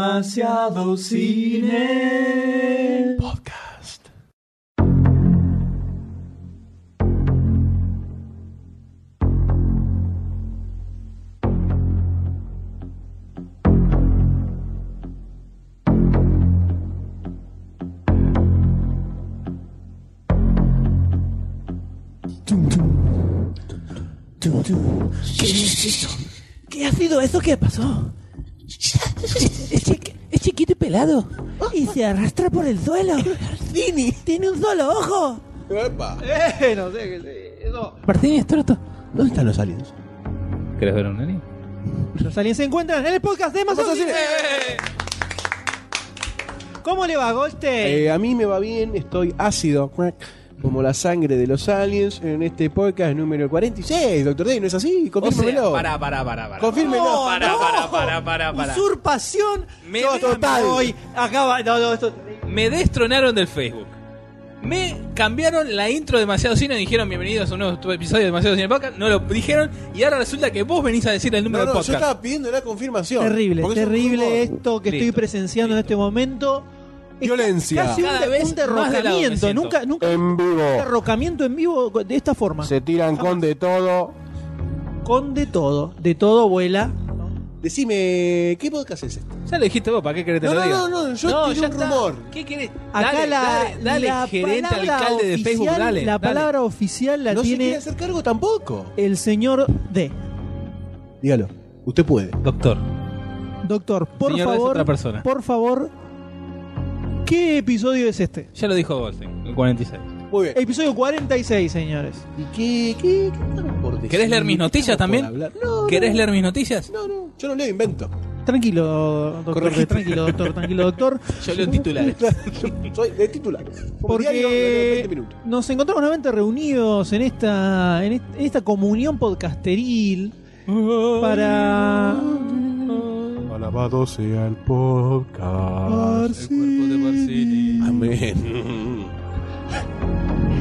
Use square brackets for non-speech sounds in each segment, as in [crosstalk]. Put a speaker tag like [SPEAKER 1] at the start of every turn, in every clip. [SPEAKER 1] Demasiado cine.
[SPEAKER 2] Podcast.
[SPEAKER 3] ¿Qué ha sido eso que pasó? Es, chiqui- es chiquito y pelado. Y se arrastra por el suelo. Martini. Tiene un solo ojo.
[SPEAKER 1] Eh, no sé qué sé. Eso.
[SPEAKER 3] Martini es torto.
[SPEAKER 2] ¿Dónde están los aliens?
[SPEAKER 4] ¿Querés ver un nene?
[SPEAKER 1] Los aliens se encuentran en el podcast de Demasiado Cine. ¿Cómo le va, Golte?
[SPEAKER 2] Eh, a mí me va bien, estoy ácido, cuac, como la sangre de los aliens en este podcast número 46, doctor D, ¿no es así?
[SPEAKER 4] O sea,
[SPEAKER 2] Confírmelo.
[SPEAKER 4] pará, pará, pará, pará.
[SPEAKER 2] Confírmelo.
[SPEAKER 4] No, pará, pará, pará, pará, pará.
[SPEAKER 1] Usurpación.
[SPEAKER 4] Me-
[SPEAKER 1] Yo
[SPEAKER 2] total.
[SPEAKER 1] Hoy acaba. No, no, esto.
[SPEAKER 4] Me destronaron del Facebook. Me cambiaron la intro de Demasiado Cine, dijeron bienvenidos a un nuevo episodio de Demasiado Cine Podcast, no lo dijeron y ahora resulta que vos venís a decir el número
[SPEAKER 2] No,
[SPEAKER 4] del
[SPEAKER 2] no, yo
[SPEAKER 4] podcast.
[SPEAKER 2] estaba pidiendo la confirmación.
[SPEAKER 1] Terrible,
[SPEAKER 2] Porque es un juego-
[SPEAKER 1] terrible esto que estoy
[SPEAKER 4] Listo,
[SPEAKER 1] presenciando en este momento. Es
[SPEAKER 2] Violencia.
[SPEAKER 1] Casi un,
[SPEAKER 4] Cada
[SPEAKER 1] de-
[SPEAKER 4] vez
[SPEAKER 1] un
[SPEAKER 4] más de lado me
[SPEAKER 1] derrocamiento.
[SPEAKER 4] siento.
[SPEAKER 1] Nunca, nunca
[SPEAKER 2] En
[SPEAKER 1] un
[SPEAKER 2] vivo.
[SPEAKER 1] derrocamiento en vivo de esta forma.
[SPEAKER 2] Se tiran con de todo.
[SPEAKER 1] Con de todo. De todo vuela.
[SPEAKER 2] Decime, ¿qué podcast es este?
[SPEAKER 4] Ya lo dijiste vos, ¿para qué querés te
[SPEAKER 2] No,
[SPEAKER 4] lo
[SPEAKER 2] no,
[SPEAKER 4] diga?
[SPEAKER 2] no, no, yo tiré
[SPEAKER 4] ya
[SPEAKER 2] un
[SPEAKER 4] está.
[SPEAKER 2] rumor.
[SPEAKER 4] ¿Qué querés?
[SPEAKER 1] Acá
[SPEAKER 4] dale,
[SPEAKER 1] la,
[SPEAKER 4] dale, dale,
[SPEAKER 1] la
[SPEAKER 4] gerente
[SPEAKER 1] palabra
[SPEAKER 4] alcalde de
[SPEAKER 1] oficial-
[SPEAKER 4] Facebook, dale.
[SPEAKER 1] La
[SPEAKER 4] dale.
[SPEAKER 1] palabra oficial la
[SPEAKER 2] no se quiere
[SPEAKER 1] tiene
[SPEAKER 2] hacer cargo tampoco.
[SPEAKER 1] el señor D.
[SPEAKER 2] Dígalo, usted puede.
[SPEAKER 4] Doctor,
[SPEAKER 1] Doctor, por
[SPEAKER 4] Señor D es
[SPEAKER 1] favor,
[SPEAKER 4] otra persona.
[SPEAKER 1] por favor, ¿qué episodio es este?
[SPEAKER 4] ya lo dijo Goldstein, el 46.
[SPEAKER 2] Muy bien.
[SPEAKER 1] Episodio 46, señores.
[SPEAKER 2] ¿Y qué, qué, qué estamos por decir?
[SPEAKER 4] ¿Querés leer mis
[SPEAKER 2] ¿Qué
[SPEAKER 4] noticias
[SPEAKER 2] estamos
[SPEAKER 4] también?
[SPEAKER 2] por hablar? No,
[SPEAKER 4] ¿Querés
[SPEAKER 2] no,
[SPEAKER 4] leer mis noticias?
[SPEAKER 2] No, no, yo no leo invento.
[SPEAKER 1] Tranquilo, doctor,
[SPEAKER 2] Corregite.
[SPEAKER 1] tranquilo, doctor, tranquilo,
[SPEAKER 4] [laughs]
[SPEAKER 1] doctor.
[SPEAKER 4] Yo leo titulares.
[SPEAKER 2] Yo [laughs] Soy de titular. Como diario, leo 20
[SPEAKER 1] Porque
[SPEAKER 2] minutos.
[SPEAKER 1] nos encontramos nuevamente reunidos en esta, en est- en esta comunión podcasteril para
[SPEAKER 2] Alabado sea el podcast.
[SPEAKER 4] El cuerpo de Barcini.
[SPEAKER 2] Amén.
[SPEAKER 1] [laughs]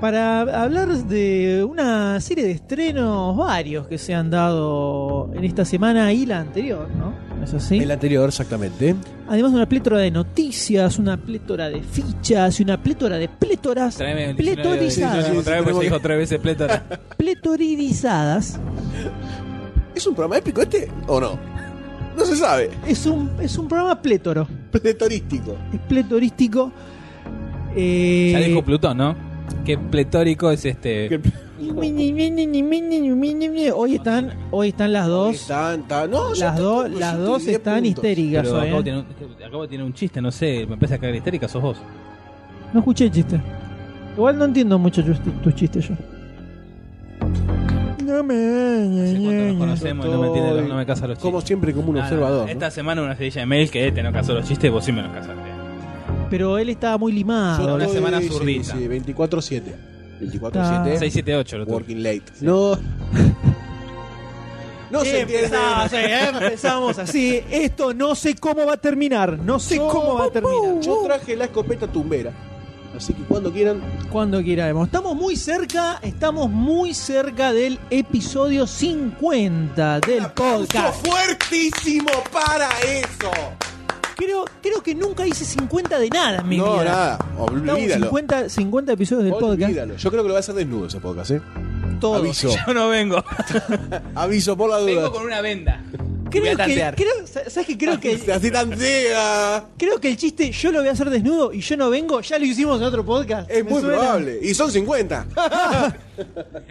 [SPEAKER 1] Para hablar de una serie de estrenos varios que se han dado en esta semana y la anterior, ¿no? ¿No ¿Es así?
[SPEAKER 2] El anterior, exactamente.
[SPEAKER 1] Además una plétora de noticias, una plétora de fichas y una plétora de plétoras
[SPEAKER 4] Tráeme el diccionario de-
[SPEAKER 1] pletorizadas,
[SPEAKER 2] Sí, sí, sí.
[SPEAKER 4] Otra vez porque se dijo tres veces plétora.
[SPEAKER 1] pletoridizadas.
[SPEAKER 2] ¿Es un programa épico este o no? No se sabe.
[SPEAKER 1] Es un, es un programa plétoro,
[SPEAKER 2] Pretorístico.
[SPEAKER 1] es pletorístico. Eh,
[SPEAKER 4] Ya dijo Plutón, ¿no? Qué pletórico es este.
[SPEAKER 1] hoy están, hoy están las dos,
[SPEAKER 2] Están, están- no, ya
[SPEAKER 1] las
[SPEAKER 2] está
[SPEAKER 1] dos,
[SPEAKER 2] todo,
[SPEAKER 1] las
[SPEAKER 2] ciento
[SPEAKER 1] dos
[SPEAKER 2] diez
[SPEAKER 1] están
[SPEAKER 2] puntos.
[SPEAKER 1] histéricas
[SPEAKER 4] Pero
[SPEAKER 1] hoy,
[SPEAKER 4] acabo,
[SPEAKER 1] ¿eh?
[SPEAKER 4] de tener un, acabo de tener un chiste, no sé, me empieza a caer histérica, sos vos.
[SPEAKER 1] No escuché el chiste. Igual no entiendo mucho tus tus chistes yo. No
[SPEAKER 4] Hace cuánto nos
[SPEAKER 1] me.
[SPEAKER 4] conocemos y no me, entiende, no- no me casa los chistes.
[SPEAKER 2] Como siempre, como un
[SPEAKER 4] Nada,
[SPEAKER 2] observador. ¿no?
[SPEAKER 4] Esta semana una sedilla de mail que te no casó los chistes, vos sí me los casaste.
[SPEAKER 1] Pero él estaba muy
[SPEAKER 2] Yo
[SPEAKER 1] limado.
[SPEAKER 4] una
[SPEAKER 2] estoy-
[SPEAKER 4] semana
[SPEAKER 2] sí,
[SPEAKER 4] zurdita.
[SPEAKER 2] Sí, 24-7. 24-7.
[SPEAKER 1] Está-
[SPEAKER 4] 678 lo tuve.
[SPEAKER 2] Working late.
[SPEAKER 1] [laughs]
[SPEAKER 2] No. No se entiende.
[SPEAKER 1] empezamos, eh, empezamos así. Esto no sé cómo va a terminar. No sé
[SPEAKER 2] Yo-
[SPEAKER 1] cómo va a terminar.
[SPEAKER 2] Yo traje la escopeta tumbera. Así que cuando quieran.
[SPEAKER 1] Cuando queramos. Estamos muy cerca, estamos muy cerca del episodio 50 del podcast.
[SPEAKER 2] fuertísimo para eso!
[SPEAKER 1] Creo, creo que nunca hice 50 de nada en mi
[SPEAKER 2] no,
[SPEAKER 1] vida.
[SPEAKER 2] nada.
[SPEAKER 1] Estamos
[SPEAKER 2] Olvídalo.
[SPEAKER 1] 50, 50 episodios del podcast.
[SPEAKER 2] Olvídalo. Yo creo que lo va a hacer desnudo ese podcast, ¿eh?
[SPEAKER 1] Todos.
[SPEAKER 2] Aviso.
[SPEAKER 4] [laughs] Yo no vengo.
[SPEAKER 2] Aviso por la duda.
[SPEAKER 4] vengo con una venda. Voy a
[SPEAKER 1] Creo que,
[SPEAKER 4] tantear.
[SPEAKER 1] creo, ¿Sabes qué? Creo que,
[SPEAKER 2] Así tan ciega.
[SPEAKER 1] creo que el chiste yo lo voy a hacer desnudo y yo no vengo, ya lo hicimos en otro podcast.
[SPEAKER 2] Es
[SPEAKER 1] ¿Me
[SPEAKER 2] muy
[SPEAKER 1] suena?
[SPEAKER 2] probable. Y
[SPEAKER 1] [laughs]
[SPEAKER 2] son 50.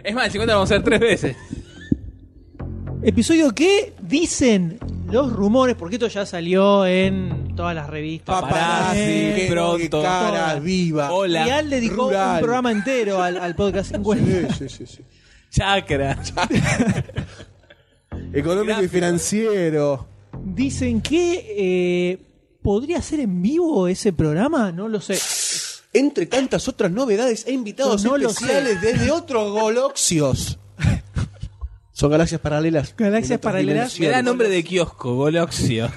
[SPEAKER 4] Es más, el 50 lo vamos a hacer tres veces.
[SPEAKER 1] Episodio que dicen los rumores, porque esto ya salió en todas las revistas.
[SPEAKER 4] Paparazzi,
[SPEAKER 2] que-
[SPEAKER 4] pronto.
[SPEAKER 2] que Caras
[SPEAKER 1] Todas.
[SPEAKER 2] vivas.
[SPEAKER 4] Hola.
[SPEAKER 1] Real dedicó
[SPEAKER 2] Rural.
[SPEAKER 1] un programa entero al, al podcast 50.
[SPEAKER 2] Sí, sí, sí, sí.
[SPEAKER 4] Chacra.
[SPEAKER 2] Económico y
[SPEAKER 4] Gráfico.
[SPEAKER 2] financiero.
[SPEAKER 1] Dicen que eh, podría ser en vivo ese programa, no lo sé.
[SPEAKER 2] Entre tantas otras novedades e invitados
[SPEAKER 1] No lo
[SPEAKER 2] especiales desde otros
[SPEAKER 1] [laughs]
[SPEAKER 2] goloxios. Son galaxias paralelas.
[SPEAKER 1] Galaxias
[SPEAKER 2] En otras
[SPEAKER 1] paralelas.
[SPEAKER 4] Me
[SPEAKER 2] dimensiones.
[SPEAKER 4] da nombre de kiosco, Goloxio.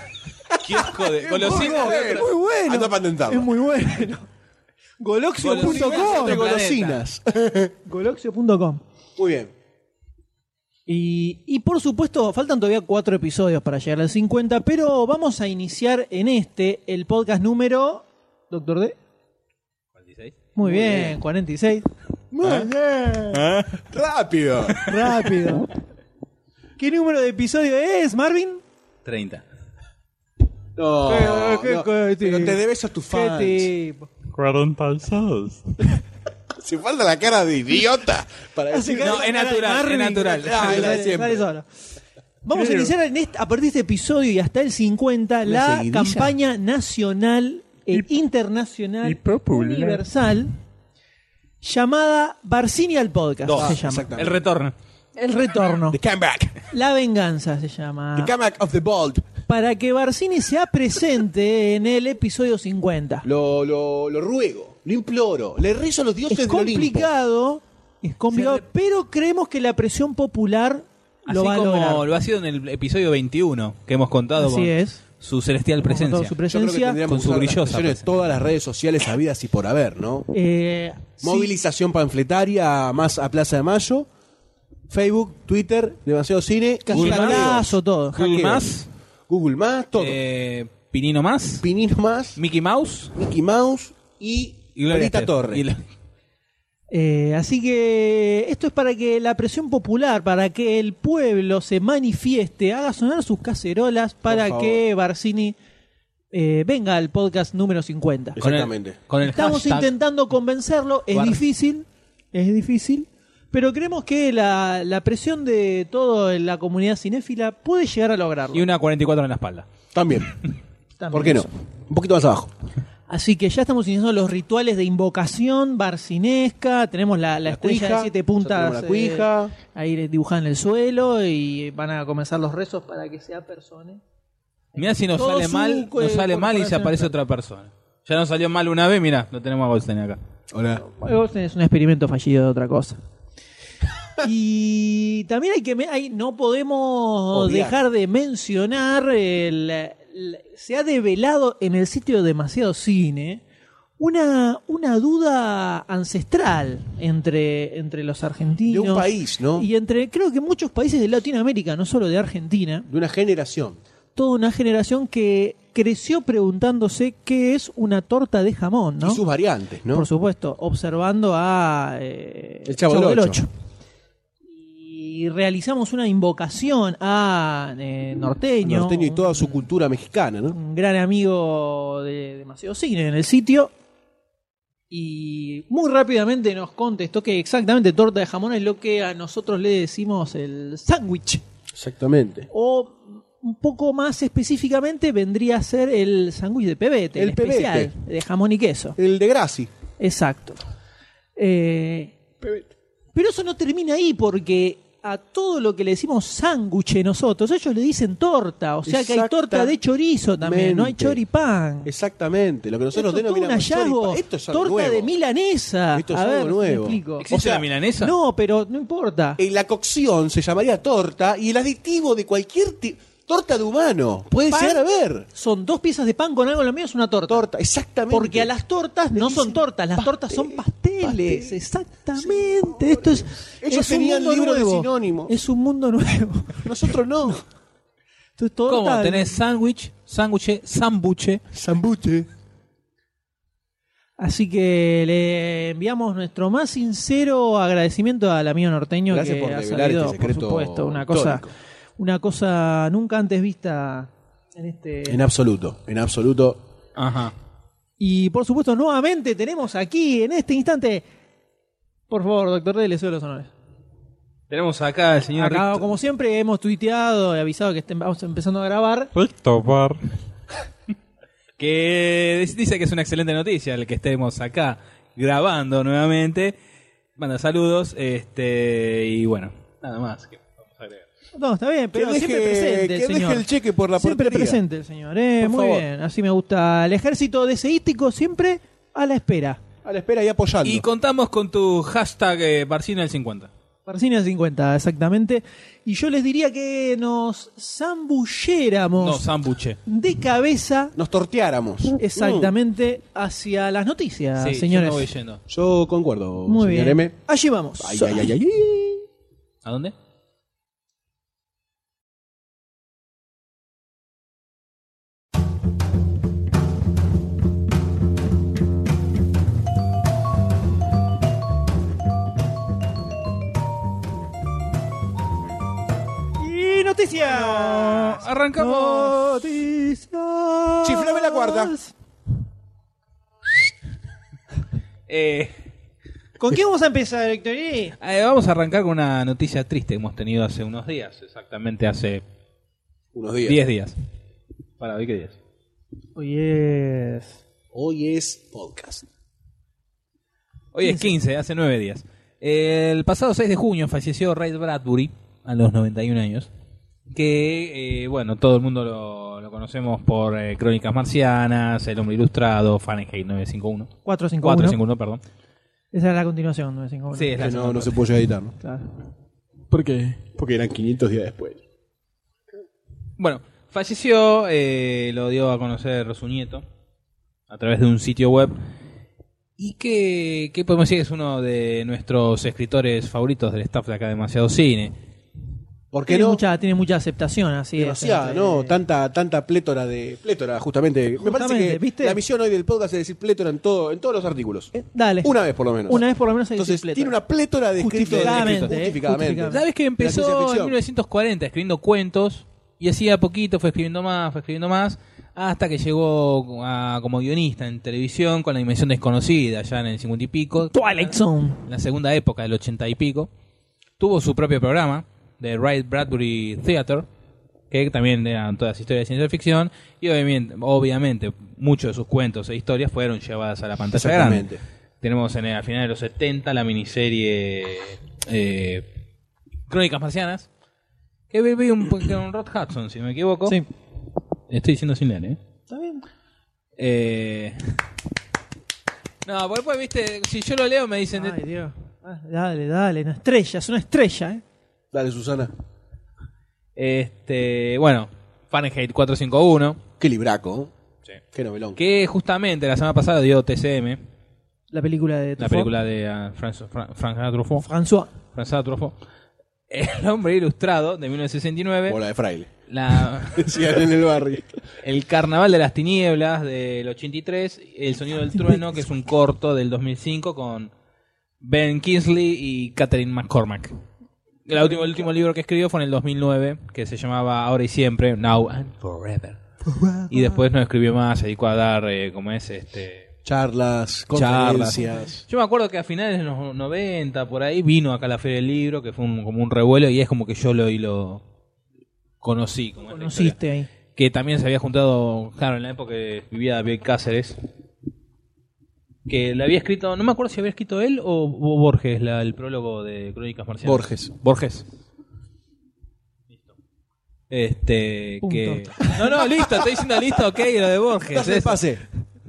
[SPEAKER 4] kiosco de. Golosina. de otro-
[SPEAKER 1] Muy bueno.
[SPEAKER 2] Anda a patentarlo.
[SPEAKER 1] Es muy bueno. [laughs]
[SPEAKER 2] Golosinas
[SPEAKER 1] Goloxio.com.
[SPEAKER 2] de golosinas.
[SPEAKER 1] Goloxio.com.
[SPEAKER 2] Muy bien.
[SPEAKER 1] Y, y por supuesto, faltan todavía cuatro episodios para llegar al 50, pero vamos a iniciar en este el podcast número. Doctor D.
[SPEAKER 4] 46.
[SPEAKER 1] Muy, bien, 46.
[SPEAKER 2] Muy bien.
[SPEAKER 1] [laughs]
[SPEAKER 5] ¡Rápido!
[SPEAKER 1] Rápido. [laughs] ¿Qué número de episodio es, Marvin?
[SPEAKER 4] 30.
[SPEAKER 2] No,
[SPEAKER 1] Pero, qué
[SPEAKER 2] no,
[SPEAKER 1] cohete.
[SPEAKER 2] pero te debes a tu fans.
[SPEAKER 1] ¿Qué tipo?
[SPEAKER 6] 46.
[SPEAKER 5] Se falta la cara de idiota.
[SPEAKER 2] Para decir,
[SPEAKER 4] No, es natural, es natural.
[SPEAKER 2] Ah, es la de
[SPEAKER 1] Dale,
[SPEAKER 2] siempre.
[SPEAKER 1] dale solo. Vamos a iniciar en este- a partir de este episodio y hasta el 50 la
[SPEAKER 2] seguidilla?
[SPEAKER 1] campaña nacional e internacional
[SPEAKER 6] y popular.
[SPEAKER 1] universal llamada Barcini al podcast.
[SPEAKER 4] Dos.
[SPEAKER 1] se
[SPEAKER 2] Ah,
[SPEAKER 1] llama.
[SPEAKER 2] exactamente.
[SPEAKER 4] El retorno.
[SPEAKER 1] El retorno.
[SPEAKER 5] The comeback.
[SPEAKER 1] La venganza se llama.
[SPEAKER 5] The comeback of the bold.
[SPEAKER 1] Para que Barcini sea presente en el episodio 50.
[SPEAKER 2] Lo, lo, lo ruego, lo imploro, le rezo a los dioses
[SPEAKER 1] Es
[SPEAKER 2] del Olimpo.
[SPEAKER 1] complicado, es complicado,
[SPEAKER 4] Se re-
[SPEAKER 1] pero creemos que la presión popular
[SPEAKER 4] Así
[SPEAKER 1] lo va a
[SPEAKER 4] como
[SPEAKER 1] lograr.
[SPEAKER 4] lo ha sido en el episodio 21 que hemos contado
[SPEAKER 1] Así
[SPEAKER 4] con
[SPEAKER 1] es.
[SPEAKER 4] su celestial presencia.
[SPEAKER 1] Con su
[SPEAKER 2] Yo creo que
[SPEAKER 1] presencia.
[SPEAKER 2] tendríamos
[SPEAKER 4] con
[SPEAKER 2] que usar
[SPEAKER 4] su
[SPEAKER 2] las
[SPEAKER 4] brillosa
[SPEAKER 2] expresiones de
[SPEAKER 4] presencia.
[SPEAKER 2] todas las redes sociales habidas y por haber, ¿no?
[SPEAKER 1] Eh, sí.
[SPEAKER 2] Movilización panfletaria más a Plaza de Mayo, Facebook, Twitter, Demasiado Cine,
[SPEAKER 1] Cachetazo, todo.
[SPEAKER 4] Google
[SPEAKER 2] Hackeo.
[SPEAKER 4] más,
[SPEAKER 2] Google más, todo.
[SPEAKER 4] eh, Pinino más,
[SPEAKER 2] Pinino más,
[SPEAKER 4] Mickey Mouse
[SPEAKER 2] Mickey Mouse y,
[SPEAKER 4] y Gloria
[SPEAKER 2] Perita
[SPEAKER 4] Estefan.
[SPEAKER 2] Torres.
[SPEAKER 4] Y la-
[SPEAKER 1] Eh, así que esto es para que la presión popular, para que el pueblo se manifieste, haga sonar sus cacerolas para
[SPEAKER 2] favor.
[SPEAKER 1] que Barcini eh, venga al podcast número 50.
[SPEAKER 4] con el-
[SPEAKER 2] Exactamente.
[SPEAKER 4] Con el
[SPEAKER 1] Estamos
[SPEAKER 4] hashtag
[SPEAKER 1] intentando convencerlo, es
[SPEAKER 4] Bar-
[SPEAKER 1] difícil, es difícil, pero creemos que la, la presión de toda la comunidad cinéfila puede llegar a lograrlo.
[SPEAKER 4] y una 44 en la espalda.
[SPEAKER 2] También.
[SPEAKER 1] [laughs] También
[SPEAKER 2] ¿Por qué no?
[SPEAKER 1] eso.
[SPEAKER 2] Un poquito más abajo.
[SPEAKER 1] Así que ya estamos iniciando los rituales de invocación barcinesca. Tenemos la, la estrella
[SPEAKER 2] cuija,
[SPEAKER 1] de siete
[SPEAKER 2] ya
[SPEAKER 1] puntas
[SPEAKER 2] tenemos la
[SPEAKER 1] eh,
[SPEAKER 2] cuija.
[SPEAKER 1] ahí dibujada en el suelo y van a comenzar los rezos para que sea persona.
[SPEAKER 4] Mira si nos
[SPEAKER 1] Todo
[SPEAKER 4] sale
[SPEAKER 1] su,
[SPEAKER 4] mal,
[SPEAKER 1] eh,
[SPEAKER 4] nos sale mal y se
[SPEAKER 1] corporación.
[SPEAKER 4] aparece otra persona. Ya nos salió mal una vez, mira, lo tenemos a Goldstein acá.
[SPEAKER 5] Hola.
[SPEAKER 1] Luego tenés un experimento fallido de otra
[SPEAKER 2] [laughs]
[SPEAKER 1] cosa. Y también hay que me- hay- no podemos
[SPEAKER 2] Obviar.
[SPEAKER 1] dejar de mencionar el- el- se ha develado en el sitio demasiado cine una, una duda ancestral entre, entre los
[SPEAKER 2] De
[SPEAKER 1] argentinos
[SPEAKER 2] un país, ¿no?
[SPEAKER 1] y entre creo que muchos países de Latinoamérica, no solo de Argentina,
[SPEAKER 2] De una generación.
[SPEAKER 1] toda una generación que creció preguntándose qué es una torta de jamón, ¿no?
[SPEAKER 2] Y sus variantes, ¿no?
[SPEAKER 1] por supuesto, observando a eh,
[SPEAKER 2] El Chavo del Ocho.
[SPEAKER 1] Ocho. Y realizamos una invocación a eh, Norteño,
[SPEAKER 2] norteño y
[SPEAKER 1] un-
[SPEAKER 2] toda su cultura mexicana, ¿no?
[SPEAKER 1] un gran amigo de Demasiado Cine en el sitio. Y muy rápidamente nos contestó que exactamente torta de jamón es lo que a nosotros le decimos el sándwich.
[SPEAKER 2] Exactamente.
[SPEAKER 1] O un poco más específicamente vendría a ser el sándwich de pebete, el,
[SPEAKER 2] El
[SPEAKER 1] especial,
[SPEAKER 2] pebete.
[SPEAKER 1] de jamón y queso.
[SPEAKER 2] El de Graci.
[SPEAKER 1] Exacto. Eh, pero eso no termina ahí porque a todo lo que le decimos sándwich nosotros, ellos le dicen torta, o sea que hay torta de chorizo también, no hay
[SPEAKER 2] Exactamente.
[SPEAKER 1] choripán.
[SPEAKER 2] Exactamente. Lo que nosotros
[SPEAKER 1] Esto es todo un
[SPEAKER 2] denominamos
[SPEAKER 1] hallazgo,
[SPEAKER 2] choripa. Esto es algo
[SPEAKER 1] torta
[SPEAKER 2] nuevo.
[SPEAKER 1] de milanesa.
[SPEAKER 2] Esto es
[SPEAKER 1] a
[SPEAKER 2] algo
[SPEAKER 1] ver, si me
[SPEAKER 2] nuevo.
[SPEAKER 1] explico.
[SPEAKER 4] ¿Existe la milanesa?
[SPEAKER 1] No, pero no importa.
[SPEAKER 2] Eh, la cocción se llamaría torta y el aditivo de cualquier ti- torta de humano puede
[SPEAKER 1] Pan-
[SPEAKER 2] ser a ver.
[SPEAKER 1] Son dos piezas de pan con algo en la medio, es una torta.
[SPEAKER 2] Torta, exactamente.
[SPEAKER 1] Porque a las tortas no
[SPEAKER 2] dicen
[SPEAKER 1] son tortas, las tortas son
[SPEAKER 2] pastel,
[SPEAKER 1] pasteles.
[SPEAKER 2] pastel.
[SPEAKER 1] Exactamente. Esto es.
[SPEAKER 2] Ellos
[SPEAKER 1] es un
[SPEAKER 2] tenían
[SPEAKER 1] mundo
[SPEAKER 2] libros de
[SPEAKER 1] nuevo.
[SPEAKER 2] sinónimos.
[SPEAKER 1] Es un mundo nuevo. [laughs]
[SPEAKER 2] Nosotros no.
[SPEAKER 1] Esto es torta,
[SPEAKER 4] ¿Cómo? Tenés sándwich, sándwich, sambuche.
[SPEAKER 2] Sambuche.
[SPEAKER 1] Así que le enviamos nuestro más sincero agradecimiento al amigo norteño
[SPEAKER 2] Gracias
[SPEAKER 1] que
[SPEAKER 2] por
[SPEAKER 1] ha
[SPEAKER 2] revelar
[SPEAKER 1] salido,
[SPEAKER 2] este secreto
[SPEAKER 1] por supuesto, una cosa,
[SPEAKER 2] histórico.
[SPEAKER 1] una cosa nunca antes vista en este.
[SPEAKER 2] En absoluto, en absoluto.
[SPEAKER 4] Ajá.
[SPEAKER 1] y por supuesto, nuevamente tenemos aquí en este instante. Por favor, doctor D, le cedo los honores.
[SPEAKER 4] Tenemos acá al señor
[SPEAKER 1] Acá,
[SPEAKER 4] Risto-
[SPEAKER 1] como siempre, hemos tuiteado y avisado que estem- vamos empezando a grabar.
[SPEAKER 6] Risto Bar.
[SPEAKER 4] que dice que es una excelente noticia el que estemos acá grabando nuevamente. Manda saludos, este y bueno, nada más. que vamos a agregar.
[SPEAKER 1] No, está bien, pero
[SPEAKER 2] que
[SPEAKER 1] siempre
[SPEAKER 2] deje,
[SPEAKER 1] presente el
[SPEAKER 2] que deje
[SPEAKER 1] señor.
[SPEAKER 2] el cheque por la
[SPEAKER 1] siempre
[SPEAKER 2] portería.
[SPEAKER 1] presente el señor, eh,
[SPEAKER 2] Por
[SPEAKER 1] muy
[SPEAKER 2] favor.
[SPEAKER 1] bien. Así me gusta. El ejército deseístico siempre a la espera.
[SPEAKER 2] A la espera y apoyando.
[SPEAKER 4] Y contamos con tu hashtag eh, Barcino del 50.
[SPEAKER 1] Barcina 50, exactamente. Y yo les diría que nos
[SPEAKER 4] No,
[SPEAKER 1] zambulléramos
[SPEAKER 4] sambuche.
[SPEAKER 1] de cabeza
[SPEAKER 2] Nos torteáramos.
[SPEAKER 1] Uh, exactamente hacia las noticias,
[SPEAKER 4] Sí,
[SPEAKER 1] Ah, señores.
[SPEAKER 4] yo me voy yendo.
[SPEAKER 2] Mm, Yo concuerdo,
[SPEAKER 1] muy
[SPEAKER 2] señor
[SPEAKER 1] bien.
[SPEAKER 2] M.
[SPEAKER 1] Allí vamos.
[SPEAKER 2] Ay, ay, ay, ay, ay.
[SPEAKER 4] ¿A dónde?
[SPEAKER 1] noticias.
[SPEAKER 4] Arrancamos.
[SPEAKER 1] Noticias.
[SPEAKER 5] Chiflame la cuarta.
[SPEAKER 4] Eh,
[SPEAKER 1] ¿Con qué vamos a empezar, Héctorí?
[SPEAKER 4] eh, vamos a arrancar con una noticia triste que hemos tenido hace unos días, exactamente hace
[SPEAKER 5] Unos días.
[SPEAKER 4] 10 días. Para hoy, ¿qué días?
[SPEAKER 1] Oye.
[SPEAKER 5] Hoy es podcast.
[SPEAKER 4] Hoy es 15, hace 9 días. El pasado 6 de junio falleció Ray Bradbury a los 91 años. Que, eh, bueno, todo el mundo lo, lo conocemos por eh, Crónicas Marcianas, El Hombre Ilustrado, Fahrenheit 951.
[SPEAKER 1] 451.
[SPEAKER 4] 451, perdón.
[SPEAKER 1] Esa era la continuación, 951.
[SPEAKER 4] Sí, es la
[SPEAKER 2] Que no,
[SPEAKER 4] segunda
[SPEAKER 2] no se puede editar, ¿no?
[SPEAKER 1] Claro.
[SPEAKER 2] ¿Por qué?
[SPEAKER 5] Porque eran 500 días después.
[SPEAKER 4] Bueno, falleció, eh, lo dio a conocer su nieto a través de un sitio web. Y que, que podemos decir que es uno de nuestros escritores favoritos del staff de acá, demasiado cine.
[SPEAKER 2] ¿Por qué
[SPEAKER 1] Tiene,
[SPEAKER 2] no?
[SPEAKER 1] mucha, eh. tiene mucha aceptación, así es, este,
[SPEAKER 2] Demasiada,
[SPEAKER 1] entre-
[SPEAKER 2] ¿no? Tanta, tanta plétora de. Plétora, justamente. Me parece
[SPEAKER 1] Justamente,
[SPEAKER 2] que
[SPEAKER 1] ¿viste?
[SPEAKER 2] la misión hoy del podcast es decir plétora en, todo, en todos los artículos.
[SPEAKER 1] Eh, dale.
[SPEAKER 2] Una vez por lo menos.
[SPEAKER 1] Una vez por lo menos hay
[SPEAKER 2] Entonces,
[SPEAKER 1] discipleto.
[SPEAKER 2] tiene una plétora de escritos-
[SPEAKER 1] Justificadamente,
[SPEAKER 2] de
[SPEAKER 1] ¿eh?
[SPEAKER 2] escritos.
[SPEAKER 1] Justificadamente.
[SPEAKER 4] ¿Sabes que
[SPEAKER 2] La ciencia
[SPEAKER 4] empezó en
[SPEAKER 2] ficción.
[SPEAKER 4] 1940 escribiendo cuentos? Y así a poquito fue escribiendo más, fue escribiendo más, hasta que llegó a- como guionista en televisión con la dimensión desconocida, ya en el 50 y pico.
[SPEAKER 1] Twilight Zone.
[SPEAKER 4] la segunda época del 80 y pico, tuvo su propio programa de Wright Bradbury Theater, que también eran todas historias de ciencia ficción, y obviamente, obviamente muchos de sus cuentos e historias fueron llevadas a la pantalla grande.
[SPEAKER 2] Exactamente.
[SPEAKER 4] Tenemos en el, al final de los 70 la miniserie eh, Crónicas Marcianas, que viví un, con Rod Hudson, si no me equivoco.
[SPEAKER 1] Sí.
[SPEAKER 4] Estoy diciendo sin leer, ¿eh? Está bien. Eh... No, porque después, viste, si yo lo leo me dicen...
[SPEAKER 1] Ay, Dios. Ah, Dale, dale, una estrella, es una estrella, ¿eh?
[SPEAKER 2] Dale, Susana.
[SPEAKER 4] Este, bueno, Fahrenheit 451,
[SPEAKER 2] Qué libraco. Sí. Qué novelón.
[SPEAKER 4] que justamente la semana pasada dio TCM,
[SPEAKER 1] La película de
[SPEAKER 4] la
[SPEAKER 1] Truffaut.
[SPEAKER 4] película de ah, Franz- Fra- François Truffaut,
[SPEAKER 1] François.
[SPEAKER 4] François Truffaut, [laughs] El hombre ilustrado de 1969,
[SPEAKER 2] Bola de [laughs] fraile.
[SPEAKER 4] la-
[SPEAKER 2] Decían en el [laughs] barrio.
[SPEAKER 4] El carnaval de las tinieblas del 83, El sonido del trueno, que es un corto del 2005 con Ben Kingsley y Catherine McCormack. El último, el último libro que escribió fue en el 2009, que se llamaba Ahora y Siempre, Now and Forever. Y después no escribió más, se dedicó a dar, eh, como es, este...
[SPEAKER 2] Charlas,
[SPEAKER 4] Charlas.
[SPEAKER 2] conferencias.
[SPEAKER 4] Yo me acuerdo que a finales de los 90, por ahí, vino acá a la Feria del Libro, que fue un- como un revuelo, y es como que yo lo, y lo conocí. Como es la historia
[SPEAKER 1] Conociste ahí.
[SPEAKER 4] que también se había juntado, claro, en la época que vivía David Cáceres, que le había escrito, no me acuerdo si había escrito él o, o Borges, la- el prólogo de Crónicas Marcianas.
[SPEAKER 2] Borges.
[SPEAKER 4] Borges. Este,
[SPEAKER 1] Punto.
[SPEAKER 4] que... No, no, listo, estoy diciendo listo, ok, lo de Borges.
[SPEAKER 2] Dale el
[SPEAKER 4] eso.
[SPEAKER 2] pase.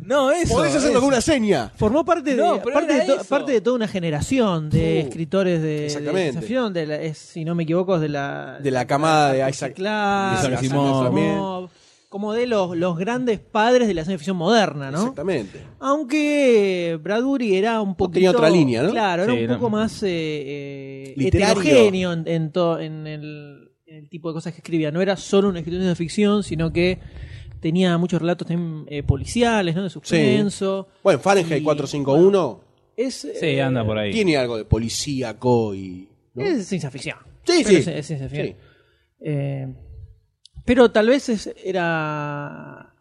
[SPEAKER 4] No, eso.
[SPEAKER 2] Podés hacerlo
[SPEAKER 4] eso.
[SPEAKER 2] con una seña.
[SPEAKER 1] Formó parte de,
[SPEAKER 4] No, pero
[SPEAKER 1] parte,
[SPEAKER 4] era
[SPEAKER 1] de to-
[SPEAKER 4] eso.
[SPEAKER 1] parte de toda una generación de
[SPEAKER 2] Uh,
[SPEAKER 1] escritores de, de
[SPEAKER 2] exactamente.
[SPEAKER 1] ciencia ficción, de la- es, si no me equivoco, es de la...
[SPEAKER 2] De la camada de
[SPEAKER 1] Isaac
[SPEAKER 2] Isaac.
[SPEAKER 1] Clarke,
[SPEAKER 4] Isaac
[SPEAKER 1] Eh, Isaac
[SPEAKER 4] Asimov.
[SPEAKER 1] Asimov, como de los, los grandes padres de la ciencia ficción moderna, ¿no?
[SPEAKER 2] Exactamente. Pues
[SPEAKER 1] Aunque Bradbury era un poquito...
[SPEAKER 2] tenía otra línea, ¿no?
[SPEAKER 1] Claro, era
[SPEAKER 4] Sí,
[SPEAKER 1] un
[SPEAKER 4] no.
[SPEAKER 1] poco más eh, eh,
[SPEAKER 2] Literario.
[SPEAKER 1] heterogéneo en, en to- en el, en el tipo de cosas que escribía. No era solo un escritor de ficción, sino que tenía muchos relatos también, eh, policiales, ¿no? De suspenso.
[SPEAKER 2] Bueno, Fahrenheit
[SPEAKER 1] Y-
[SPEAKER 2] 451
[SPEAKER 1] Es,
[SPEAKER 4] Sí,
[SPEAKER 1] eh,
[SPEAKER 4] anda por ahí.
[SPEAKER 2] tiene algo de policíaco y. ¿no?
[SPEAKER 1] Es ciencia ficción.
[SPEAKER 2] Sí,
[SPEAKER 1] Pero
[SPEAKER 2] sí.
[SPEAKER 1] Es, es ciencia ficción.
[SPEAKER 2] Sí.
[SPEAKER 1] Eh, pero tal vez es- era.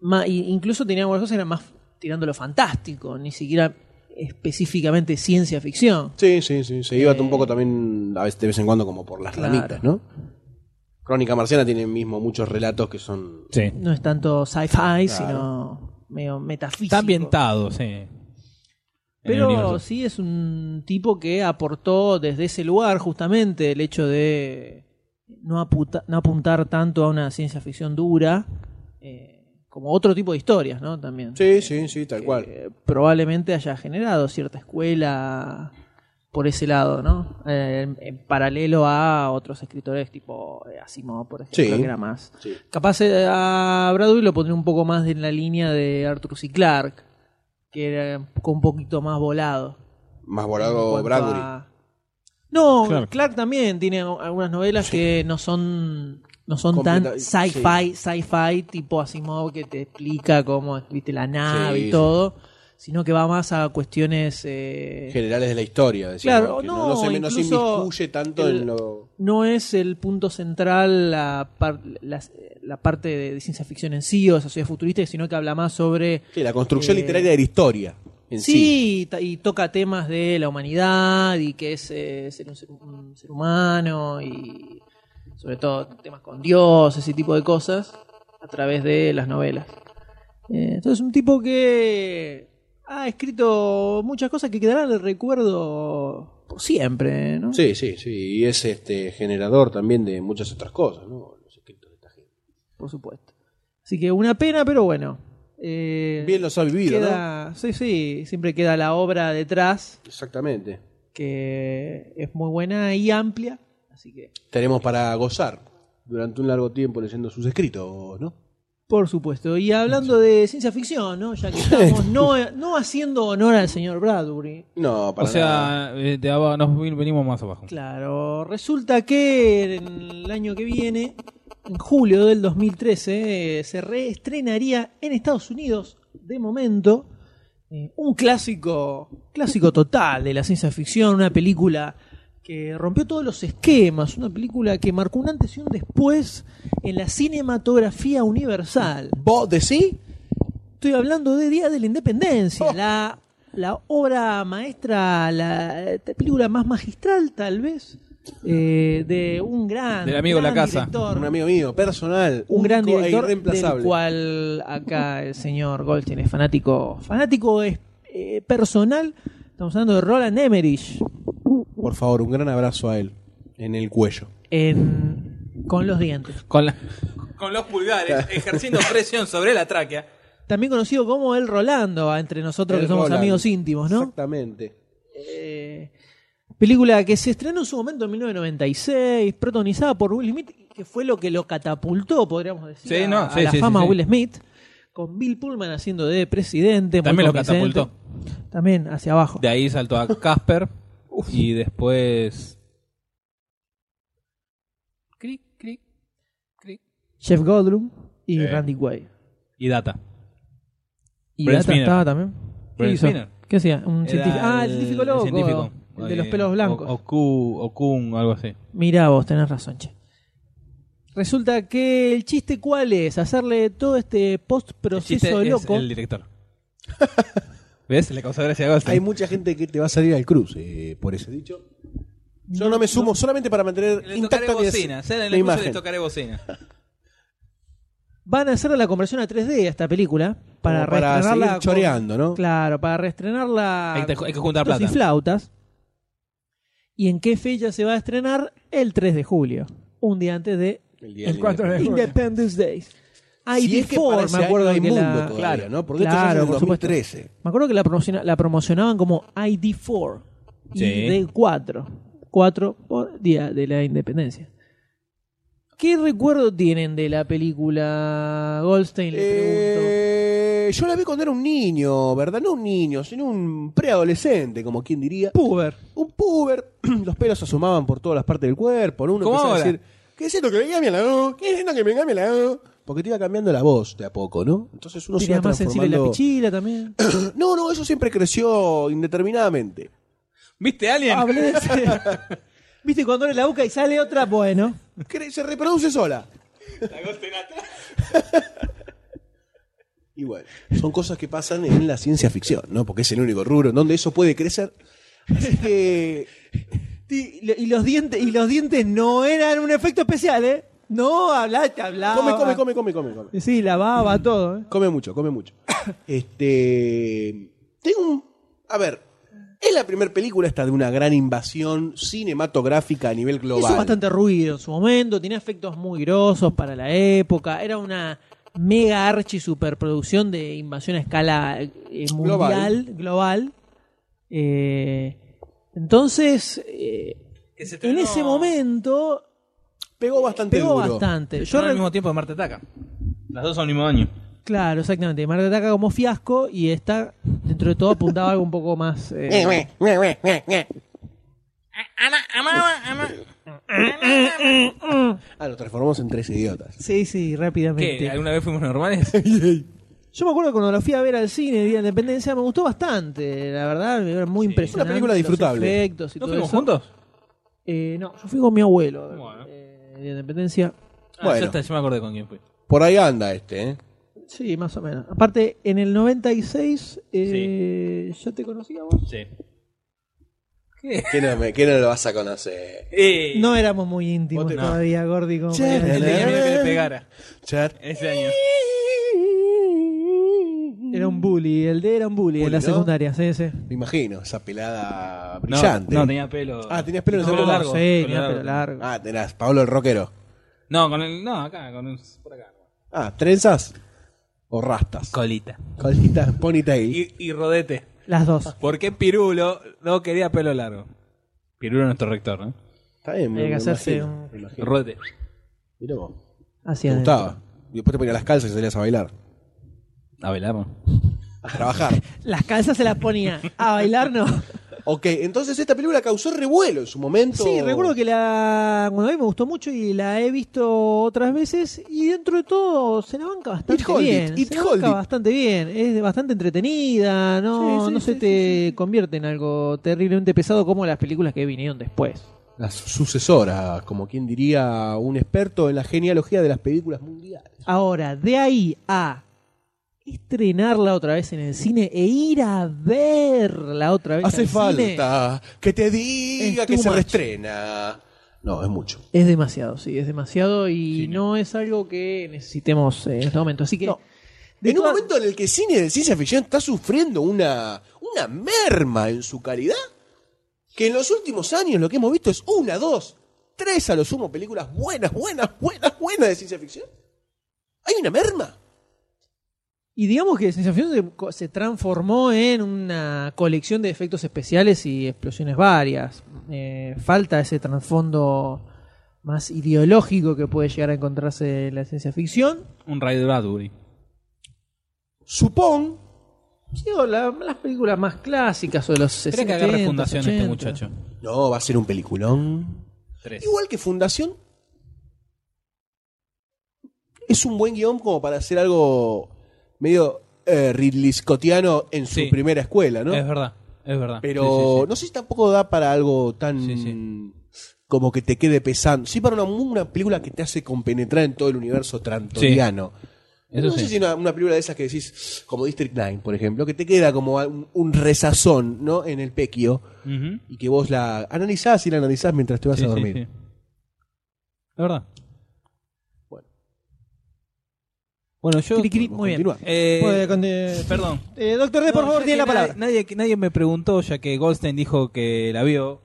[SPEAKER 1] ma- i- incluso tenía algunas cosas, que eran más tirando lo fantástico, ni siquiera específicamente ciencia ficción.
[SPEAKER 2] Sí, sí, sí. Se iba un poco también, a veces de vez en cuando, como por las
[SPEAKER 1] Eh. Claro.
[SPEAKER 2] ramitas, ¿no? Crónica Marciana tiene mismo muchos relatos que son.
[SPEAKER 4] Sí.
[SPEAKER 1] No es tanto sci-fi, sino medio metafísico.
[SPEAKER 4] Está ambientado, sí. en el
[SPEAKER 1] Pero
[SPEAKER 4] universo.
[SPEAKER 1] sí es un tipo que aportó desde ese lugar justamente el hecho de no, aputa- no apuntar tanto a una ciencia ficción dura eh, como otro tipo de historias, ¿no? También.
[SPEAKER 2] Sí, sí, sí, tal
[SPEAKER 1] Eh, Que,
[SPEAKER 2] cual.
[SPEAKER 1] eh, probablemente haya generado cierta escuela por ese lado, ¿no? Eh, en, en paralelo a otros escritores tipo eh, Asimov, por ejemplo,
[SPEAKER 2] Sí.
[SPEAKER 1] que era más.
[SPEAKER 2] Sí.
[SPEAKER 1] Capaz eh, a Bradbury lo pondría un poco más en la línea de Arthur C. Clarke, que era un poco- un poquito más volado.
[SPEAKER 2] Más
[SPEAKER 1] en
[SPEAKER 2] volado
[SPEAKER 1] cuanto
[SPEAKER 2] Bradbury.
[SPEAKER 1] a- No,
[SPEAKER 4] Clarke.
[SPEAKER 1] Clark. también tiene a- algunas novelas que no son no son tan
[SPEAKER 2] Completa-
[SPEAKER 1] sci-fi, sci-fi tipo Asimov que te explica cómo viste la nave
[SPEAKER 2] Sí,
[SPEAKER 1] y
[SPEAKER 2] sí.
[SPEAKER 1] todo, sino que va más a cuestiones... eh,
[SPEAKER 2] Generales de la historia, decíamos.
[SPEAKER 1] Claro,
[SPEAKER 2] que no, no se, me- no se
[SPEAKER 1] incluso
[SPEAKER 2] inmiscuye tanto
[SPEAKER 1] el-
[SPEAKER 2] en lo.
[SPEAKER 1] no es el punto central la, par- las- eh, la parte de, de ciencia ficción en sí o sociedad futurista, sino que habla más sobre...
[SPEAKER 2] Sí, la construcción
[SPEAKER 1] Eh,
[SPEAKER 2] literaria de la historia. En sí.
[SPEAKER 1] sí, y ta- y toca temas de la humanidad y qué es eh, ser un ser, un ser humano y sobre todo temas con Dios, ese tipo de cosas, a través de las novelas. Eh, entonces un tipo que ha escrito muchas cosas que quedarán en el recuerdo por siempre, ¿no?
[SPEAKER 2] Sí, sí, sí. Y es este generador también de muchas otras cosas, ¿no? Los escritos de esta gente.
[SPEAKER 1] por supuesto. Así que una pena, pero bueno. Eh,
[SPEAKER 2] Bien los ha vivido, ¿no?
[SPEAKER 1] queda- Sí, sí, siempre queda la obra detrás,
[SPEAKER 2] Exactamente.
[SPEAKER 1] que es muy buena y amplia. Así que,
[SPEAKER 2] Tenemos para gozar durante un largo tiempo leyendo sus escritos, ¿no?
[SPEAKER 1] por supuesto. Y hablando de ciencia ficción, ¿no? Ya que estamos no, no haciendo honor al señor Bradbury.
[SPEAKER 2] No,
[SPEAKER 4] O
[SPEAKER 2] para nada.
[SPEAKER 4] sea, eh, de abajo, nos vin- venimos más abajo.
[SPEAKER 1] Claro, resulta que en el año que viene, en julio del 2013, eh, se reestrenaría en Estados Unidos, de momento, eh, un clásico, clásico total de la ciencia ficción, una película que rompió todos los esquemas, una película que marcó un antes y un después en la cinematografía universal.
[SPEAKER 2] ¿Vos decís?
[SPEAKER 1] Estoy hablando de Día de la Independencia,
[SPEAKER 4] Oh.
[SPEAKER 1] la, la obra maestra, la eh, película más magistral tal vez, eh, de un gran,
[SPEAKER 4] Del amigo de la
[SPEAKER 1] gran
[SPEAKER 4] casa.
[SPEAKER 1] director,
[SPEAKER 2] Un amigo mío, personal.
[SPEAKER 1] un gran
[SPEAKER 2] único e
[SPEAKER 1] director del
[SPEAKER 2] irreemplazable.
[SPEAKER 1] cual acá el señor Goldstein es fanático, fanático es, eh, personal. Estamos hablando de Roland Emmerich
[SPEAKER 2] Por favor, un gran abrazo a él. En el cuello.
[SPEAKER 1] en Con los dientes,
[SPEAKER 4] Con la...
[SPEAKER 7] Con los
[SPEAKER 4] [laughs]
[SPEAKER 7] pulgares, ejerciendo presión sobre la tráquea.
[SPEAKER 1] también conocido como el Rolando entre nosotros
[SPEAKER 2] El
[SPEAKER 1] que somos
[SPEAKER 2] Roland.
[SPEAKER 1] amigos íntimos, ¿no?
[SPEAKER 2] Exactamente.
[SPEAKER 1] Eh, película que se estrenó en su momento en 1996, protagonizada por Will Smith, que fue lo que lo catapultó, podríamos decir,
[SPEAKER 4] Sí, no,
[SPEAKER 1] a,
[SPEAKER 4] sí,
[SPEAKER 1] a la
[SPEAKER 4] sí, sí,
[SPEAKER 1] fama
[SPEAKER 4] sí.
[SPEAKER 1] Will Smith, con Bill Pullman haciendo de presidente. muy
[SPEAKER 4] También lo
[SPEAKER 1] convincente. También hacia abajo.
[SPEAKER 4] De ahí saltó a Casper y después... Cric, cric, cric.
[SPEAKER 1] Jeff Goldblum y
[SPEAKER 4] Sí.
[SPEAKER 1] Randy Quaid.
[SPEAKER 4] Y Data.
[SPEAKER 1] Y
[SPEAKER 4] Brent
[SPEAKER 1] Data
[SPEAKER 4] Spiner.
[SPEAKER 1] estaba también. ¿Qué,
[SPEAKER 4] Brent
[SPEAKER 1] hizo?
[SPEAKER 4] Spiner.
[SPEAKER 1] ¿Qué hacía? Un
[SPEAKER 4] Era
[SPEAKER 1] científico. Ah, el científico loco. El,
[SPEAKER 4] científico.
[SPEAKER 1] de los
[SPEAKER 4] Eh,
[SPEAKER 1] pelos
[SPEAKER 4] o-
[SPEAKER 1] blancos.
[SPEAKER 4] Oku, Okun, algo así.
[SPEAKER 1] Mirá vos, tenés razón, che. Resulta que el chiste cuál es, hacerle todo este
[SPEAKER 4] El chiste
[SPEAKER 1] post-proceso
[SPEAKER 4] es
[SPEAKER 1] loco.
[SPEAKER 4] el director. [laughs] ¿Ves? Le causó gracia a
[SPEAKER 2] Hay
[SPEAKER 4] Goldstein.
[SPEAKER 2] mucha gente que te va a salir al cruce eh, por ese dicho. Yo no, me sumo solamente para mantener intacta mi, mi imagen.
[SPEAKER 4] bocina.
[SPEAKER 1] van a hacer la conversión a 3D a esta película para
[SPEAKER 2] Como para
[SPEAKER 1] reestrenarla
[SPEAKER 2] seguir choreando,
[SPEAKER 1] con-
[SPEAKER 2] ¿no?
[SPEAKER 1] Claro, para reestrenarla
[SPEAKER 4] Hay que- hay que juntar
[SPEAKER 1] con pitos y
[SPEAKER 4] plata.
[SPEAKER 1] flautas. ¿Y en qué fecha se va a estrenar? El 3 de julio, un día antes de
[SPEAKER 2] El día de la
[SPEAKER 1] Independence Day. Ah, y
[SPEAKER 2] Si es que
[SPEAKER 1] before,
[SPEAKER 2] para ese
[SPEAKER 1] me acuerdo
[SPEAKER 2] año hay
[SPEAKER 1] que
[SPEAKER 2] mundo
[SPEAKER 1] la-
[SPEAKER 2] todavía,
[SPEAKER 1] claro,
[SPEAKER 2] ¿no? Porque esto
[SPEAKER 1] claro,
[SPEAKER 2] ya es del
[SPEAKER 1] por supuesto.
[SPEAKER 2] 2013.
[SPEAKER 1] Me acuerdo que la, promociona- la promocionaban como ID4
[SPEAKER 4] Sí.
[SPEAKER 1] y D4. 4 por día de la independencia. ¿Qué recuerdo tienen de la película Goldstein? Le pregunto.
[SPEAKER 2] Eh, yo la vi cuando era un niño, ¿verdad? No un niño, sino un preadolescente, como quien diría.
[SPEAKER 1] Puber.
[SPEAKER 2] Un puber, [clears throat] los pelos asomaban por todas las partes del cuerpo, ¿no? uno
[SPEAKER 4] ¿Cómo
[SPEAKER 2] empezaba a
[SPEAKER 4] ahora?
[SPEAKER 2] decir, ¿qué es esto que me cambia la voz? ¿Qué es esto que me cambia la voz? Porque te iba cambiando la voz de a poco, ¿no? Entonces uno se
[SPEAKER 1] Tenía
[SPEAKER 2] iba
[SPEAKER 1] más sensible la
[SPEAKER 2] transformando...
[SPEAKER 1] pichila también.
[SPEAKER 2] No, no, eso siempre creció indeterminadamente.
[SPEAKER 4] ¿Viste Alien?
[SPEAKER 1] Hablé de [laughs] ese- ¿Viste cuando abre la boca y sale otra? Bueno.
[SPEAKER 2] Cre- Se reproduce sola. Y bueno, son cosas que pasan en la ciencia ficción, ¿no? Porque es el único rubro en donde eso puede crecer. Así que
[SPEAKER 1] Y lo- y los dientes, y los dientes no eran un efecto especial, ¿eh? No, hablaste, hablaste.
[SPEAKER 2] come, come, come, come, come, come.
[SPEAKER 1] Sí, la baba, todo, ¿eh?
[SPEAKER 2] Come mucho, come mucho. Este. Tengo un. A ver. Es la primera película esta de una gran invasión cinematográfica a nivel global.
[SPEAKER 1] Hizo bastante ruido en su momento, tenía efectos muy grosos para la época, era una mega archi superproducción de invasión a escala eh, mundial, global. Eh, entonces, eh, en ese momento
[SPEAKER 2] Pegó bastante
[SPEAKER 1] pegó
[SPEAKER 2] duro.
[SPEAKER 1] bastante.
[SPEAKER 4] Yo
[SPEAKER 1] Yo
[SPEAKER 4] al
[SPEAKER 1] re-
[SPEAKER 4] mismo tiempo de Marte Ataca. Las dos al mismo año.
[SPEAKER 1] Claro, exactamente. Marte ataca como fiasco y esta, dentro de todo, apuntaba algo un poco más... eh,
[SPEAKER 2] Ah, lo transformamos en tres idiotas.
[SPEAKER 1] sí, sí,
[SPEAKER 4] ¿Qué?
[SPEAKER 2] Ah,
[SPEAKER 1] rápidamente. [laughs]
[SPEAKER 4] ¿Alguna vez fuimos normales?
[SPEAKER 1] Yo me acuerdo cuando la fui a ver al cine, Día de la Independencia, me gustó bastante, la verdad, me era muy impresionante.
[SPEAKER 2] Una película disfrutable.
[SPEAKER 1] Los efectos y
[SPEAKER 4] ¿No
[SPEAKER 1] todo
[SPEAKER 4] fuimos
[SPEAKER 1] eso.
[SPEAKER 4] juntos?
[SPEAKER 1] Eh, no, yo fui con mi abuelo. a ver,
[SPEAKER 4] Bueno.
[SPEAKER 1] eh, Día de la Independencia.
[SPEAKER 4] Ah,
[SPEAKER 2] Bueno.
[SPEAKER 4] ya está, ya me acordé con quién fui.
[SPEAKER 2] Por ahí anda este, ¿eh?
[SPEAKER 1] Sí, más o menos. Aparte, en el 96, eh, ¿ya te conocía vos?
[SPEAKER 4] Sí.
[SPEAKER 2] ¿Quién no, me- que no lo vas a conocer?
[SPEAKER 4] Eh,
[SPEAKER 1] No éramos muy íntimos
[SPEAKER 4] Vos te-
[SPEAKER 1] todavía, Gordi. Como
[SPEAKER 2] Sí,
[SPEAKER 1] para-
[SPEAKER 4] Él tenía miedo que le pegara
[SPEAKER 2] Char.
[SPEAKER 4] ese año.
[SPEAKER 1] Era un bully, el de era un bully, en
[SPEAKER 2] Bully,
[SPEAKER 1] la
[SPEAKER 2] ¿no?
[SPEAKER 1] secundaria, sí, sí.
[SPEAKER 2] Me imagino, esa pelada
[SPEAKER 4] No,
[SPEAKER 2] brillante.
[SPEAKER 4] No, tenía pelo.
[SPEAKER 2] Ah, tenías pelo en ese
[SPEAKER 4] Pelo
[SPEAKER 2] momento.
[SPEAKER 4] largo.
[SPEAKER 1] sí,
[SPEAKER 4] pelo
[SPEAKER 1] tenía
[SPEAKER 4] largo.
[SPEAKER 1] pelo largo.
[SPEAKER 2] Ah, tenés Pablo el Rockero.
[SPEAKER 4] No, con el. No, acá, con el. Por acá.
[SPEAKER 2] Ah, ¿trenzas? ¿O rastas?
[SPEAKER 4] Colita.
[SPEAKER 2] Colitas, ponytail.
[SPEAKER 4] Y, y rodete.
[SPEAKER 1] Las dos.
[SPEAKER 4] ¿Por qué Pirulo no quería pelo largo? Pirulo nuestro rector, ¿no?
[SPEAKER 2] Está bien, me,
[SPEAKER 1] Tenía que
[SPEAKER 2] me
[SPEAKER 1] hacerse
[SPEAKER 2] imagino,
[SPEAKER 1] un-
[SPEAKER 2] me imagino.
[SPEAKER 4] Rodete.
[SPEAKER 2] Mirá vos,
[SPEAKER 1] Hacia
[SPEAKER 2] Te
[SPEAKER 1] adentro.
[SPEAKER 2] gustaba. Y después te ponías las calzas y salías a bailar.
[SPEAKER 4] A velar,
[SPEAKER 2] A trabajar.
[SPEAKER 1] [laughs] Las calzas se las ponía. A bailar no.
[SPEAKER 2] ok, entonces esta película causó revuelo en su momento.
[SPEAKER 1] Sí, recuerdo que la. Cuando vi me gustó mucho y la he visto otras veces. Y dentro de todo se la banca bastante
[SPEAKER 2] It hold it,
[SPEAKER 1] bien.
[SPEAKER 2] it
[SPEAKER 1] se
[SPEAKER 2] hold
[SPEAKER 1] banca
[SPEAKER 2] it.
[SPEAKER 1] bastante bien. Es bastante entretenida. No,
[SPEAKER 2] Sí, sí,
[SPEAKER 1] no se
[SPEAKER 2] sí,
[SPEAKER 1] te convierte en algo terriblemente pesado como las películas que vinieron después.
[SPEAKER 2] La su- sucesora, como quien diría un experto en la genealogía de las películas mundiales.
[SPEAKER 1] Ahora, de ahí a estrenarla otra vez en el cine e ir a verla otra vez
[SPEAKER 2] Hace
[SPEAKER 1] al cine,
[SPEAKER 2] falta que te
[SPEAKER 1] Es
[SPEAKER 2] diga
[SPEAKER 1] too
[SPEAKER 2] que se
[SPEAKER 1] much.
[SPEAKER 2] reestrena. No, es mucho.
[SPEAKER 1] Es demasiado, sí, es demasiado y no es algo que necesitemos eh, en este momento. Así que.
[SPEAKER 2] No.
[SPEAKER 1] de
[SPEAKER 2] en
[SPEAKER 1] todas-
[SPEAKER 2] un momento en el que el cine de ciencia ficción está sufriendo una, una merma en su calidad, que en los últimos años lo que hemos visto es una, dos, tres a lo sumo películas buenas, buenas, buenas, buenas de ciencia ficción. Hay una merma.
[SPEAKER 1] Y digamos que Ciencia Ficción se, co- se transformó en una colección de efectos especiales y explosiones varias. Eh, falta ese trasfondo más ideológico que puede llegar a encontrarse en la ciencia ficción.
[SPEAKER 4] Un Ray Bradbury.
[SPEAKER 2] Supón,
[SPEAKER 1] Sí, o la- las películas más clásicas o de los 60.
[SPEAKER 4] Espera que agarre
[SPEAKER 1] 70,
[SPEAKER 4] fundación
[SPEAKER 1] 80.
[SPEAKER 4] este muchacho.
[SPEAKER 2] no, va a ser un peliculón.
[SPEAKER 4] Tres.
[SPEAKER 2] Igual que Fundación, es un buen guión como para hacer algo medio eh, Ridley Scottiano en su
[SPEAKER 4] Sí.
[SPEAKER 2] primera escuela, ¿no?
[SPEAKER 4] Es verdad, es verdad.
[SPEAKER 2] Pero
[SPEAKER 4] Sí, sí, sí.
[SPEAKER 2] no sé si tampoco da para algo tan
[SPEAKER 4] Sí, sí.
[SPEAKER 2] como que te quede pesando. Sí, para una, una película que te hace compenetrar en todo el universo trantoniano.
[SPEAKER 4] Eso
[SPEAKER 2] no sé
[SPEAKER 4] sí.
[SPEAKER 2] si una, una película de esas que decís, como District 9, por ejemplo, que te queda como un, un resazón ¿no? en el pequio
[SPEAKER 4] Ujú.
[SPEAKER 2] y que vos la analizás y la analizás mientras te vas
[SPEAKER 4] Sí,
[SPEAKER 2] a
[SPEAKER 4] sí,
[SPEAKER 2] dormir.
[SPEAKER 4] sí. Es verdad.
[SPEAKER 2] Bueno.
[SPEAKER 4] Bueno, yo.
[SPEAKER 1] Cri, cri, muy bien.
[SPEAKER 2] Continúa.
[SPEAKER 4] Eh,
[SPEAKER 1] Puede conti-
[SPEAKER 4] perdón.
[SPEAKER 1] Eh, Doctor D, por
[SPEAKER 4] No,
[SPEAKER 1] favor,
[SPEAKER 4] ya
[SPEAKER 1] tiene la
[SPEAKER 4] que
[SPEAKER 1] palabra.
[SPEAKER 4] Nadie, nadie, nadie me preguntó, ya que Goldstein dijo que la vio.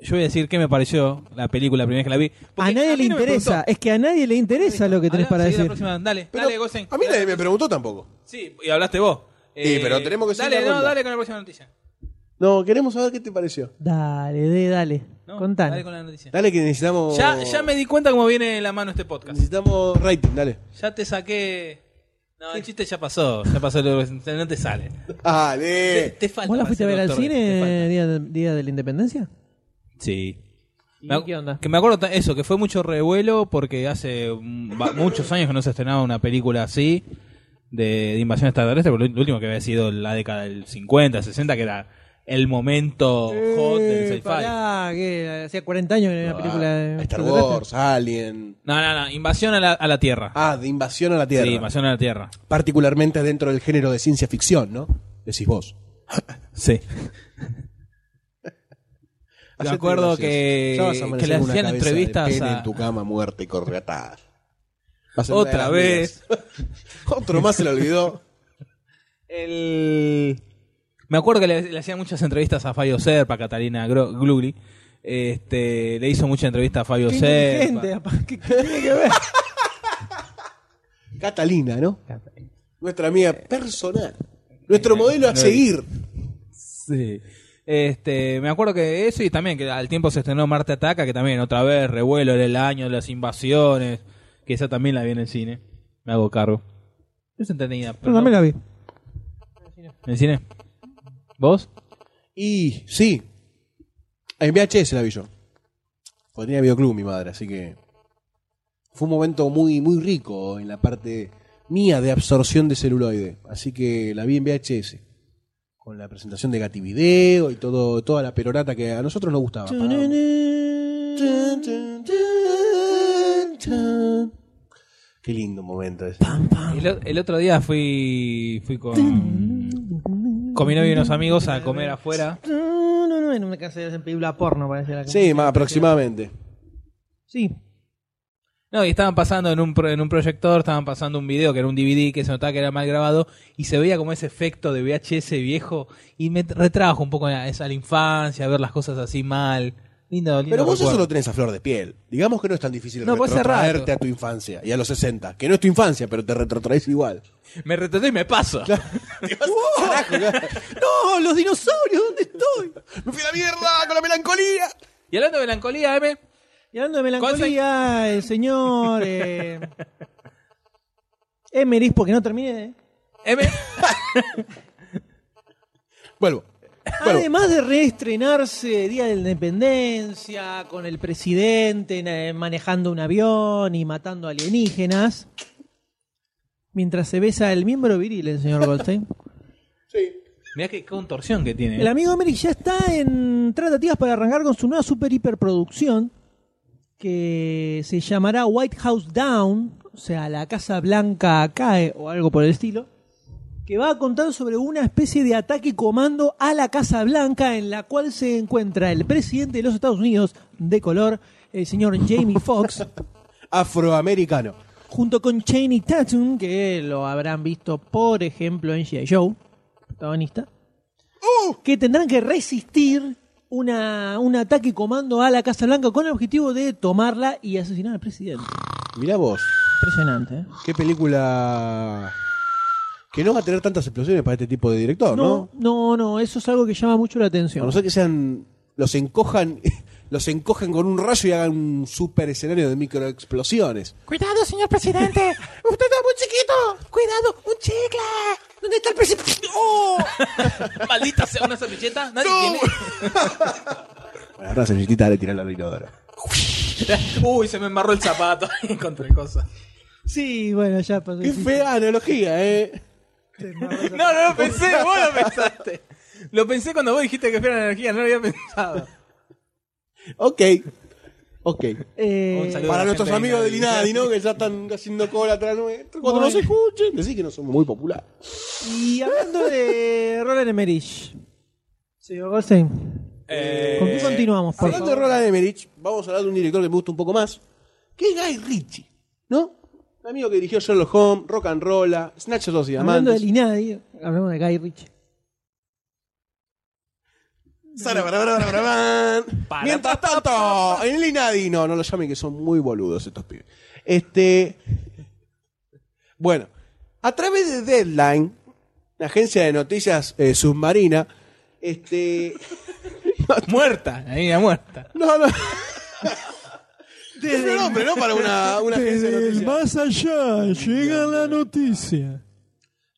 [SPEAKER 4] Yo voy a decir qué me pareció la película la primera vez que la vi. porque
[SPEAKER 1] a nadie le
[SPEAKER 4] mí no me
[SPEAKER 1] interesa. Es que a nadie le interesa lo que tenés
[SPEAKER 4] Habla,
[SPEAKER 1] para
[SPEAKER 4] seguí la
[SPEAKER 1] decir.
[SPEAKER 4] próxima. Dale,
[SPEAKER 2] Pero
[SPEAKER 4] dale, Goldstein.
[SPEAKER 2] a mí nadie me preguntó tampoco.
[SPEAKER 4] Sí, y hablaste vos. Eh,
[SPEAKER 2] Sí, pero tenemos que seguir
[SPEAKER 4] Dale,
[SPEAKER 2] la
[SPEAKER 4] no,
[SPEAKER 2] ronda.
[SPEAKER 4] dale con la próxima noticia.
[SPEAKER 2] No, queremos saber qué te pareció.
[SPEAKER 1] Dale, D, dale.
[SPEAKER 4] No,
[SPEAKER 1] Contanos.
[SPEAKER 4] Dale con la noticia.
[SPEAKER 2] Dale que necesitamos...
[SPEAKER 4] Ya, ya me di cuenta cómo viene la mano este podcast.
[SPEAKER 2] Necesitamos rating, dale.
[SPEAKER 4] Ya te saqué. No, el chiste ya pasó. Ya pasó. lo- No te sale. Te,
[SPEAKER 2] Ah, Dale.
[SPEAKER 4] te falta.
[SPEAKER 1] ¿Vos la
[SPEAKER 4] para
[SPEAKER 1] fuiste a
[SPEAKER 4] ser
[SPEAKER 1] ver al
[SPEAKER 4] doctor, te
[SPEAKER 1] cine
[SPEAKER 4] falta.
[SPEAKER 1] día de, Día de la Independencia?
[SPEAKER 4] Sí.
[SPEAKER 1] ¿Y
[SPEAKER 4] Me ac-
[SPEAKER 1] qué onda?
[SPEAKER 4] Que me acuerdo ta- eso, que fue mucho revuelo porque hace mm, va- muchos años que no se estrenaba una película así de, de invasión extraterrestre, porque lo último que había sido la década del 50, 60, que era el momento hot del sci-fi.
[SPEAKER 1] Eh, pará, que hacía 40 años que no
[SPEAKER 4] Ah,
[SPEAKER 1] había una película de
[SPEAKER 2] Star
[SPEAKER 1] extraterrestre.
[SPEAKER 2] Wars, Alien.
[SPEAKER 4] No, no, no, invasión a la, a la Tierra.
[SPEAKER 2] Ah, de invasión a la Tierra.
[SPEAKER 4] Sí, invasión a la Tierra.
[SPEAKER 2] Particularmente dentro del género de ciencia ficción, ¿no? Decís vos.
[SPEAKER 4] Sí. Me
[SPEAKER 2] Hacete
[SPEAKER 4] acuerdo
[SPEAKER 2] gracioso.
[SPEAKER 4] que,
[SPEAKER 2] Ya vas a
[SPEAKER 4] que
[SPEAKER 2] amanecer
[SPEAKER 4] le
[SPEAKER 2] con una
[SPEAKER 4] hacían
[SPEAKER 2] cabeza de
[SPEAKER 4] entrevistas
[SPEAKER 2] pene
[SPEAKER 4] a...
[SPEAKER 2] en tu cama muerta y correatada. Vas a andar
[SPEAKER 4] Otra
[SPEAKER 2] a las
[SPEAKER 4] vez.
[SPEAKER 2] mías. [laughs] Otro más se lo
[SPEAKER 4] [laughs]
[SPEAKER 2] olvidó.
[SPEAKER 4] El... Me acuerdo que le, le hacían muchas entrevistas a Fabio Serpa, a Catalina Gro- Glugli. Este, le hizo mucha entrevista a Fabio
[SPEAKER 1] Qué inteligente,
[SPEAKER 4] Serpa.
[SPEAKER 1] apa, ¿qué- qué tiene que ver?
[SPEAKER 2] Catalina, ¿no? Nuestra amiga personal. Nuestro modelo a
[SPEAKER 4] no.
[SPEAKER 2] seguir.
[SPEAKER 4] Sí. Este, me acuerdo que eso y también que al tiempo se estrenó Marte Ataca, que también otra vez revuelo era el año de las invasiones, que esa también la vi en el cine. Me hago cargo. No se entendía.
[SPEAKER 1] Yo
[SPEAKER 4] pero
[SPEAKER 1] también
[SPEAKER 4] no.
[SPEAKER 1] la vi.
[SPEAKER 4] ¿En el cine? ¿Vos?
[SPEAKER 2] Y sí. En VHS la vi yo. Porque tenía videoclub mi madre, así que. Fue un momento muy, muy rico en la parte mía de absorción de celuloide. Así que la vi en VHS. Con la presentación de Gativideo y todo, toda la perorata que a nosotros nos gustaba. Tun, tun, tun, tun. Qué lindo momento ese.
[SPEAKER 4] El, o- el otro día fui, fui con, con mi novio y unos amigos a comer afuera.
[SPEAKER 1] No, no, no, en una casa de película porno parecía la
[SPEAKER 2] Sí, más aproximadamente.
[SPEAKER 1] Sí.
[SPEAKER 4] No, y estaban pasando en un, pro- en un proyector, estaban pasando un video que era un DVD que se notaba que era mal grabado y se veía como ese efecto de VHS viejo y me retrajo un poco a, esa- a la infancia, a ver las cosas así mal. Lindo, lindo
[SPEAKER 2] Pero vos eso
[SPEAKER 4] recuerdo.
[SPEAKER 2] lo tenés a flor de piel. Digamos que no es tan difícil
[SPEAKER 4] No, pues hace
[SPEAKER 2] retrotraerte a
[SPEAKER 4] rato.
[SPEAKER 2] tu infancia y a los 60. Que no es tu infancia, pero te retrotraes igual. [laughs]
[SPEAKER 4] Me retraté y me paso.
[SPEAKER 2] ¡No! ¡Los dinosaurios! ¿Dónde estoy? ¡Me fui a la mierda con la melancolía!
[SPEAKER 4] Y hablando de melancolía, M,
[SPEAKER 1] Y hablando de melancolía, el señor eh, Emeris, porque no terminé. eh.
[SPEAKER 4] M, [laughs]
[SPEAKER 2] Vuelvo. Vuelvo.
[SPEAKER 1] Además de reestrenarse Día de la Independencia, con el presidente eh, manejando un avión y matando alienígenas, mientras se besa el miembro viril, el señor Goldstein.
[SPEAKER 4] mirá qué contorsión que tiene.
[SPEAKER 1] El amigo Emmerich ya está en tratativas para arrancar con su nueva super hiperproducción que se llamará White House Down, o sea, la Casa Blanca cae o algo por el estilo, que va a contar sobre una especie de ataque y comando a la Casa Blanca en la cual se encuentra el presidente de los Estados Unidos de color, el señor Jamie Foxx,
[SPEAKER 2] Afroamericano.
[SPEAKER 1] junto con Chaney Tatum, que lo habrán visto, por ejemplo, en G.I. Joe, protagonista,
[SPEAKER 8] ¡Uh!
[SPEAKER 1] que tendrán que resistir una, un ataque y comando a la Casa Blanca con el objetivo de tomarla y asesinar al presidente.
[SPEAKER 2] Mirá vos.
[SPEAKER 1] Impresionante, ¿eh?
[SPEAKER 2] Qué película. Que no va a tener tantas explosiones para este tipo de director, ¿no?
[SPEAKER 1] No, no, no, eso es algo que llama mucho la
[SPEAKER 2] A
[SPEAKER 1] atención.
[SPEAKER 2] no ser que sean. Los encojan. [laughs] Los encojan con un rayo y hagan un super escenario de microexplosiones.
[SPEAKER 8] Cuidado, señor presidente. [laughs] Usted está muy chiquito. Cuidado, un chicle. ¿Dónde está el presidente? ¡Oh!
[SPEAKER 4] [laughs] Maldita sea una servilleta, nadie
[SPEAKER 2] Bueno, ahora se necesita de tirar la inodoro.
[SPEAKER 4] [laughs] tiene. Uy, se me enmarró el zapato [laughs] contra el cosa.
[SPEAKER 1] Sí, bueno, ya pasó.
[SPEAKER 2] Qué
[SPEAKER 1] Sí,
[SPEAKER 2] fea analogía, ¿eh?
[SPEAKER 4] No, no lo pensé, vos lo pensaste. Lo pensé cuando vos dijiste que fuera energía, no lo había pensado.
[SPEAKER 2] Ok. Ok.
[SPEAKER 1] eh,
[SPEAKER 4] Un saludo.
[SPEAKER 2] Para
[SPEAKER 4] la
[SPEAKER 2] nuestros
[SPEAKER 4] gente
[SPEAKER 2] amigos
[SPEAKER 4] de
[SPEAKER 2] del INADI, ¿no? Que ya están haciendo cola atrás nuestro. Cuando nos escuchen, decís que no somos muy populares.
[SPEAKER 1] y hablando de Roland Emmerich, señor Goldstein, ¿con qué continuamos? Por
[SPEAKER 2] Eh, Hablando de
[SPEAKER 1] favor?
[SPEAKER 2] Roland Emmerich, vamos a hablar de un director que me gusta un poco más, que es Guy Ritchie, ¿no? Un amigo que dirigió Sherlock Holmes, Rock and Rolla, Snatchers los
[SPEAKER 1] Hablando
[SPEAKER 2] Diamantes.
[SPEAKER 1] del INADI, hablamos de Guy Ritchie.
[SPEAKER 2] Sara, bara, bara, bara, bara, bara. Mientras tanto, en el INADI, no, no lo llamen que son muy boludos estos pibes. Este. Bueno, a través de Deadline, la agencia de noticias eh, submarina, este. [laughs]
[SPEAKER 4] Muerta, la niña muerta.
[SPEAKER 2] No, no. Desde el nombre, ¿no? Para una, una agencia de noticias.
[SPEAKER 8] más allá llega la noticia.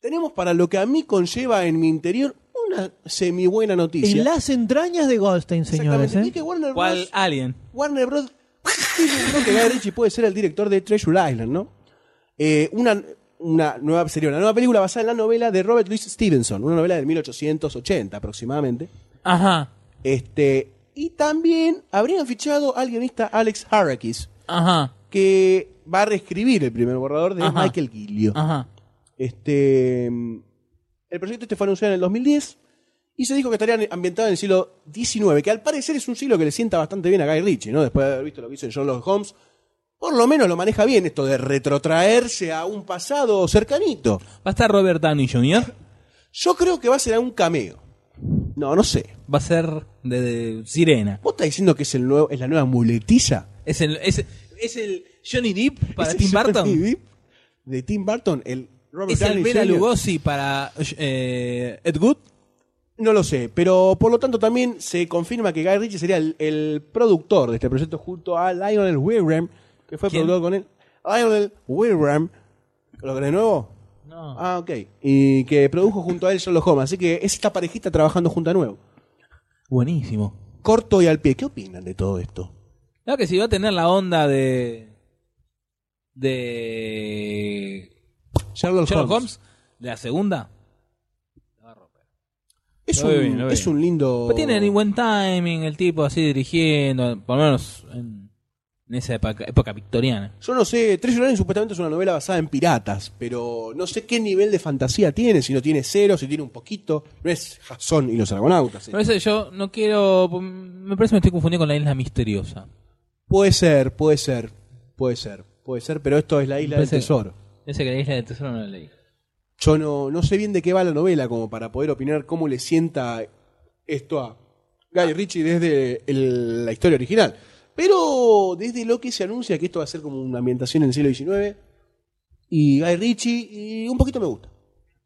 [SPEAKER 2] Tenemos para lo que a mí conlleva en mi interior una semi buena noticia.
[SPEAKER 1] En las entrañas de Goldstein, señores.
[SPEAKER 2] Exactamente.
[SPEAKER 1] ¿eh?
[SPEAKER 2] Y que Warner
[SPEAKER 4] ¿Cuál
[SPEAKER 2] Bros.
[SPEAKER 4] alien?
[SPEAKER 2] Warner Bros. Creo que Guy Ritchie puede ser el director de Treasure Island, ¿no? Eh, una, una nueva sería una nueva película basada en la novela de Robert Louis Stevenson, una novela del 1880 aproximadamente.
[SPEAKER 4] Ajá,
[SPEAKER 2] Este, y también habrían fichado al guionista Alex Harakis,
[SPEAKER 4] ajá,
[SPEAKER 2] que va a reescribir el primer borrador de
[SPEAKER 4] Ajá.
[SPEAKER 2] Michael Gillio.
[SPEAKER 4] ajá.
[SPEAKER 2] Este, mm, el proyecto este fue anunciado en el 2010 y se dijo que estaría ambientado en el siglo XIX, que al parecer es un siglo que le sienta bastante bien a Guy Ritchie, ¿no? Después de haber visto lo que hizo en Sherlock Holmes, por lo menos lo maneja bien esto de retrotraerse a un pasado cercanito.
[SPEAKER 4] ¿Va a estar Robert Downey Jr.?
[SPEAKER 2] Yo creo que va a ser un cameo. No, no sé.
[SPEAKER 4] Va a ser de, de Sirena.
[SPEAKER 2] ¿Vos estás diciendo que es, el nuevo, es la nueva muletilla?
[SPEAKER 4] Es el, es, es el Johnny Depp para
[SPEAKER 2] ¿Es el
[SPEAKER 4] Tim
[SPEAKER 2] Johnny
[SPEAKER 4] Burton.
[SPEAKER 2] Depp De Tim Burton, el Robert
[SPEAKER 4] Es el
[SPEAKER 2] Downey
[SPEAKER 4] Bela
[SPEAKER 2] Jr.?
[SPEAKER 4] Lugosi para eh, Ed Wood.
[SPEAKER 2] No lo sé, pero por lo tanto también se confirma que Guy Ritchie sería el, el productor de este proyecto junto a Lionel Wilram, que fue
[SPEAKER 4] ¿Quién?
[SPEAKER 2] productor con él. Lionel Wilram, ¿lo crees nuevo?
[SPEAKER 4] No.
[SPEAKER 2] Ah, ok. Y que produjo junto a él Sherlock Holmes, así que es esta parejita trabajando junto a nuevo.
[SPEAKER 4] Buenísimo.
[SPEAKER 2] Corto y al pie, ¿qué opinan de todo esto?
[SPEAKER 4] Claro que si va a tener la onda de. de.
[SPEAKER 2] Sherlock,
[SPEAKER 4] Sherlock
[SPEAKER 2] Holmes.
[SPEAKER 4] Holmes, de la segunda.
[SPEAKER 2] Es,
[SPEAKER 4] Lo veo
[SPEAKER 2] un,
[SPEAKER 4] bien, lo veo
[SPEAKER 2] es
[SPEAKER 4] bien.
[SPEAKER 2] un lindo.
[SPEAKER 4] Pues tiene ni buen timing el tipo así dirigiendo, por lo menos en, en esa época, época victoriana.
[SPEAKER 2] Yo no sé, Treasure Island supuestamente es una novela basada en piratas, pero no sé qué nivel de fantasía tiene, si no tiene cero, si tiene un poquito. No es Jason y los Argonautas. eh.
[SPEAKER 4] Por eso yo no quiero. Me parece que me estoy confundiendo con la isla misteriosa.
[SPEAKER 2] Puede ser, puede ser, puede ser, puede ser, pero esto es la isla del
[SPEAKER 4] Parece-
[SPEAKER 2] tesoro.
[SPEAKER 4] Esa que la isla del tesoro no la leí.
[SPEAKER 2] Yo no, no sé bien de qué va la novela como para poder opinar cómo le sienta esto a Guy Ritchie desde el- la historia original. Pero desde lo que se anuncia que esto va a ser como una ambientación en el siglo XIX y Guy Ritchie y un poquito me gusta.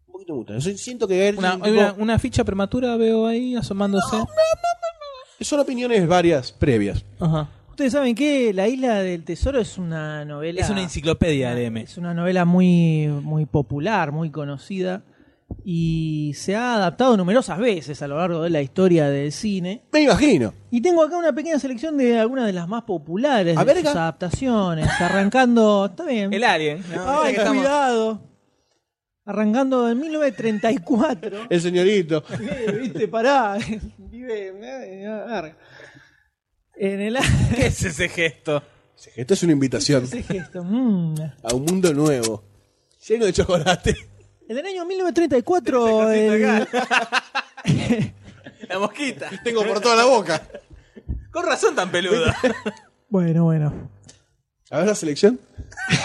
[SPEAKER 2] Un poquito me gusta. Yo siento que Guy Ritchie
[SPEAKER 4] Una, hay
[SPEAKER 2] tipo,
[SPEAKER 4] una, una ficha prematura veo ahí asomándose.
[SPEAKER 2] son opiniones varias previas.
[SPEAKER 4] Ajá.
[SPEAKER 1] Ustedes saben que La Isla del Tesoro es una novela.
[SPEAKER 4] Es una enciclopedia de M.
[SPEAKER 1] Es una novela muy, muy popular, muy conocida. Y se ha adaptado numerosas veces a lo largo de la historia del cine.
[SPEAKER 2] Me imagino.
[SPEAKER 1] Y tengo acá una pequeña selección de algunas de las más populares
[SPEAKER 2] A
[SPEAKER 1] de
[SPEAKER 2] verga.
[SPEAKER 1] sus adaptaciones. Arrancando. Está bien.
[SPEAKER 4] El alien.
[SPEAKER 1] Ay, Ah, cuidado. Arrancando en [laughs] 1934.
[SPEAKER 2] El
[SPEAKER 5] [laughs]
[SPEAKER 2] señorito.
[SPEAKER 1] Eh, Viste, pará. Vive. eh, verga. En el.
[SPEAKER 4] [laughs]
[SPEAKER 1] [laughs]
[SPEAKER 4] ¿Qué es ese gesto?
[SPEAKER 2] Esto es una invitación
[SPEAKER 1] Ese gesto. mm.
[SPEAKER 2] [laughs] a un mundo nuevo, lleno de chocolate.
[SPEAKER 1] En el año 1934, el,
[SPEAKER 4] La mosquita.
[SPEAKER 5] Tengo por toda la boca.
[SPEAKER 4] Con razón tan peluda.
[SPEAKER 1] bueno, bueno.
[SPEAKER 2] A ver la selección.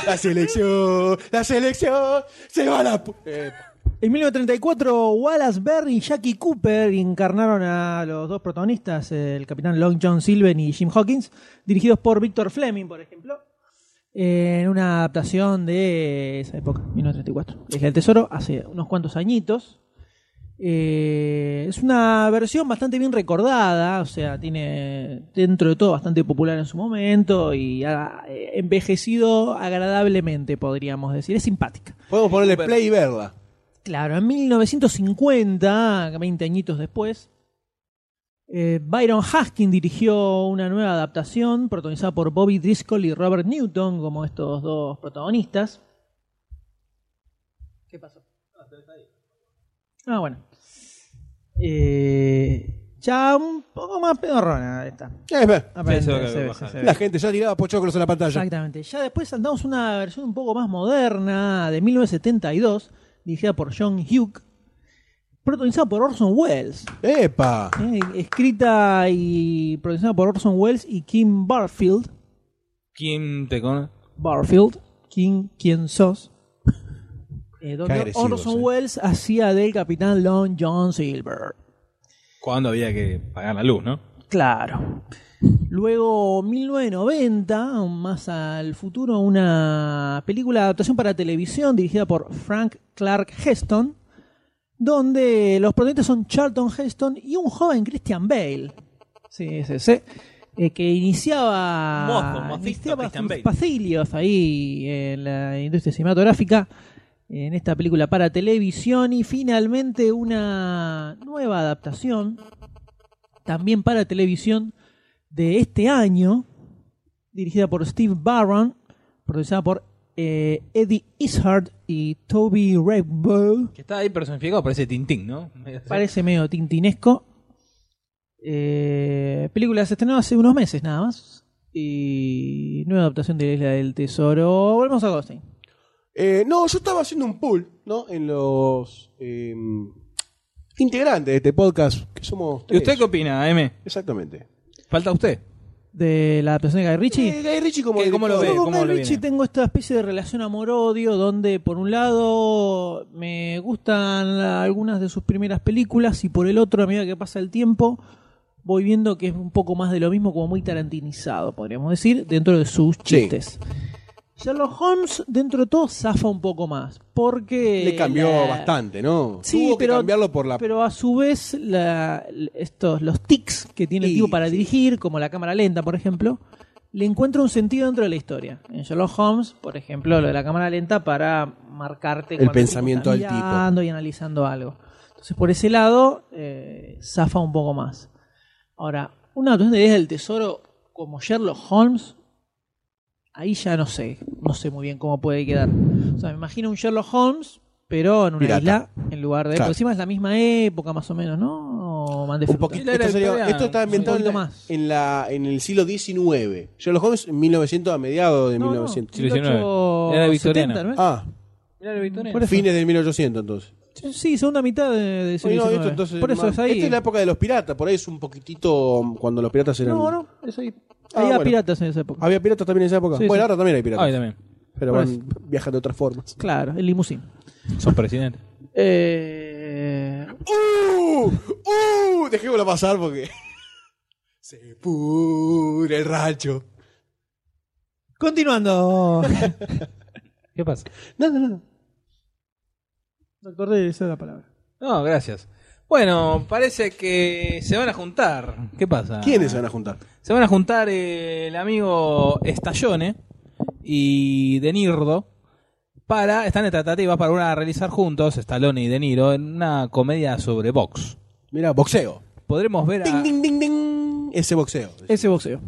[SPEAKER 2] La selección, la selección, se va la... pu- Eh,
[SPEAKER 1] En 1934, Wallace Berry y Jackie Cooper encarnaron a los dos protagonistas, el capitán Long John Silven y Jim Hawkins, dirigidos por Victor Fleming, por ejemplo, en una adaptación de esa época, 1934. Es el Tesoro, hace unos cuantos añitos. Eh, es una versión bastante bien recordada, o sea, tiene dentro de todo bastante popular en su momento y ha eh, envejecido agradablemente, podríamos decir. Es simpática.
[SPEAKER 2] Podemos ponerle play y verla.
[SPEAKER 1] Claro, en 1950, 20 añitos después, eh, Byron Haskin dirigió una nueva adaptación protagonizada por Bobby Driscoll y Robert Newton como estos dos protagonistas. ¿Qué pasó? Ah, bueno. Eh, ya un poco más pedorrona esta.
[SPEAKER 2] Eh, ve,
[SPEAKER 1] Aparente,
[SPEAKER 4] que
[SPEAKER 1] se ve,
[SPEAKER 4] bajar.
[SPEAKER 1] se ve.
[SPEAKER 2] la gente ya tiraba pochoclos en la pantalla.
[SPEAKER 1] Exactamente. Ya después saltamos una versión un poco más moderna de 1972, dirigida por John Hughes, protagonizada por Orson Welles,
[SPEAKER 2] ¡Epa!
[SPEAKER 1] ¿eh? escrita y protagonizada por Orson Welles y Kim Barfield.
[SPEAKER 4] [laughs] ¿Quién te conoce?
[SPEAKER 1] Barfield, Kim, ¿quién sos? Eh,
[SPEAKER 2] Qué
[SPEAKER 1] donde
[SPEAKER 2] agresivos,
[SPEAKER 1] Orson
[SPEAKER 2] eh.
[SPEAKER 1] Welles hacía del capitán Long John Silver.
[SPEAKER 4] Cuando había que pagar la luz, ¿no?
[SPEAKER 1] Claro. Luego, 1990, aún más al futuro, una película de adaptación para televisión dirigida por Frank Clark Heston, donde los protagonistas son Charlton Heston y un joven Christian Bale. Sí, sí, sí. eh, que iniciaba,
[SPEAKER 4] Mozo, mocito,
[SPEAKER 1] iniciaba
[SPEAKER 4] Christian
[SPEAKER 1] sus
[SPEAKER 4] Bale.
[SPEAKER 1] pacilios ahí en la industria cinematográfica en esta película para televisión y finalmente una nueva adaptación también para televisión de este año, dirigida por Steve Barron, protagonizada por eh, Eddie Izzard y Toby Redbull.
[SPEAKER 4] Que está ahí personificado, parece Tintín, ¿no?
[SPEAKER 1] Parece medio tintinesco. Eh, película se estrenó hace unos meses nada más. Y nueva adaptación de La Isla del Tesoro. Volvemos a Goldstein.
[SPEAKER 2] Eh, no, yo estaba haciendo un pool, ¿no? En los eh, integrantes de este podcast, que somos
[SPEAKER 4] ¿Y
[SPEAKER 2] tres.
[SPEAKER 4] usted qué opina, M?
[SPEAKER 2] Exactamente.
[SPEAKER 4] ¿Falta usted?
[SPEAKER 1] De la adaptación de Guy Ritchie.
[SPEAKER 2] Eh, Guy Ritchie como
[SPEAKER 4] ¿Qué- cómo lo
[SPEAKER 2] director.
[SPEAKER 4] ve?
[SPEAKER 1] Yo con
[SPEAKER 4] ¿Cómo
[SPEAKER 1] Guy
[SPEAKER 4] le viene?
[SPEAKER 1] Ritchie tengo esta especie de relación amor-odio donde por un lado me gustan la- algunas de sus primeras películas y por el otro a medida que pasa el tiempo voy viendo que es un poco más de lo mismo como muy tarantinizado podríamos decir dentro de sus chistes. Sherlock Holmes dentro de todo zafa un poco más porque
[SPEAKER 2] Le cambió
[SPEAKER 1] la-
[SPEAKER 2] bastante, ¿no?
[SPEAKER 1] Sí,
[SPEAKER 2] Tuvo
[SPEAKER 1] pero-
[SPEAKER 2] que cambiarlo por la...
[SPEAKER 1] pero a su vez la- estos los tics que tiene el
[SPEAKER 2] Sí,
[SPEAKER 1] tipo para
[SPEAKER 2] sí.
[SPEAKER 1] dirigir, como la cámara lenta, por ejemplo, le encuentra un sentido dentro de la historia. En Sherlock Holmes, por ejemplo, lo de la cámara lenta para marcarte
[SPEAKER 2] El
[SPEAKER 1] cuando tipo
[SPEAKER 2] pensamiento
[SPEAKER 1] está
[SPEAKER 2] del tipo.
[SPEAKER 1] mirando y analizando algo. Entonces, por ese lado, eh, zafa un poco más. Ahora, una adaptación de Ideas del Tesoro como Sherlock Holmes ahí ya no sé, no sé muy bien cómo puede quedar. O sea, me imagino un Sherlock Holmes, pero en una
[SPEAKER 2] Pirata.
[SPEAKER 1] isla, en lugar de...
[SPEAKER 2] Claro.
[SPEAKER 1] Por encima es la misma época más o menos, ¿no? O mandé
[SPEAKER 2] Un
[SPEAKER 1] fruta.
[SPEAKER 2] poquito-
[SPEAKER 4] Era
[SPEAKER 2] esto,
[SPEAKER 4] el
[SPEAKER 2] sería-
[SPEAKER 4] programa,
[SPEAKER 2] esto está
[SPEAKER 1] un
[SPEAKER 2] ambientado en la,
[SPEAKER 1] poquito más.
[SPEAKER 2] en la- en el siglo XIX. Sherlock Holmes en 1900, a mediados de
[SPEAKER 1] No, no,
[SPEAKER 2] 1900.
[SPEAKER 1] 1870,
[SPEAKER 4] Era victoriana.
[SPEAKER 1] ¿no es?
[SPEAKER 2] Ah,
[SPEAKER 1] Por eso.
[SPEAKER 2] fines del 1800 entonces.
[SPEAKER 1] Sí, segunda mitad de, de
[SPEAKER 2] Oye,
[SPEAKER 1] siglo
[SPEAKER 2] no,
[SPEAKER 1] XIX.
[SPEAKER 2] esto entonces
[SPEAKER 1] Por eso
[SPEAKER 2] más-
[SPEAKER 1] es ahí.
[SPEAKER 2] Esta es la época de los piratas, por ahí es un poquitito um, cuando los piratas eran...
[SPEAKER 1] No, no, es ahí.
[SPEAKER 2] Ah,
[SPEAKER 1] Había
[SPEAKER 2] bueno.
[SPEAKER 1] piratas en esa época.
[SPEAKER 2] ¿Había piratas también en esa época?
[SPEAKER 1] Sí, sí.
[SPEAKER 2] bueno, ahora también hay piratas,
[SPEAKER 4] Ay, también.
[SPEAKER 2] pero
[SPEAKER 1] Por
[SPEAKER 2] van, viajan de otras formas.
[SPEAKER 1] Claro, el limusín.
[SPEAKER 4] Son presidentes.
[SPEAKER 1] Eh,
[SPEAKER 2] ¡Uh! ¡Uh! Dejémoslo pasar porque... [laughs] Se pudre el rancho. [laughs]
[SPEAKER 1] Continuando.
[SPEAKER 4] ¿Qué pasa?
[SPEAKER 2] Nada, nada.
[SPEAKER 1] Doctor D, esa es la palabra.
[SPEAKER 4] No, gracias. Bueno, parece que se van a juntar. ¿Qué pasa?
[SPEAKER 2] ¿Quiénes se van a juntar?
[SPEAKER 4] Se van a juntar eh, el amigo Estallone y De Nirdo para, están en tratativas para una- realizar juntos, Stallone y De Niro, en una comedia sobre box.
[SPEAKER 2] Mira, boxeo.
[SPEAKER 4] Podremos ver
[SPEAKER 2] Ding,
[SPEAKER 4] a...
[SPEAKER 2] ding, ding, ding. Ese boxeo.
[SPEAKER 1] Ese boxeo.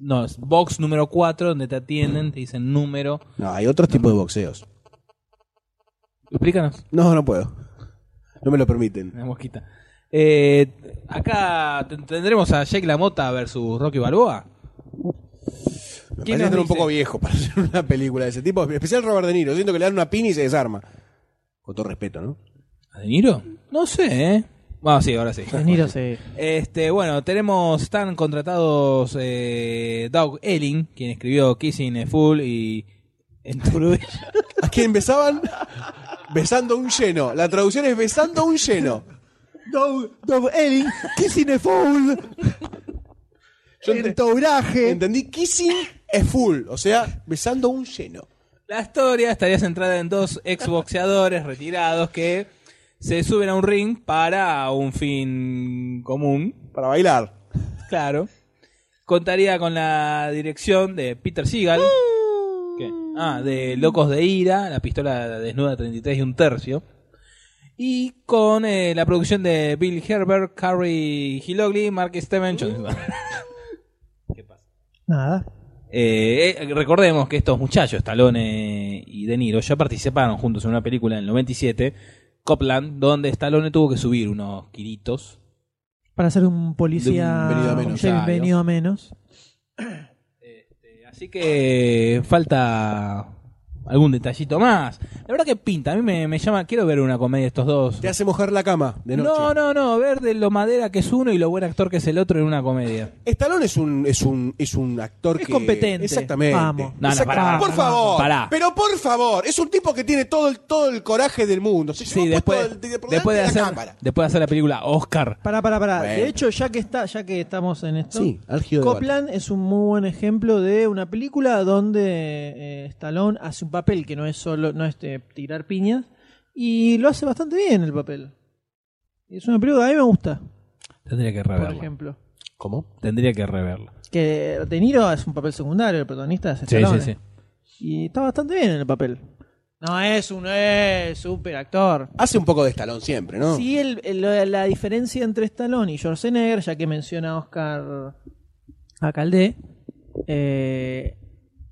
[SPEAKER 4] No, es box número 4, donde te atienden, te dicen número.
[SPEAKER 2] No, hay otros tipos de boxeos.
[SPEAKER 4] Explícanos.
[SPEAKER 2] No, no puedo. No me lo permiten.
[SPEAKER 4] La mosquita. Eh, acá ten- tendremos a Jake LaMotta versus Rocky Balboa.
[SPEAKER 2] Me parece
[SPEAKER 4] ¿Quién nos
[SPEAKER 2] estar un
[SPEAKER 4] dice?
[SPEAKER 2] poco viejo para [laughs] hacer una película de ese tipo. En especial Robert De Niro. Siento que le dan una pina y se desarma. Con todo respeto, ¿no?
[SPEAKER 4] ¿A De Niro? No sé, ¿eh? Bueno, sí, ahora sí.
[SPEAKER 1] De Niro se.
[SPEAKER 4] Este, bueno, tenemos, están contratados eh, Doug Elling, quien escribió Kissing a Fool y [laughs] Entourage.
[SPEAKER 2] ¿A quién
[SPEAKER 4] [laughs]
[SPEAKER 2] empezaban? besando un lleno. La traducción es besando un lleno.
[SPEAKER 3] Doug, Doug Elling, qué cinefoul,
[SPEAKER 2] Yo ent-
[SPEAKER 3] entouraje.
[SPEAKER 2] entendí kissing es full. O sea, besando un lleno.
[SPEAKER 4] La historia estaría centrada en dos exboxeadores retirados que se suben a un ring para un fin común,
[SPEAKER 2] Para bailar.
[SPEAKER 4] claro. Contaría con la dirección de Peter Seagal. ¿Qué? Ah, de Locos de Ira, la pistola desnuda 33 y un tercio. Y con eh, la producción de Bill Herbert, Carrie Hilogli, Mark Steven Johnson.
[SPEAKER 1] Nada.
[SPEAKER 4] [laughs] Eh, eh, recordemos que estos muchachos, Stallone y De Niro, ya participaron juntos en una película en el 97, Copland, donde Stallone tuvo que subir unos kilitos.
[SPEAKER 1] Para ser un policía.
[SPEAKER 2] De un venido a
[SPEAKER 1] un
[SPEAKER 2] menos.
[SPEAKER 1] sheriff
[SPEAKER 4] Claro.
[SPEAKER 1] venido a menos.
[SPEAKER 4] Este, así que falta algún detallito más. La verdad que pinta, a mí me, me llama, quiero ver una comedia de estos dos.
[SPEAKER 2] Te hace mojar la cama de noche.
[SPEAKER 4] No, no, no, ver de lo madera que es uno y lo buen actor que es el otro en una comedia.
[SPEAKER 2] Estalón es un, es un, es un actor
[SPEAKER 1] Es
[SPEAKER 2] que...
[SPEAKER 1] competente.
[SPEAKER 2] Exactamente.
[SPEAKER 1] Vamos.
[SPEAKER 4] No, no,
[SPEAKER 2] Exacta-
[SPEAKER 4] pará,
[SPEAKER 2] por
[SPEAKER 4] no,
[SPEAKER 2] favor.
[SPEAKER 4] pará.
[SPEAKER 2] Pero por favor. Es un tipo que tiene todo el, todo el coraje del mundo. Se
[SPEAKER 4] Sí,
[SPEAKER 2] llevó
[SPEAKER 4] después,
[SPEAKER 2] puesto el- por
[SPEAKER 4] después, de
[SPEAKER 2] delante la
[SPEAKER 4] hacer,
[SPEAKER 2] cámara.
[SPEAKER 4] después de hacer la película Oscar.
[SPEAKER 1] Pará, pará, pará.
[SPEAKER 2] Bueno.
[SPEAKER 1] De hecho, ya que está, ya que estamos en esto,
[SPEAKER 2] Sí, álgido debate.
[SPEAKER 1] Copland es un muy buen ejemplo de una película donde eh, Stallone hace un papel que no es solo, no es eh, tirar piñas, y lo hace bastante bien el papel. Es una película que a mí me gusta,
[SPEAKER 4] Tendría que
[SPEAKER 1] por
[SPEAKER 4] reverla.
[SPEAKER 1] ejemplo.
[SPEAKER 2] ¿Cómo?
[SPEAKER 4] Tendría que reverla.
[SPEAKER 1] Que De Niro es un papel secundario, el protagonista es Stallone. Y está bastante bien en el papel. No es un eh, super actor.
[SPEAKER 2] Hace un poco de Estalón siempre, ¿no?
[SPEAKER 1] Sí, el- el- lo- la diferencia entre Stallone y Schwarzenegger, ya que menciona a Oscar a Caldé, eh,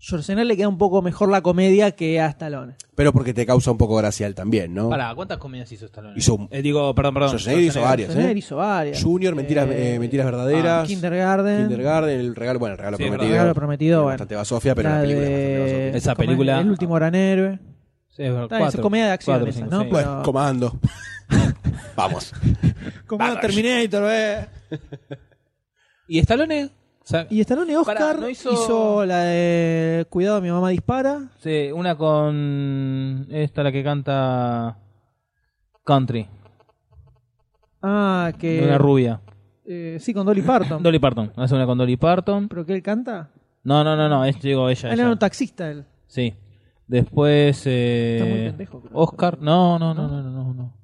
[SPEAKER 1] Schwarzenegger le queda un poco mejor la comedia que a Stallone.
[SPEAKER 2] Pero porque te causa un poco gracia él también, ¿no?
[SPEAKER 4] Pará, ¿cuántas comedias hizo Stallone?
[SPEAKER 2] Hizo un-
[SPEAKER 4] Eh, digo, perdón, perdón.
[SPEAKER 2] Schwarzenegger hizo
[SPEAKER 4] Schwarzenegger.
[SPEAKER 2] varias,
[SPEAKER 1] Schwarzenegger
[SPEAKER 2] ¿eh?
[SPEAKER 1] hizo varias.
[SPEAKER 2] Junior, mentiras,
[SPEAKER 1] Eh,
[SPEAKER 2] eh, mentiras
[SPEAKER 1] ah,
[SPEAKER 2] verdaderas.
[SPEAKER 1] Kindergarten.
[SPEAKER 2] Kindergarten, el regalo, bueno, el regalo
[SPEAKER 4] Sí, el
[SPEAKER 2] prometido.
[SPEAKER 1] Regalo prometido, bueno.
[SPEAKER 2] Bastante basofia, pero la
[SPEAKER 1] La
[SPEAKER 2] película es
[SPEAKER 1] de-
[SPEAKER 2] bastante basofia.
[SPEAKER 4] Esa
[SPEAKER 1] ¿cómo es?
[SPEAKER 4] película-
[SPEAKER 1] El último gran héroe.
[SPEAKER 4] Sí, es verdad,
[SPEAKER 1] Está,
[SPEAKER 4] cuatro.
[SPEAKER 1] es comedia de acción
[SPEAKER 4] Cuatro,
[SPEAKER 1] esa,
[SPEAKER 4] cinco,
[SPEAKER 1] ¿no?
[SPEAKER 4] seis.
[SPEAKER 1] Pero-
[SPEAKER 2] Bueno,
[SPEAKER 1] [laughs]
[SPEAKER 2] comando. Vamos.
[SPEAKER 1] Como Terminator, eh.
[SPEAKER 4] ¿Y Stallone? O sea,
[SPEAKER 1] Y Stallone Oscar
[SPEAKER 4] Pará, ¿no hizo-
[SPEAKER 1] hizo... la de Cuidado, mi mamá dispara.
[SPEAKER 4] sí, una con esta la que canta Country,
[SPEAKER 1] Ah, que.
[SPEAKER 4] una rubia.
[SPEAKER 1] eh, sí, con Dolly Parton.
[SPEAKER 4] [laughs] Dolly Parton, hace una con Dolly Parton.
[SPEAKER 1] ¿Pero que él canta?
[SPEAKER 4] No, no, no, no, es digo
[SPEAKER 1] Ah,
[SPEAKER 4] ella.
[SPEAKER 1] Él
[SPEAKER 4] ella.
[SPEAKER 1] era un taxista, él.
[SPEAKER 4] Sí. Después eh,
[SPEAKER 1] Está muy pendejo, creo.
[SPEAKER 4] Oscar, no, no, no, no, no, no. no.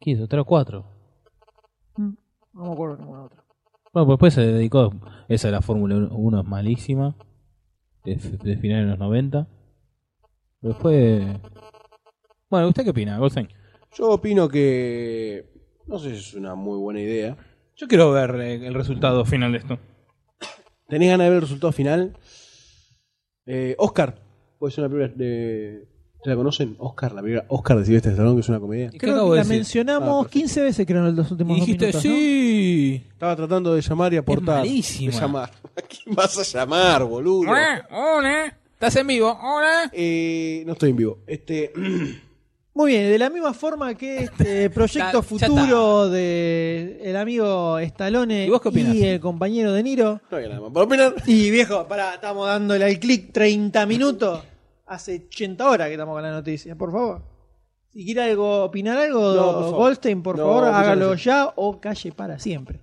[SPEAKER 4] ¿Qué hizo? ¿Tres o cuatro?
[SPEAKER 1] No me acuerdo ninguna otra.
[SPEAKER 4] Bueno, pues después se dedicó. Esa de la Fórmula 1 es malísima. De, de finales de los 90. Después. Bueno, ¿usted qué opina, Goldstein?
[SPEAKER 2] Yo opino que. No sé si es una muy buena idea.
[SPEAKER 4] Yo quiero ver el resultado final de esto.
[SPEAKER 2] ¿Tenés ganas de ver el resultado final? Eh, Oscar, pues es una película de... ¿Se la conocen? Oscar, la película Oscar de Silvestre Stallone, que es una comedia.
[SPEAKER 4] ¿Qué
[SPEAKER 1] Creo
[SPEAKER 4] acabo
[SPEAKER 1] que
[SPEAKER 4] de
[SPEAKER 1] la
[SPEAKER 4] decir?
[SPEAKER 1] mencionamos 15 veces, creo, en los dos
[SPEAKER 4] Ah, Y
[SPEAKER 1] últimos dos
[SPEAKER 4] dijiste,
[SPEAKER 1] minutos. ¿no?
[SPEAKER 4] sí.
[SPEAKER 2] Estaba tratando de llamar y aportar.
[SPEAKER 4] malísima.
[SPEAKER 2] De llamar. [laughs] ¿A quién vas a llamar, boludo?
[SPEAKER 4] Hola, hola. ¿Estás en vivo? Hola.
[SPEAKER 2] Eh, no estoy en vivo. Este, [clears throat]
[SPEAKER 1] Muy bien, de la misma forma
[SPEAKER 4] [laughs]
[SPEAKER 1] que este proyecto
[SPEAKER 4] Ya- ya
[SPEAKER 1] futuro de el amigo Stallone
[SPEAKER 4] ¿Y vos qué opinás?
[SPEAKER 1] y el compañero De Niro.
[SPEAKER 2] no había nada más para opinar.
[SPEAKER 1] Y viejo, pará, estamos dándole al clic 30 minutos. Hace 80 horas que estamos con la noticia, por favor. Si quiere algo, opinar algo,
[SPEAKER 2] No, por favor.
[SPEAKER 1] Goldstein, por
[SPEAKER 2] No,
[SPEAKER 1] favor,
[SPEAKER 2] muchas
[SPEAKER 1] hágalo
[SPEAKER 2] gracias.
[SPEAKER 1] ya o calle para siempre.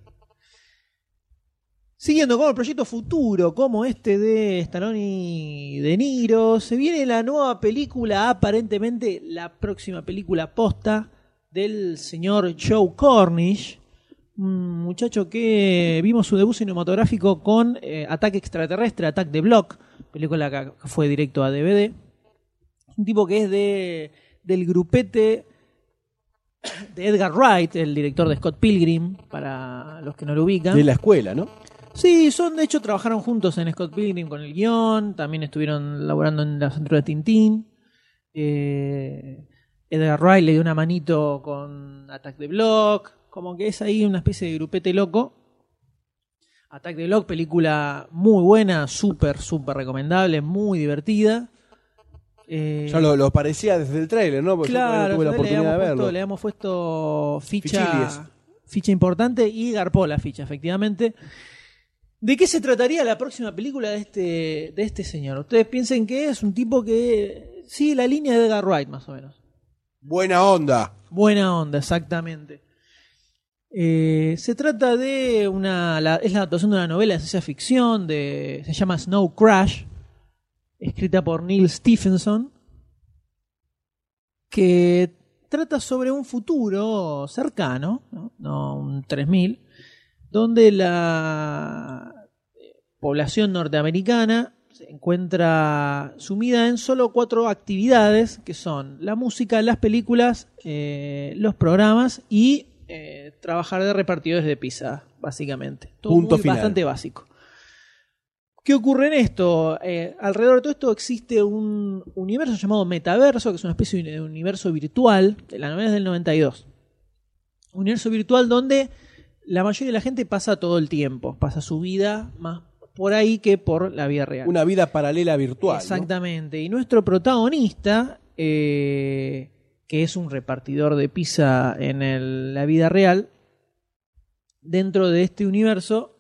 [SPEAKER 1] Siguiendo con el proyecto futuro, como este de Stallone y De Niro, se viene la nueva película, aparentemente la próxima película posta del señor Joe Cornish, un muchacho que vimos su debut cinematográfico con eh, Ataque Extraterrestre, Attack the Block, película que fue directo a DVD. Un tipo que es de del grupete de Edgar Wright, el director de Scott Pilgrim, para los que no lo ubican.
[SPEAKER 2] De la escuela, ¿no?
[SPEAKER 1] Sí, son de hecho trabajaron juntos en Scott Pilgrim con el guión, también estuvieron laborando en la centro de Tintín. Eh, Edgar Wright le dio una manito con Attack the Block, como que es ahí una especie de grupete loco. Attack the Block, película muy buena, súper, súper recomendable, muy divertida. Eh,
[SPEAKER 2] Ya lo, lo parecía desde el tráiler, ¿no? Porque yo
[SPEAKER 1] claro,
[SPEAKER 2] tuve la
[SPEAKER 1] al final le
[SPEAKER 2] oportunidad de
[SPEAKER 1] habíamos
[SPEAKER 2] verlo.
[SPEAKER 1] puesto- le habíamos puesto
[SPEAKER 2] Fichilies.
[SPEAKER 1] ficha, ficha importante y garpó la ficha, efectivamente. ¿De qué se trataría la próxima película de este, de este señor? Ustedes piensen que es un tipo que sigue la línea de Edgar Wright, más o menos.
[SPEAKER 2] Buena onda.
[SPEAKER 1] Buena onda, exactamente. Eh, se trata de una. la- es la adaptación de una novela de ciencia ficción. De, se llama Snow Crash. Escrita por Neil Stephenson. Que trata sobre un futuro cercano, no, No un 3000, donde la eh, población norteamericana se encuentra sumida en solo cuatro actividades que son la música, las películas, eh, los programas y eh, trabajar de repartidores de pizza, básicamente. Todo
[SPEAKER 2] Punto
[SPEAKER 1] muy
[SPEAKER 2] final.
[SPEAKER 1] bastante básico. ¿Qué ocurre en esto? Eh, alrededor de todo esto existe un universo llamado metaverso, que es una especie de universo virtual, de la novela es del 92. Un universo virtual donde la mayoría de la gente pasa todo el tiempo, pasa su vida más por ahí que por la vida real.
[SPEAKER 2] Una vida paralela virtual. ¿no?
[SPEAKER 1] Exactamente. Y nuestro protagonista, eh, que es un repartidor de pizza en el- la vida real, dentro de este universo,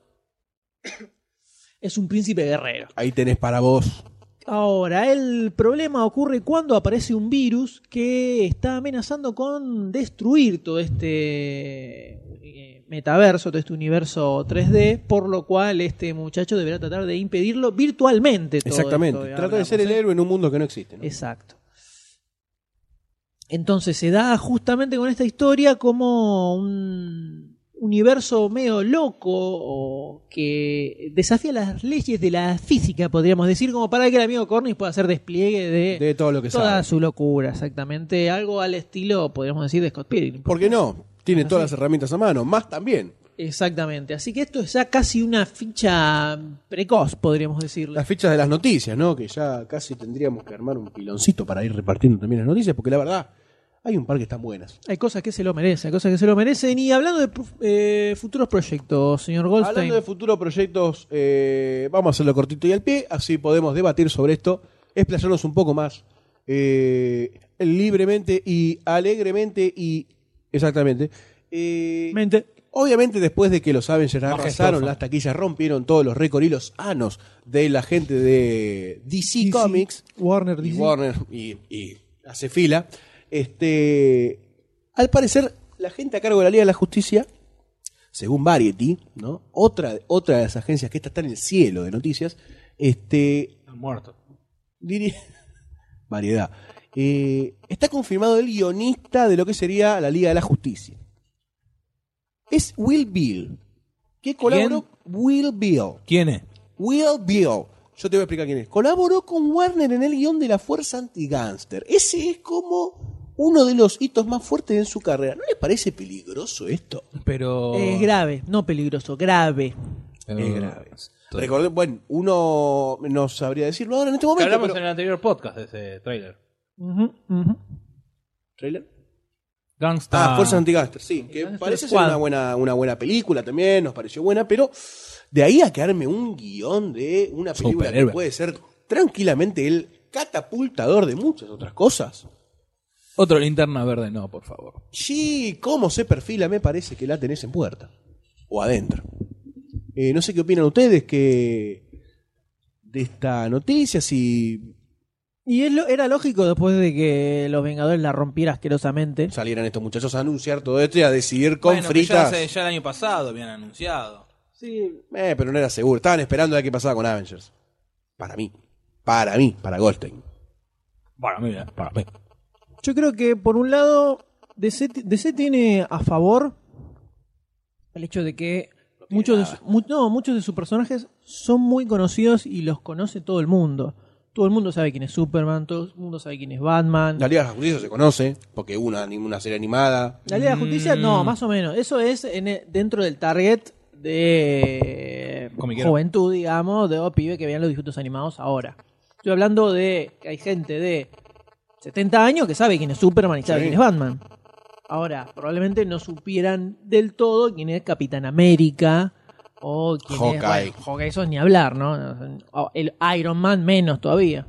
[SPEAKER 1] [coughs] es un príncipe guerrero.
[SPEAKER 2] Ahí tenés para vos.
[SPEAKER 1] Ahora, el problema ocurre cuando aparece un virus que está amenazando con destruir todo este eh, metaverso, todo este universo 3D, por lo cual este muchacho deberá tratar de impedirlo virtualmente. todo
[SPEAKER 2] Exactamente.
[SPEAKER 1] esto que
[SPEAKER 2] Trata de ser el
[SPEAKER 1] hablamos, ¿eh?
[SPEAKER 2] héroe en un mundo que no existe. ¿no?
[SPEAKER 1] Exacto. Entonces se da justamente con esta historia como un universo medio loco o que desafía las leyes de la física, podríamos decir, como para que el amigo Cornish pueda hacer despliegue de,
[SPEAKER 2] De todo lo que
[SPEAKER 1] toda
[SPEAKER 2] sabe.
[SPEAKER 1] su locura, exactamente. Algo al estilo, podríamos decir, de Scott Pilgrim.
[SPEAKER 2] ¿Por qué no? Tiene
[SPEAKER 1] ¿Ah,
[SPEAKER 2] todas las herramientas a mano. Más también.
[SPEAKER 1] Exactamente. Así que esto es ya casi una ficha precoz, podríamos decirle.
[SPEAKER 2] Las fichas de las noticias, ¿no? Que ya casi tendríamos que armar un piloncito para ir repartiendo también las noticias, porque la verdad, hay un par que están buenas.
[SPEAKER 1] Hay cosas que se lo merecen, hay cosas que se lo merecen. Y hablando de eh, futuros proyectos, señor Goldstein.
[SPEAKER 2] Hablando de futuros proyectos, eh, vamos a hacerlo cortito y al pie, así podemos debatir sobre esto, explayarnos un poco más eh, libremente y alegremente y exactamente. Eh,
[SPEAKER 1] Mente.
[SPEAKER 2] Obviamente después de que los Avengers arrasaron
[SPEAKER 4] gestoso.
[SPEAKER 2] las taquillas, rompieron todos los récords y los anos de la gente de DC, Comics
[SPEAKER 1] Warner
[SPEAKER 2] y
[SPEAKER 1] DC.
[SPEAKER 2] Warner y, y hace fila. Este, al parecer, la gente a cargo de la Liga de la Justicia, según Variety, ¿no? otra, otra de las agencias que esta está en el cielo de noticias, este,
[SPEAKER 4] Muerto.
[SPEAKER 2] diría- [laughs] variedad, Eh, está confirmado el guionista de lo que sería la Liga de la Justicia. Es Will Bill, que colaboró Will Bill.
[SPEAKER 4] ¿Quién es?
[SPEAKER 2] Will Bill. Yo te voy a explicar quién es. Colaboró con Warner en el guión de la Fuerza Anti-Gangster. Ese es como uno de los hitos más fuertes en su carrera. ¿No les parece peligroso esto?
[SPEAKER 4] Pero. Eh,
[SPEAKER 1] Es grave, no peligroso, grave.
[SPEAKER 4] pero-
[SPEAKER 2] Es grave. Recordé, bueno, uno no sabría decirlo ahora en este
[SPEAKER 4] Que
[SPEAKER 2] momento.
[SPEAKER 4] hablamos
[SPEAKER 2] pero-
[SPEAKER 4] en el anterior podcast de ese trailer.
[SPEAKER 1] Ujú, ujú.
[SPEAKER 2] ¿Trailer?
[SPEAKER 4] Gangsta.
[SPEAKER 2] Ah, Fuerza Antigaster, sí. Que
[SPEAKER 4] Antigaster
[SPEAKER 2] parece ser
[SPEAKER 4] Squad.
[SPEAKER 2] una buena, una buena película también, nos pareció buena, pero de ahí a quedarme un guión de una película que
[SPEAKER 4] Superhéroe.
[SPEAKER 2] puede ser tranquilamente el catapultador de muchas otras cosas.
[SPEAKER 4] Otro linterna verde, no, por favor.
[SPEAKER 2] Sí, cómo se perfila, me parece que la tenés en puerta. O adentro. Eh, no sé qué opinan ustedes que de esta noticia, si
[SPEAKER 1] Y es lo- era lógico después de que los Vengadores la rompiera asquerosamente.
[SPEAKER 2] salieran estos muchachos a anunciar todo esto y a decidir con
[SPEAKER 4] Bueno, que
[SPEAKER 2] fritas.
[SPEAKER 4] Ya, hace- ya el año pasado habían anunciado.
[SPEAKER 2] Eh, pero no era seguro. Estaban esperando a ver qué pasaba con Avengers. Para mí. Para mí, para Goldstein.
[SPEAKER 4] Para mí, eh, para mí.
[SPEAKER 1] Yo creo que por un lado DC, ti- DC tiene a favor el hecho de que muchos de, su- mu- no, muchos de sus personajes son muy conocidos y los conoce todo el mundo. Todo el mundo sabe quién es Superman, todo el mundo sabe quién es Batman.
[SPEAKER 2] La Liga de la Justicia se conoce, porque hubo una, una serie animada.
[SPEAKER 1] La Liga de la Justicia, no,
[SPEAKER 2] Mm.
[SPEAKER 1] más o menos. Eso es en e- dentro del target de eh,
[SPEAKER 4] Comiquero.
[SPEAKER 1] juventud, digamos, de los pibes que vean los dibujitos animados ahora. Estoy hablando de que hay gente de 70 años que sabe quién es Superman y sabe
[SPEAKER 2] Sí.
[SPEAKER 1] quién es Batman. Ahora, probablemente no supieran del todo quién es Capitán América o quién es...
[SPEAKER 2] Hawkeye.
[SPEAKER 1] bueno, Hawkeye, eso es ni hablar, ¿no? O el Iron Man menos todavía.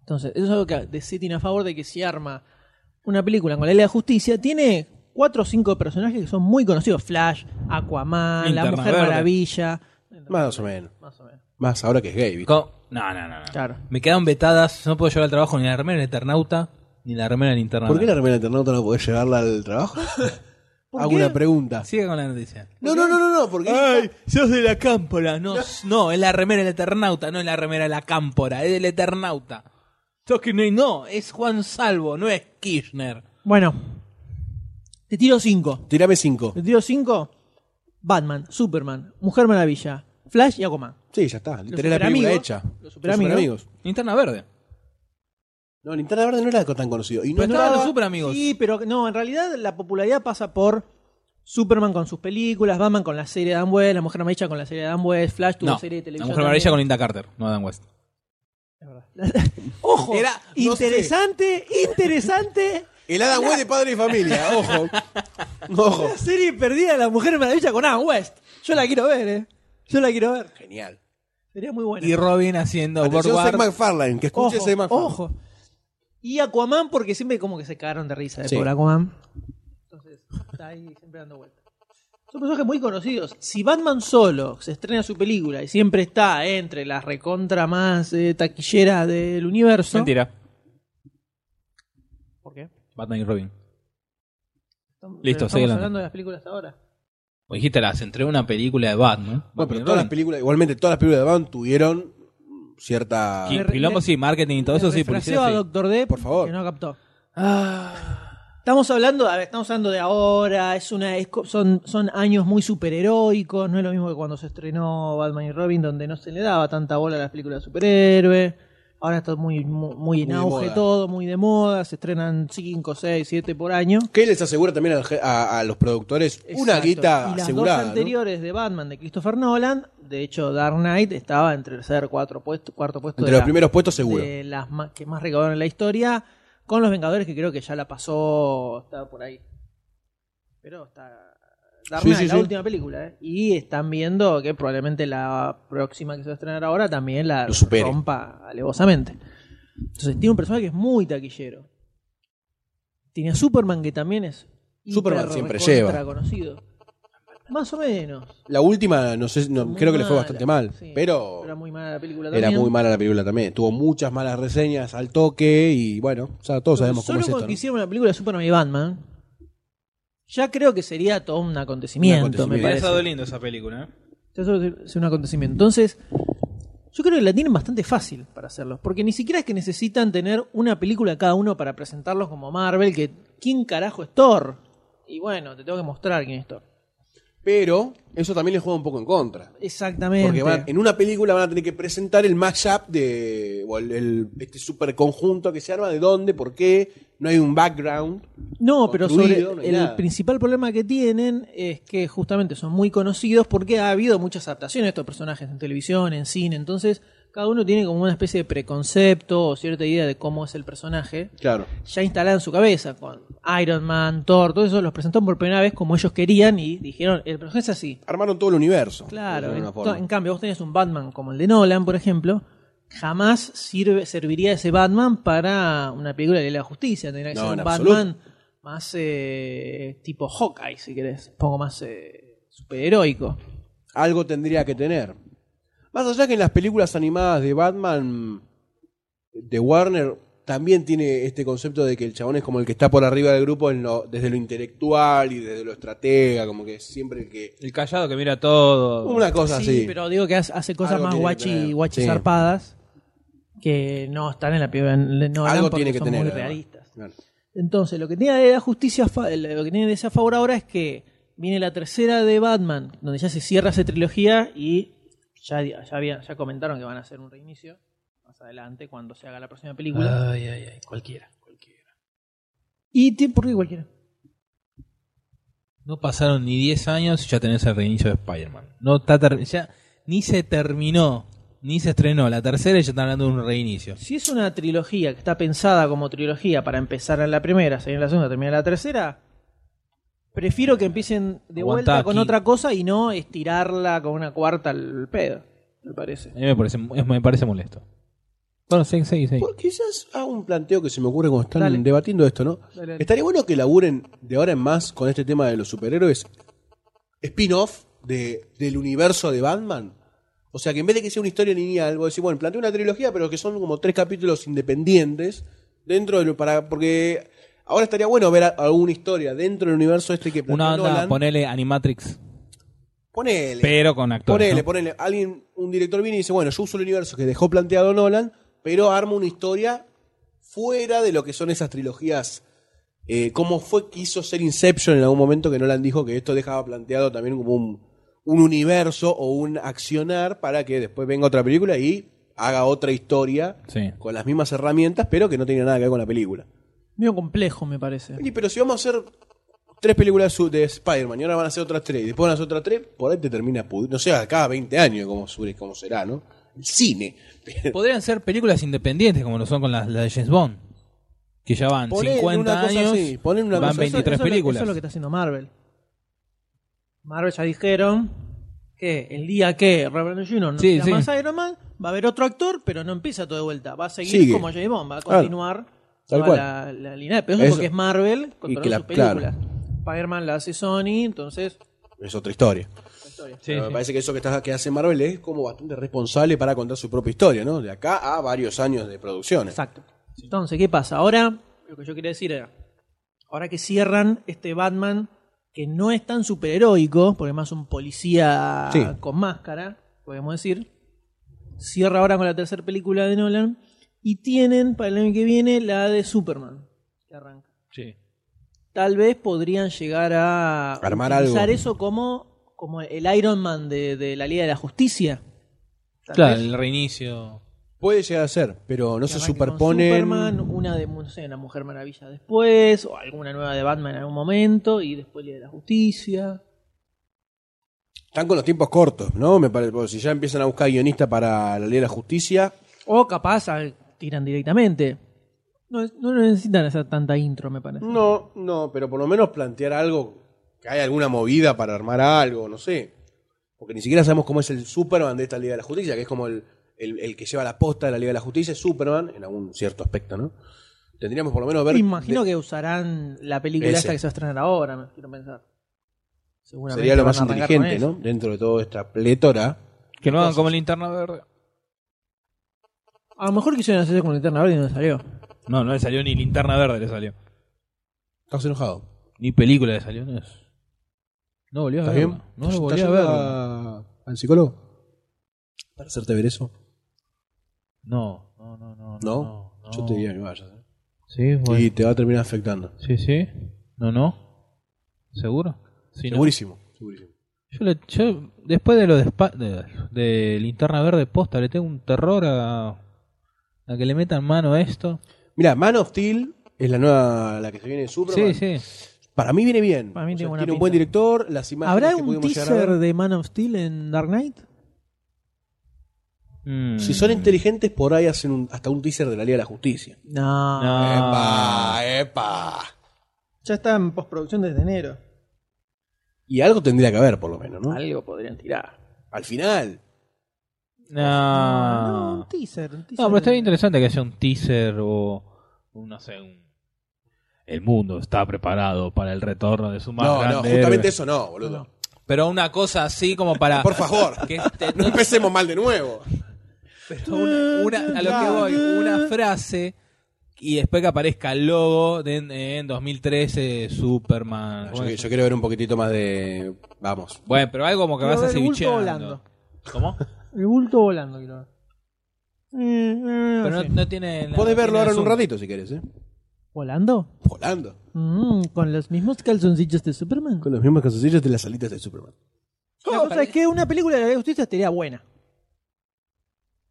[SPEAKER 1] Entonces, eso es algo que DC tiene a favor de que si arma una película con la ley de la justicia, tiene cuatro o cinco personajes que son muy conocidos. Flash, Aquaman, La
[SPEAKER 4] Linterna
[SPEAKER 1] Mujer
[SPEAKER 4] Verde.
[SPEAKER 1] Maravilla.
[SPEAKER 2] Más o menos.
[SPEAKER 1] Más o menos.
[SPEAKER 2] Más ahora que es gay. ¿viste?
[SPEAKER 4] Co- No, no, no. no.
[SPEAKER 1] Claro.
[SPEAKER 4] Me quedan vetadas. No puedo llevar al trabajo ni la remera del Eternauta, ni la remera del Internet.
[SPEAKER 2] ¿Por qué la remera internauta no podés llevarla
[SPEAKER 1] [laughs]
[SPEAKER 2] al trabajo? Hago una pregunta.
[SPEAKER 4] Sigue con la noticia.
[SPEAKER 2] No, no, no, no, no, porque
[SPEAKER 1] Ah.
[SPEAKER 4] ¡Ay! ¡Sos de la cámpora! No, no, es la remera del Eternauta, no es la remera de la cámpora, es del Eternauta. Sos que no, y no, es Juan Salvo, no es Kirchner.
[SPEAKER 1] Bueno, te tiro cinco.
[SPEAKER 2] tirame cinco.
[SPEAKER 1] Te tiro cinco. Batman, Superman, Mujer Maravilla, Flash y Aquaman.
[SPEAKER 2] Sí, ya está. Tenés la película
[SPEAKER 1] superamigos.
[SPEAKER 2] hecha.
[SPEAKER 1] Los superamigos.
[SPEAKER 4] Interna verde.
[SPEAKER 2] No, Linterna Verde no era tan conocido. Y no
[SPEAKER 4] Pero estaban
[SPEAKER 2] entraba-
[SPEAKER 4] los super amigos.
[SPEAKER 1] Sí, pero no, en realidad la popularidad pasa por Superman con sus películas, Batman con la serie de Dan West, La Mujer Maravilla con la serie de Dan West, Flash tuvo
[SPEAKER 4] No,
[SPEAKER 1] serie de
[SPEAKER 4] la
[SPEAKER 1] televisión.
[SPEAKER 4] mujer maravilla con
[SPEAKER 1] también.
[SPEAKER 4] Linda Carter, no Dan West.
[SPEAKER 1] Ojo,
[SPEAKER 4] Era- no sé.
[SPEAKER 1] interesante, interesante.
[SPEAKER 2] El Adam West de Padre y [laughs] Familia, ojo. Ojo.
[SPEAKER 1] La serie perdida de la Mujer Maravilla con Adam West. Yo la quiero ver, eh. Yo la quiero ver.
[SPEAKER 2] Genial.
[SPEAKER 1] Sería muy buena.
[SPEAKER 4] Y Robin haciendo
[SPEAKER 2] Atención, Zack
[SPEAKER 4] Borgward.
[SPEAKER 2] McFarlane, que escuche
[SPEAKER 1] ojo,
[SPEAKER 2] Zack McFarlane.
[SPEAKER 1] ojo. Y Aquaman porque siempre como que se cagaron de risa de
[SPEAKER 2] Sí.
[SPEAKER 1] pobre Aquaman. Entonces, está ahí siempre dando vueltas. Son personajes muy conocidos. Si Batman solo se estrena su película y siempre está entre las recontra más eh, taquilleras del universo.
[SPEAKER 4] Mentira.
[SPEAKER 1] ¿Por qué?
[SPEAKER 4] Batman y Robin.
[SPEAKER 1] Estamos-
[SPEAKER 4] Listo,
[SPEAKER 1] estamos
[SPEAKER 4] sigue adelante.
[SPEAKER 1] hablando de las películas ahora.
[SPEAKER 4] O dijiste las entre una película de Batman.
[SPEAKER 2] Bueno, pero
[SPEAKER 4] Batman y
[SPEAKER 2] todas las
[SPEAKER 4] Robin.
[SPEAKER 2] películas, igualmente todas las películas de Batman tuvieron cierta.
[SPEAKER 4] Qui-
[SPEAKER 1] Le-
[SPEAKER 4] Quilombo
[SPEAKER 1] le-
[SPEAKER 4] sí, marketing y todo eso sí,
[SPEAKER 1] Parafraseo
[SPEAKER 4] publicidad
[SPEAKER 1] a
[SPEAKER 4] sí. Ah.
[SPEAKER 1] Doctor D,
[SPEAKER 2] Por favor.
[SPEAKER 1] que no captó. Estamos hablando, a ver, estamos hablando de ahora, es una es co- son son años muy superheroicos, no es lo mismo que cuando se estrenó Batman y Robin donde no se le daba tanta bola a las películas de superhéroes. Ahora está muy muy, muy en
[SPEAKER 2] de
[SPEAKER 1] auge
[SPEAKER 2] moda.
[SPEAKER 1] todo, muy de moda, se estrenan 5, 6, 7 por año.
[SPEAKER 2] Que les asegura también al je- a, a los productores una
[SPEAKER 1] Exacto.
[SPEAKER 2] guita
[SPEAKER 1] y las
[SPEAKER 2] asegurada.
[SPEAKER 1] dos
[SPEAKER 2] ¿no?
[SPEAKER 1] anteriores de Batman de Christopher Nolan, de hecho Dark Knight estaba entre el tercer, cuatro puesto, cuarto puesto
[SPEAKER 2] Entre
[SPEAKER 1] de
[SPEAKER 2] los
[SPEAKER 1] la-
[SPEAKER 2] primeros puestos, seguro.
[SPEAKER 1] de las ma- que más recaudaron en la historia, con los Vengadores, que creo que ya la pasó, estaba por ahí. Pero está. Dark
[SPEAKER 2] Sí,
[SPEAKER 1] Knight,
[SPEAKER 2] sí,
[SPEAKER 1] la
[SPEAKER 2] sí.
[SPEAKER 1] última película, ¿eh? Y están viendo que probablemente la próxima que se va a estrenar ahora también la
[SPEAKER 2] Lo supere.
[SPEAKER 1] rompa alevosamente. Entonces tiene un personaje que es muy taquillero. Tiene a Superman, que también es.
[SPEAKER 2] Superman
[SPEAKER 1] hiper
[SPEAKER 2] siempre
[SPEAKER 1] recontra
[SPEAKER 2] lleva.
[SPEAKER 1] conocido. Más o menos.
[SPEAKER 2] La última, no sé, no,
[SPEAKER 1] Muy
[SPEAKER 2] creo que le fue
[SPEAKER 1] mala,
[SPEAKER 2] bastante mal,
[SPEAKER 1] sí.
[SPEAKER 2] pero
[SPEAKER 1] Era muy mala la película
[SPEAKER 2] era
[SPEAKER 1] también.
[SPEAKER 2] muy mala la película también. Tuvo muchas malas reseñas al toque y bueno, o sea, todos sabemos
[SPEAKER 1] Solo
[SPEAKER 2] cómo es
[SPEAKER 1] con
[SPEAKER 2] esto.
[SPEAKER 1] que
[SPEAKER 2] ¿no?
[SPEAKER 1] hicieron una película de Superman y Batman, ya creo que sería todo un acontecimiento,
[SPEAKER 2] Un acontecimiento.
[SPEAKER 1] me
[SPEAKER 4] Hubiera
[SPEAKER 1] parece.
[SPEAKER 4] estado lindo esa película, ¿eh?
[SPEAKER 1] Ya solo es un acontecimiento. Entonces, yo creo que la tienen bastante fácil para hacerlo. Porque ni siquiera es que necesitan tener una película cada uno para presentarlos como Marvel, que ¿quién carajo es Thor? Y bueno, te tengo que mostrar quién es Thor.
[SPEAKER 2] Pero eso también le juega un poco en contra.
[SPEAKER 1] Exactamente.
[SPEAKER 2] Porque van- en una película van a tener que presentar el mashup de. o el, el- este super conjunto que se arma, de dónde, por qué. No hay un background.
[SPEAKER 1] No, pero sobre
[SPEAKER 2] construido, no hay
[SPEAKER 1] el
[SPEAKER 2] nada.
[SPEAKER 1] principal problema que tienen es que justamente son muy conocidos porque ha habido muchas adaptaciones de estos personajes en televisión, en cine, entonces cada uno tiene como una especie de preconcepto o cierta idea de cómo es el personaje
[SPEAKER 2] Claro.
[SPEAKER 1] ya instalada en su cabeza con Iron Man, Thor, todo eso los presentaron por primera vez como ellos querían y dijeron, el personaje es así.
[SPEAKER 2] Armaron todo el universo.
[SPEAKER 1] Claro,
[SPEAKER 2] de
[SPEAKER 1] en,
[SPEAKER 2] alguna forma.
[SPEAKER 1] en cambio vos tenés un Batman como el de Nolan, por ejemplo, jamás sirve, serviría ese Batman para una película de la justicia, tendría que
[SPEAKER 2] No,
[SPEAKER 1] ser
[SPEAKER 2] en
[SPEAKER 1] un
[SPEAKER 2] absoluto.
[SPEAKER 1] Batman más eh, tipo Hawkeye, si querés, un poco más eh, superheroico.
[SPEAKER 2] Algo tendría que tener. Más allá que en las películas animadas de Batman, de Warner, también tiene este concepto de que el chabón es como el que está por arriba del grupo en lo- desde lo intelectual y desde lo estratega, como que siempre el que.
[SPEAKER 4] El callado que mira todo.
[SPEAKER 2] Una cosa
[SPEAKER 1] sí,
[SPEAKER 2] así.
[SPEAKER 1] pero digo que hace, hace cosas
[SPEAKER 2] Algo
[SPEAKER 1] más
[SPEAKER 2] tiene que
[SPEAKER 1] guachi,
[SPEAKER 2] tener,
[SPEAKER 1] guachi
[SPEAKER 2] sí.
[SPEAKER 1] zarpadas que no están en la película de Nolan
[SPEAKER 2] Algo
[SPEAKER 1] porque
[SPEAKER 2] tiene que
[SPEAKER 1] son
[SPEAKER 2] tener.
[SPEAKER 1] muy
[SPEAKER 2] además.
[SPEAKER 1] realistas.
[SPEAKER 2] Claro.
[SPEAKER 1] Entonces, lo que tiene de la justicia, a fa- lo que tiene de ese a favor ahora es que viene la tercera de Batman, donde ya se cierra esa trilogía y ya, ya, había- ya comentaron que van a hacer un reinicio más adelante cuando se haga la próxima película.
[SPEAKER 4] Ay, ay, ay, cualquiera, cualquiera.
[SPEAKER 1] Y ti- por qué cualquiera.
[SPEAKER 4] No pasaron ni 10 años y ya tenés el reinicio de Spider-Man. No está ter- ya ni se terminó, ni se estrenó la tercera y ya están hablando de un reinicio.
[SPEAKER 1] Si es una trilogía que está pensada como trilogía para empezar en la primera, seguir en la segunda, terminar en la tercera, prefiero que empiecen de
[SPEAKER 4] Aguantá
[SPEAKER 1] vuelta con
[SPEAKER 4] aquí.
[SPEAKER 1] otra cosa y no estirarla con una cuarta al pedo, me parece.
[SPEAKER 4] A mí me parece, es- me parece molesto. Bueno, sí, sí, sí.
[SPEAKER 2] Por- quizás hago un planteo que se me ocurre cuando están
[SPEAKER 1] Dale.
[SPEAKER 2] debatiendo esto, ¿no?
[SPEAKER 1] Dale, dale.
[SPEAKER 2] Estaría bueno que laburen de ahora en más con este tema de los superhéroes spin-off de, del universo de Batman. O sea, que en vez de que sea una historia lineal, vos decís, bueno, planteo una trilogía, pero que son como tres capítulos independientes dentro de lo- para porque ahora estaría bueno ver a- alguna historia dentro del universo este que plantea
[SPEAKER 4] Una onda,
[SPEAKER 2] Nolan.
[SPEAKER 4] ponele Animatrix,
[SPEAKER 2] Ponele.
[SPEAKER 4] pero con actores.
[SPEAKER 2] Ponele,
[SPEAKER 4] ¿no?
[SPEAKER 2] ponele. Alguien, un director viene y dice, bueno, yo uso el universo que dejó planteado Nolan, pero armo una historia fuera de lo que son esas trilogías. Eh, como fue que hizo ser Inception en algún momento que Nolan dijo que esto dejaba planteado también como un, un universo o un accionar para que después venga otra película y haga otra historia
[SPEAKER 4] Sí.
[SPEAKER 2] con las mismas herramientas, pero que no tenga nada que ver con la película.
[SPEAKER 1] Medio complejo, me parece.
[SPEAKER 2] Y, pero si vamos a hacer tres películas su- de Spider-Man y ahora van a hacer otras tres y después van a hacer otras tres, por ahí te termina pudri- No sé, cada 20 años como, sure- como será, ¿no? El cine.
[SPEAKER 4] [laughs] Podrían ser películas independientes como lo son con las, las de James Bond. Que ya van
[SPEAKER 2] Ponele
[SPEAKER 4] 50
[SPEAKER 2] una cosa
[SPEAKER 4] años,
[SPEAKER 2] así, ponele una
[SPEAKER 4] van
[SPEAKER 2] cosa así.
[SPEAKER 4] 23
[SPEAKER 1] Eso es lo-
[SPEAKER 4] películas.
[SPEAKER 1] Eso es lo que está haciendo Marvel. Marvel ya dijeron que el día que Robert Downey Jr. no
[SPEAKER 4] Sí,
[SPEAKER 1] sea
[SPEAKER 4] sí.
[SPEAKER 1] más Iron Man, va a haber otro actor, pero no empieza todo de vuelta. Va a seguir
[SPEAKER 2] Sigue.
[SPEAKER 1] como James Bond, va a
[SPEAKER 2] Claro.
[SPEAKER 1] continuar
[SPEAKER 2] Tal
[SPEAKER 1] toda
[SPEAKER 2] cual.
[SPEAKER 1] la, la línea. Pero eso,
[SPEAKER 2] Eso-
[SPEAKER 1] porque es Marvel controla
[SPEAKER 2] que la-
[SPEAKER 1] sus películas. Spider-Man la hace Sony, entonces... eh,
[SPEAKER 2] Es otra historia.
[SPEAKER 4] Sí,
[SPEAKER 2] Pero me
[SPEAKER 4] sí.
[SPEAKER 2] parece que eso que, está, que hace Marvel es como bastante responsable para contar su propia historia, ¿no? De acá a varios años de producciones.
[SPEAKER 1] Exacto. Entonces, ¿qué pasa? Ahora, lo que yo quería decir era, ahora que cierran este Batman, que no es tan superheroico, porque es más un policía
[SPEAKER 2] Sí.
[SPEAKER 1] con máscara, podemos decir, cierra ahora con la tercera película de Nolan, y tienen para el año que viene la de Superman, que arranca.
[SPEAKER 4] Sí.
[SPEAKER 1] Tal vez podrían llegar a
[SPEAKER 2] Armar
[SPEAKER 1] utilizar
[SPEAKER 2] algo.
[SPEAKER 1] eso como, como el Iron Man de, de la Liga de la Justicia. Tal
[SPEAKER 4] Claro,
[SPEAKER 1] vez
[SPEAKER 4] el reinicio.
[SPEAKER 2] Puede llegar a ser, pero no
[SPEAKER 1] que
[SPEAKER 2] se
[SPEAKER 1] arranque con
[SPEAKER 2] superponen.
[SPEAKER 1] Superman, una de no sé, la Mujer Maravilla después, o alguna nueva de Batman en algún momento, y después Liga de la Justicia.
[SPEAKER 2] Están con los tiempos cortos, ¿no? Me parece, porque si ya empiezan a buscar guionista para la ley de la justicia,
[SPEAKER 1] O capaz ah, tiran directamente. No, es- no necesitan hacer tanta intro, me parece.
[SPEAKER 2] No, no, pero por lo menos plantear algo, que hay alguna movida para armar algo, no sé. Porque ni siquiera sabemos cómo es el Superman de esta Liga de la Justicia, que es como el, el- el que lleva la posta de la Liga de la Justicia, es Superman, en algún cierto aspecto, ¿no? Tendríamos por lo menos ver...
[SPEAKER 1] Imagino
[SPEAKER 2] de-
[SPEAKER 1] que usarán la película
[SPEAKER 2] Ese.
[SPEAKER 1] esta que se va a estrenar ahora, me quiero pensar. Seguramente
[SPEAKER 2] Sería lo
[SPEAKER 1] van a
[SPEAKER 2] más
[SPEAKER 1] arrancar
[SPEAKER 2] inteligente,
[SPEAKER 1] con
[SPEAKER 2] ¿no? Dentro de toda esta plétora.
[SPEAKER 4] Que no hagan como linterna verde.
[SPEAKER 1] eso. A lo mejor quisieron hacerse con Linterna Verde y no salió.
[SPEAKER 4] No, no le salió ni linterna verde, le salió.
[SPEAKER 2] Estás enojado.
[SPEAKER 4] Ni película le salió. No, es- no volvió a
[SPEAKER 2] ¿Estás
[SPEAKER 4] verla.
[SPEAKER 2] bien?
[SPEAKER 4] No lo
[SPEAKER 2] ¿Estás
[SPEAKER 4] volvió a
[SPEAKER 2] yendo
[SPEAKER 4] ver.
[SPEAKER 2] a- ¿Al psicólogo? ¿Para hacerte ver eso?
[SPEAKER 4] No, no, no,
[SPEAKER 2] No,
[SPEAKER 4] no. no, no.
[SPEAKER 2] yo te diría que vayas. ¿eh?
[SPEAKER 4] Sí, bueno.
[SPEAKER 2] Y te va a terminar afectando.
[SPEAKER 4] Sí, sí. No, no. ¿Seguro? Sí, no.
[SPEAKER 2] Segurísimo. Segurísimo.
[SPEAKER 4] Yo, le- yo, después de lo de, Spa- de, de Linterna Verde posta, le tengo un terror a, a que le metan mano a esto.
[SPEAKER 2] Mira, Man of Steel es la nueva, la que se viene de Superman.
[SPEAKER 4] Sí, sí.
[SPEAKER 2] Para mí viene bien.
[SPEAKER 1] Para mí tiene buena
[SPEAKER 2] tiene un
[SPEAKER 1] pinta.
[SPEAKER 2] buen director, las imágenes
[SPEAKER 1] ¿Habrá
[SPEAKER 2] que
[SPEAKER 1] un
[SPEAKER 2] pudimos llegar a ver-
[SPEAKER 1] teaser de Man of Steel en Dark Knight?
[SPEAKER 4] Mm.
[SPEAKER 2] Si son inteligentes, por ahí hacen un- hasta un teaser de la Liga de la Justicia.
[SPEAKER 1] No.
[SPEAKER 4] No.
[SPEAKER 2] Epa, epa.
[SPEAKER 8] Ya está en postproducción desde enero.
[SPEAKER 2] Y algo tendría que haber, por lo menos, ¿no?
[SPEAKER 8] Algo podrían tirar.
[SPEAKER 2] Al final.
[SPEAKER 1] No,
[SPEAKER 4] No.
[SPEAKER 1] no, un teaser. un teaser.
[SPEAKER 4] Ah. No, pero estaría interesante que sea un teaser o un, no sé, un... El mundo está preparado para el retorno de su más
[SPEAKER 2] no, no,
[SPEAKER 4] grande
[SPEAKER 2] justamente
[SPEAKER 4] héroe.
[SPEAKER 2] eso no, boludo.
[SPEAKER 4] Pero una cosa así como
[SPEAKER 2] [laughs]
[SPEAKER 4] para...
[SPEAKER 2] Por favor.
[SPEAKER 4] [laughs] que este-
[SPEAKER 2] No empecemos mal de nuevo.
[SPEAKER 4] Pero una- una- a lo que voy, una frase y después que aparezca el logo de, en 2013 Superman.
[SPEAKER 2] Yo, yo quiero ver un poquitito más de. Vamos.
[SPEAKER 4] Bueno, pero algo como que
[SPEAKER 8] Quiero
[SPEAKER 4] vas a
[SPEAKER 8] ver el bulto
[SPEAKER 4] cevicheando.
[SPEAKER 8] volando. [laughs]
[SPEAKER 4] ¿Cómo?
[SPEAKER 8] El bulto volando, quiero ver.
[SPEAKER 4] Pero no, no tiene... no
[SPEAKER 2] Podés verlo
[SPEAKER 4] tiene
[SPEAKER 2] ahora en un
[SPEAKER 4] zoom.
[SPEAKER 2] ratito si querés, ¿eh?
[SPEAKER 1] ¿Volando?
[SPEAKER 2] Volando.
[SPEAKER 1] Mm, con los mismos calzoncillos de Superman.
[SPEAKER 2] Con los mismos calzoncillos de las alitas de Superman.
[SPEAKER 1] La cosa es que una película de la Liga de Justicia estaría buena.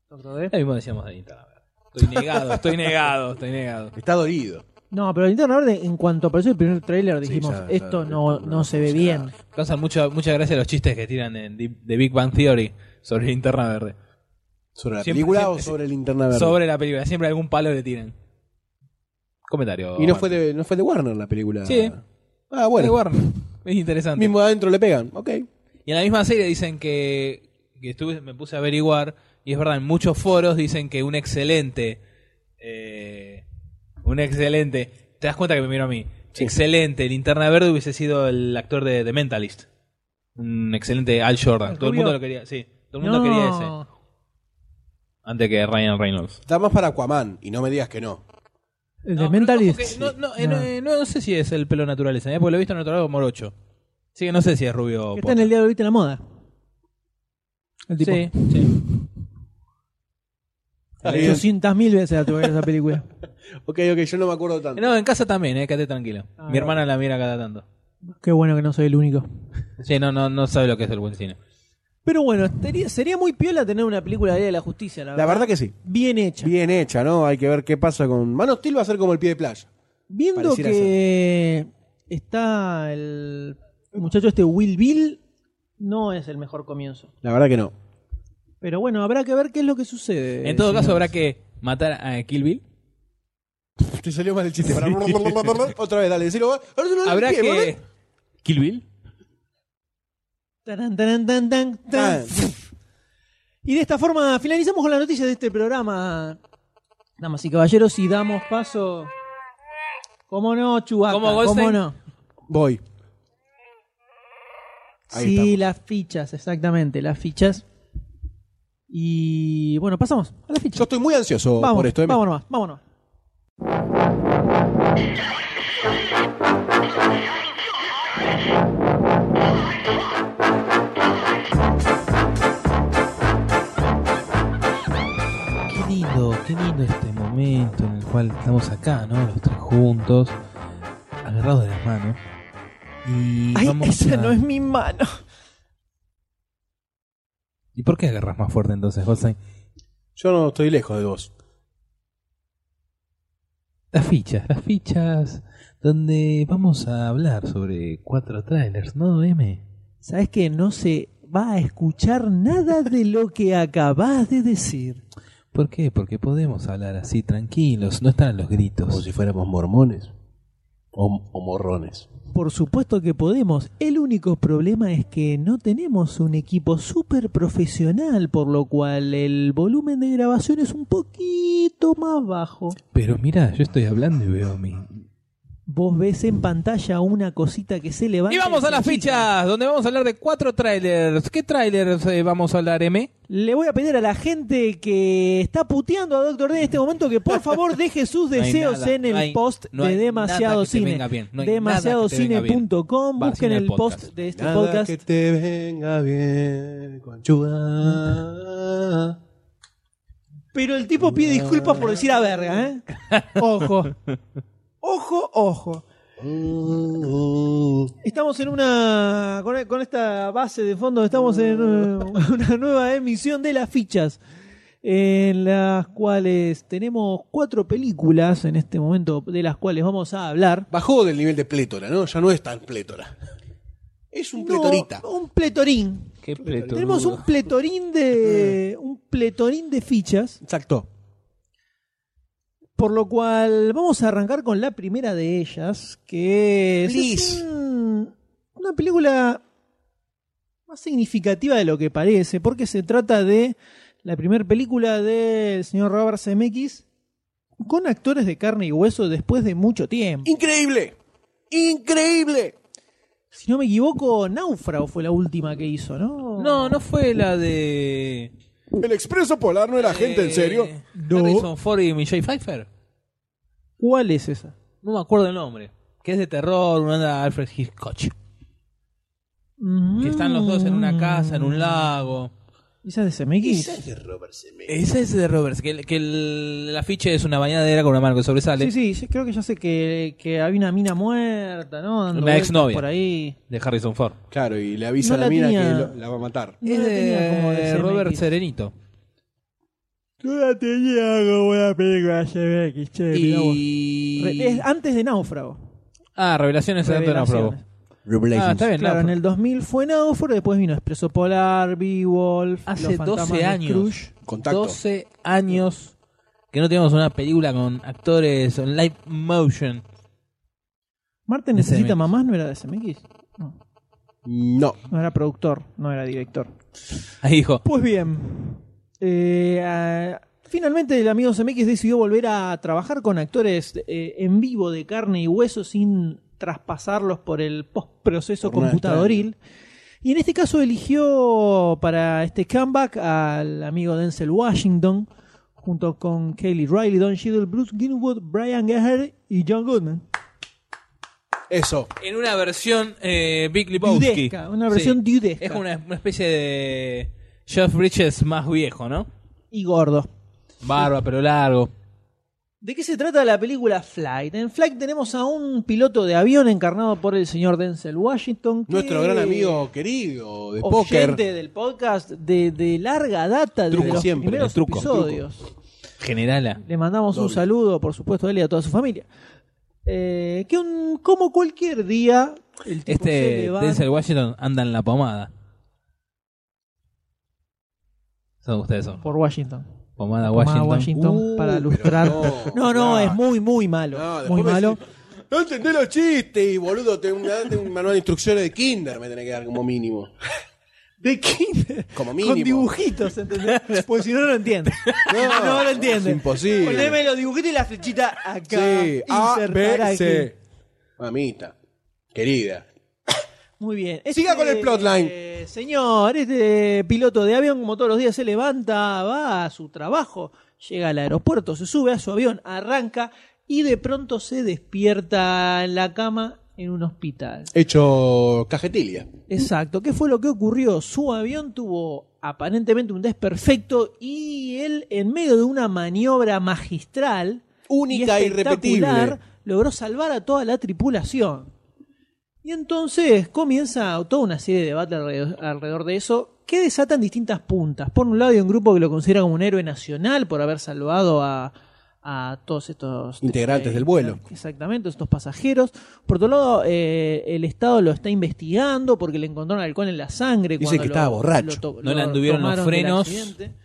[SPEAKER 4] Lo mismo decíamos de Nintendo. Estoy negado, estoy negado, estoy negado.
[SPEAKER 2] Está dolido.
[SPEAKER 1] No, pero Linterna Verde, en cuanto apareció el primer tráiler, dijimos,
[SPEAKER 2] ya, ya,
[SPEAKER 1] esto
[SPEAKER 2] ya,
[SPEAKER 1] no,
[SPEAKER 2] ya,
[SPEAKER 1] no se ve bien.
[SPEAKER 4] Cansan mucho, muchas gracias a los chistes que tiran en Di- de Big Bang Theory sobre Linterna Verde.
[SPEAKER 2] ¿Sobre la
[SPEAKER 4] Siempre-
[SPEAKER 2] película
[SPEAKER 4] siempre-
[SPEAKER 2] o sobre el internet verde?
[SPEAKER 4] Sobre la película, siempre algún palo le tiran. Comentario.
[SPEAKER 2] Y no fue, de, no fue de Warner la película.
[SPEAKER 4] Sí.
[SPEAKER 2] Ah, bueno.
[SPEAKER 4] Warner. De Warner. [laughs] Es interesante.
[SPEAKER 2] Mismo adentro le pegan. Ok.
[SPEAKER 4] Y en la misma serie dicen que, que estuve, me puse a averiguar, y es verdad, en muchos foros dicen que un excelente, eh, un excelente, te das cuenta que me miro a mí, excelente linterna verde hubiese sido el actor de, The Mentalist. Un excelente Al Jordan.
[SPEAKER 1] ¿El
[SPEAKER 4] Todo el
[SPEAKER 1] rubio?
[SPEAKER 4] mundo lo quería, sí, todo el mundo
[SPEAKER 1] No.
[SPEAKER 4] quería ese. Antes que Ryan Reynolds.
[SPEAKER 2] Está más para Aquaman y no me digas que no.
[SPEAKER 1] El de
[SPEAKER 4] No,
[SPEAKER 1] Mentalist.
[SPEAKER 4] pero ojo que No, no,
[SPEAKER 1] Sí.
[SPEAKER 4] eh, no,
[SPEAKER 1] No.
[SPEAKER 4] eh, no sé si es el pelo natural ese, eh, porque lo he visto en otro lado morocho. Así que no sé si es rubio o
[SPEAKER 1] Que está en el diario ahorita en la moda. El tipo.
[SPEAKER 4] Sí, sí.
[SPEAKER 1] 800.000 veces la tuve que ver esa película.
[SPEAKER 2] Ok, ok, yo no me acuerdo tanto.
[SPEAKER 4] No, en casa también, eh, quédate tranquilo.
[SPEAKER 1] Ah,
[SPEAKER 4] Mi hermana la mira cada tanto.
[SPEAKER 1] Qué bueno que no soy el único.
[SPEAKER 4] Sí, no, no, no sabe lo que es el buen cine.
[SPEAKER 1] Pero bueno, estaría- sería muy piola tener una película de la Liga de la Justicia, la
[SPEAKER 2] La
[SPEAKER 1] verdad.
[SPEAKER 2] verdad que sí.
[SPEAKER 1] Bien hecha.
[SPEAKER 2] Bien hecha, ¿no? Hay que ver qué pasa con. Man of Steel va a ser como el pie de playa.
[SPEAKER 1] Viendo
[SPEAKER 2] Pareciera
[SPEAKER 1] que está el muchacho este Will Bill, no es el mejor comienzo.
[SPEAKER 2] La verdad que no.
[SPEAKER 1] Pero bueno, habrá que ver qué es lo que sucede.
[SPEAKER 4] En todo caso,
[SPEAKER 1] señores.
[SPEAKER 4] habrá que matar a Kill Bill.
[SPEAKER 2] Te salió mal el chiste. Pará. Otra vez, dale, decilo. vos.
[SPEAKER 4] Habrá
[SPEAKER 2] Pie, ¿verdad?
[SPEAKER 4] que. ¿Kill Bill?
[SPEAKER 1] Tarán, tarán, tan, tan, tan. Y de esta forma finalizamos con las noticias de este programa, damas y caballeros, y damos paso. ¿Cómo no, Chubaca?
[SPEAKER 4] ¿Cómo, Goldstein?
[SPEAKER 1] no?
[SPEAKER 2] Voy. Ahí
[SPEAKER 1] sí,
[SPEAKER 2] estamos.
[SPEAKER 1] las fichas, exactamente, las fichas. Y bueno, pasamos a las fichas.
[SPEAKER 2] Yo estoy muy ansioso
[SPEAKER 1] Vamos,
[SPEAKER 2] por esto. ¿eh?
[SPEAKER 1] vámonos, vámonos.
[SPEAKER 4] Qué lindo, qué lindo este momento en el cual estamos acá, ¿no? Los tres juntos, agarrados de las manos. Y
[SPEAKER 1] Ay,
[SPEAKER 4] vamos
[SPEAKER 1] esa
[SPEAKER 4] a-
[SPEAKER 1] no es mi mano.
[SPEAKER 4] ¿Y por qué agarras más fuerte entonces, Goldstein?
[SPEAKER 2] Yo no estoy lejos de vos.
[SPEAKER 4] Las fichas, las fichas, donde vamos a hablar sobre cuatro trailers, ¿no, M?
[SPEAKER 1] ¿Sabes que no se va a escuchar nada de lo que acabas de decir?
[SPEAKER 4] ¿Por qué? Porque podemos hablar así tranquilos, no están los gritos.
[SPEAKER 2] Como si fuéramos mormones. O, o morrones.
[SPEAKER 1] Por supuesto que podemos. El único problema es que no tenemos un equipo súper profesional, por lo cual el volumen de grabación es un poquito más bajo.
[SPEAKER 4] Pero mira, yo estoy hablando y veo mi.
[SPEAKER 1] Vos ves en pantalla una cosita que se levanta.
[SPEAKER 4] Y vamos a las fichas, donde vamos a hablar de cuatro trailers. ¿Qué trailers eh, vamos a hablar, M?
[SPEAKER 1] Le voy a pedir a la gente que está puteando a Doctor D en este momento que por
[SPEAKER 4] [laughs]
[SPEAKER 1] favor deje sus
[SPEAKER 4] hay
[SPEAKER 1] deseos
[SPEAKER 4] nada,
[SPEAKER 1] en
[SPEAKER 4] no
[SPEAKER 1] el
[SPEAKER 4] hay-
[SPEAKER 1] post
[SPEAKER 4] no
[SPEAKER 1] de
[SPEAKER 4] hay nada
[SPEAKER 1] demasiado
[SPEAKER 4] que te
[SPEAKER 1] cine.
[SPEAKER 4] venga bien, no hay nada que te venga bien.
[SPEAKER 1] demasiadocine.com,
[SPEAKER 4] Va,
[SPEAKER 1] busquen
[SPEAKER 4] sin el
[SPEAKER 1] el post
[SPEAKER 4] podcast.
[SPEAKER 1] de este
[SPEAKER 2] Nada
[SPEAKER 1] podcast.
[SPEAKER 2] que te venga bien, Conchuda.
[SPEAKER 1] Pero el
[SPEAKER 2] [laughs]
[SPEAKER 1] tipo pide disculpas por decir a verga, ¿eh?
[SPEAKER 8] Ojo. Ojo, ojo.
[SPEAKER 1] Estamos en una. Con, con esta base de fondo, estamos en eh, una nueva emisión de las fichas. En las cuales tenemos cuatro películas en este momento, de las cuales vamos a hablar.
[SPEAKER 2] Bajó del nivel de plétora, ¿no? Ya no es tan plétora. Es un pletorita.
[SPEAKER 1] No, un pletorín.
[SPEAKER 4] Qué pleto.
[SPEAKER 1] Tenemos un pletorín de. un pletorín de fichas.
[SPEAKER 2] Exacto.
[SPEAKER 1] Por lo cual vamos a arrancar con la primera de ellas, que es,
[SPEAKER 2] Please.
[SPEAKER 1] es un- una película más significativa de lo que parece, porque se trata de la primera película del señor Robert Zemeckis con actores de carne y hueso después de mucho tiempo.
[SPEAKER 2] Increíble. Increíble.
[SPEAKER 1] Si no me equivoco, Náufrago fue la última que hizo, ¿no?
[SPEAKER 4] No, no fue la de.
[SPEAKER 2] El expreso polar no era gente, en serio.
[SPEAKER 4] Eh,
[SPEAKER 1] No.
[SPEAKER 4] Harrison Ford y Michelle Pfeiffer.
[SPEAKER 1] ¿Cuál es esa?
[SPEAKER 4] No me acuerdo el nombre. Que es de terror, una de Alfred Hitchcock. Que están los dos en
[SPEAKER 1] Mm.
[SPEAKER 4] una casa, en un lago.
[SPEAKER 1] ¿Esa es de Zemeckis?
[SPEAKER 4] Ese es de Roberts, que, el- que el, el afiche es una bañadera con una mano que sobresale.
[SPEAKER 1] Sí, sí, yo creo que ya sé que, que había una mina muerta, ¿no? Dando
[SPEAKER 4] Una
[SPEAKER 1] vueltas
[SPEAKER 4] exnovia.
[SPEAKER 1] Por ahí.
[SPEAKER 4] De Harrison Ford.
[SPEAKER 2] Claro, y le avisa
[SPEAKER 1] No
[SPEAKER 2] a la,
[SPEAKER 1] la
[SPEAKER 2] mina
[SPEAKER 1] tenía.
[SPEAKER 2] que lo- la va a matar.
[SPEAKER 1] No
[SPEAKER 4] es
[SPEAKER 1] la
[SPEAKER 4] de,
[SPEAKER 1] tenía como de CMX.
[SPEAKER 4] Robert Serenito. Y...
[SPEAKER 1] Eh, Re- es antes de Náufrago.
[SPEAKER 4] Ah, Revelaciones de Náufrago.
[SPEAKER 1] Revelaciones.
[SPEAKER 4] Ah, está bien.
[SPEAKER 1] Claro, en
[SPEAKER 4] Náufrago.
[SPEAKER 1] el 2000 fue Náufrago, después vino Expreso Polar, Beowulf,
[SPEAKER 4] Hace
[SPEAKER 1] Los Fantasmas
[SPEAKER 4] 12
[SPEAKER 1] de
[SPEAKER 4] años.
[SPEAKER 1] Scrooge.
[SPEAKER 2] Contacto.
[SPEAKER 4] 12 años que no teníamos una película con actores en live motion.
[SPEAKER 1] Marte
[SPEAKER 4] De
[SPEAKER 1] necesita
[SPEAKER 4] CMX.
[SPEAKER 1] mamás, no era de CMX. No,
[SPEAKER 2] No.
[SPEAKER 1] no era productor, no era director.
[SPEAKER 4] Ahí dijo.
[SPEAKER 1] Pues bien, eh, ah, finalmente el amigo CMX decidió volver a trabajar con actores eh, en vivo de carne y hueso sin traspasarlos por el postproceso
[SPEAKER 2] Por nada
[SPEAKER 1] computadoril. Y en este caso eligió para este comeback al amigo Denzel Washington junto con Kelly Riley, Don Cheadle, Bruce Greenwood, Brian Geher y John Goodman.
[SPEAKER 2] Eso.
[SPEAKER 4] En una versión eh, Big Lebowski.
[SPEAKER 1] Dudesca, una versión
[SPEAKER 4] Sí.
[SPEAKER 1] dudesca.
[SPEAKER 4] Es una, una especie de Jeff Bridges más viejo, ¿no?
[SPEAKER 1] y gordo.
[SPEAKER 4] Barba, pero largo.
[SPEAKER 1] ¿De qué se trata la película Flight? En Flight tenemos a un piloto de avión encarnado por el señor Denzel Washington. que-
[SPEAKER 2] Nuestro gran amigo querido de
[SPEAKER 1] oyente
[SPEAKER 2] póker.
[SPEAKER 1] del podcast de, de larga data desde
[SPEAKER 2] Truco
[SPEAKER 1] los
[SPEAKER 2] siempre,
[SPEAKER 1] primeros
[SPEAKER 4] truco,
[SPEAKER 1] episodios.
[SPEAKER 4] Generala.
[SPEAKER 1] Le mandamos un
[SPEAKER 2] Doble.
[SPEAKER 1] saludo, por supuesto, a él y a toda su familia. Eh, que un, como cualquier día, el tipo se
[SPEAKER 4] Este
[SPEAKER 1] levanta-
[SPEAKER 4] Denzel Washington anda en la pomada. Son ustedes son.
[SPEAKER 1] por Washington.
[SPEAKER 4] Pomada
[SPEAKER 1] Tomada
[SPEAKER 4] Washington.
[SPEAKER 1] Washington
[SPEAKER 2] Uh,
[SPEAKER 1] para
[SPEAKER 2] pero
[SPEAKER 1] ilustrar. No, no,
[SPEAKER 2] no, claro.
[SPEAKER 1] es muy, muy malo.
[SPEAKER 2] No, después
[SPEAKER 1] muy
[SPEAKER 2] me
[SPEAKER 1] malo.
[SPEAKER 2] decís, No entendés los chistes y boludo, te un, date un manual de instrucciones de kinder me tenés que dar como mínimo.
[SPEAKER 1] De kinder.
[SPEAKER 2] Como
[SPEAKER 1] Con
[SPEAKER 2] mínimo.
[SPEAKER 1] dibujitos,
[SPEAKER 2] [laughs]
[SPEAKER 1] ¿entendés? Porque si no, no lo entiende.
[SPEAKER 2] No,
[SPEAKER 1] [laughs] No, no lo entiende.
[SPEAKER 2] es imposible.
[SPEAKER 1] Poneme los dibujitos y la flechita acá.
[SPEAKER 2] Sí, A,
[SPEAKER 1] Insertar
[SPEAKER 2] B,
[SPEAKER 1] aquí.
[SPEAKER 2] C. Mamita. Querida.
[SPEAKER 1] Muy bien. Este
[SPEAKER 2] Siga con el plotline.
[SPEAKER 1] eh, señor, este piloto de avión, como todos los días, se levanta, va a su trabajo, llega al aeropuerto, se sube a su avión, arranca y de pronto se despierta en la cama en un hospital.
[SPEAKER 2] Hecho cajetilla.
[SPEAKER 1] Exacto. ¿Qué fue lo que ocurrió? Su avión tuvo aparentemente un desperfecto y él, en medio de una maniobra magistral,
[SPEAKER 2] Única
[SPEAKER 1] y
[SPEAKER 2] e irrepetible.
[SPEAKER 1] espectacular, logró salvar a toda la tripulación. Y entonces comienza toda una serie de debates alrededor- alrededor de eso que desatan distintas puntas. Por un lado hay un grupo que lo considera como un héroe nacional por haber salvado a, a todos estos... eh,
[SPEAKER 2] Integrantes del vuelo.
[SPEAKER 1] Exactamente, estos pasajeros. Por otro lado, eh, el Estado lo está investigando porque le encontraron alcohol en la sangre.
[SPEAKER 2] Dicen
[SPEAKER 1] cuando
[SPEAKER 2] que
[SPEAKER 1] lo-
[SPEAKER 2] estaba borracho.
[SPEAKER 1] lo to-
[SPEAKER 4] No
[SPEAKER 1] lo
[SPEAKER 4] le anduvieron los
[SPEAKER 1] tomaron del
[SPEAKER 4] frenos.
[SPEAKER 1] accidente.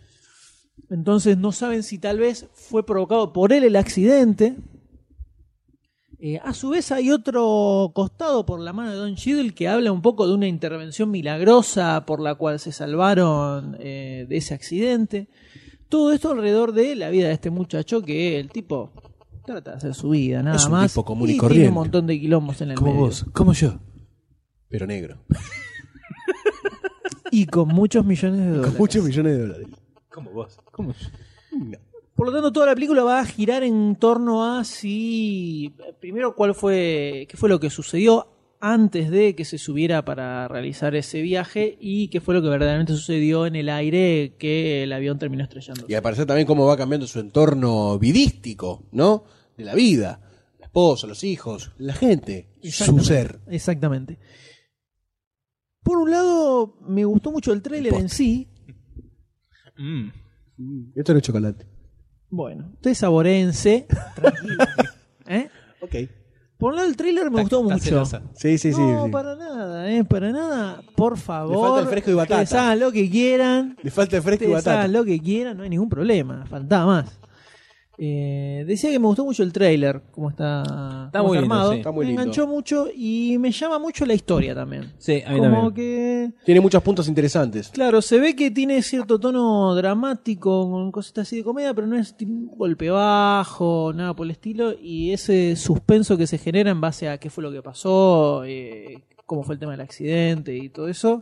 [SPEAKER 1] Entonces no saben si tal vez fue provocado por él el accidente. Eh, a su vez hay otro costado por la mano de Don Cheadle que habla un poco de una intervención milagrosa por la cual se salvaron eh, de ese accidente. Todo esto alrededor de la vida de este muchacho que el tipo trata de hacer su vida, nada
[SPEAKER 2] Es un
[SPEAKER 1] más.
[SPEAKER 2] tipo común y
[SPEAKER 1] tiene
[SPEAKER 2] corriente.
[SPEAKER 1] un montón de quilombos en el
[SPEAKER 2] Como
[SPEAKER 1] medio.
[SPEAKER 2] vos, como yo. Pero negro.
[SPEAKER 1] Y con muchos millones de dólares.
[SPEAKER 2] Con muchos millones de dólares.
[SPEAKER 4] Como vos. Como yo.
[SPEAKER 1] Por lo tanto, toda la película va a girar en torno a si. eh, Primero, cuál fue. qué fue lo que sucedió antes de que se subiera para realizar ese viaje y qué fue lo que verdaderamente sucedió en el aire que el avión terminó estrellando.
[SPEAKER 2] Y al parecer también cómo va cambiando su entorno vidístico, ¿no? De la vida. Las esposa, los hijos, la gente, su
[SPEAKER 1] Exactamente.
[SPEAKER 2] ser.
[SPEAKER 1] Exactamente. Por un lado, me gustó mucho el tráiler en sí.
[SPEAKER 4] Mm.
[SPEAKER 2] Esto no es chocolate.
[SPEAKER 1] Bueno, ustedes
[SPEAKER 4] [laughs]
[SPEAKER 1] saborense. ¿Eh?
[SPEAKER 2] Ok.
[SPEAKER 1] Por un lado, el tráiler me gustó
[SPEAKER 4] Está- está
[SPEAKER 1] mucho.
[SPEAKER 4] celosa.
[SPEAKER 2] Sí, sí, sí.
[SPEAKER 1] no,
[SPEAKER 2] sí.
[SPEAKER 1] para nada, ¿eh? Para nada. Por favor.
[SPEAKER 2] Le falta el fresco y batata.
[SPEAKER 1] Ustedes hagan lo que quieran.
[SPEAKER 2] Le falta el fresco y
[SPEAKER 1] Ustedes
[SPEAKER 2] batata.
[SPEAKER 1] hagan lo que quieran, no hay ningún problema. Faltaba más. Eh, decía que me gustó mucho el tráiler, como está, cómo
[SPEAKER 4] muy lindo,
[SPEAKER 1] armado.
[SPEAKER 4] sí.
[SPEAKER 2] Está muy
[SPEAKER 1] me
[SPEAKER 2] lindo.
[SPEAKER 1] enganchó mucho y me llama mucho la historia también.
[SPEAKER 4] Sí, a mí
[SPEAKER 1] como
[SPEAKER 4] también.
[SPEAKER 1] que
[SPEAKER 2] Tiene muchas puntas interesantes.
[SPEAKER 1] Claro, se ve que tiene cierto tono dramático, con cositas así de comedia, pero no es tipo un golpe bajo, nada por el estilo. Y ese suspenso que se genera en base a qué fue lo que pasó, eh, cómo fue el tema del accidente y todo eso,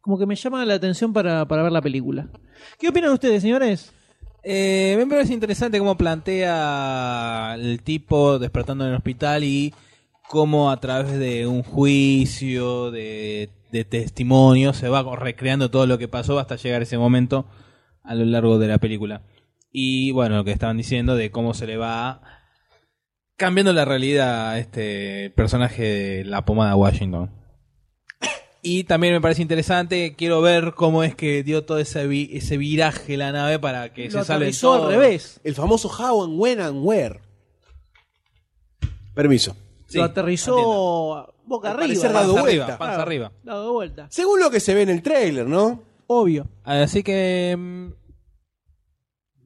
[SPEAKER 1] como que me llama la atención para, para ver la película. ¿Qué opinan ustedes, señores?
[SPEAKER 4] Eh, me parece interesante cómo plantea el tipo despertando en el hospital y cómo a través de un juicio, de, de testimonio, se va como recreando todo lo que pasó hasta llegar ese momento a lo largo de la película. Y bueno, lo que estaban diciendo de cómo se le va cambiando la realidad a este personaje de la pomada Washington. Y también me parece interesante, quiero ver cómo es que dio todo ese, vi- ese viraje la nave para que se salve
[SPEAKER 1] aterrizó
[SPEAKER 4] todo.
[SPEAKER 1] al revés.
[SPEAKER 2] El famoso how and when and where. Permiso.
[SPEAKER 4] Sí,
[SPEAKER 1] lo aterrizó boca
[SPEAKER 2] Al
[SPEAKER 1] arriba.
[SPEAKER 2] parecer
[SPEAKER 1] Dado
[SPEAKER 2] dado
[SPEAKER 4] Panza
[SPEAKER 2] vuelta.
[SPEAKER 4] arriba, panza
[SPEAKER 1] Claro.
[SPEAKER 4] arriba.
[SPEAKER 1] de vuelta.
[SPEAKER 2] Según lo que se ve en el trailer, ¿no?
[SPEAKER 1] Obvio.
[SPEAKER 4] Así que mm,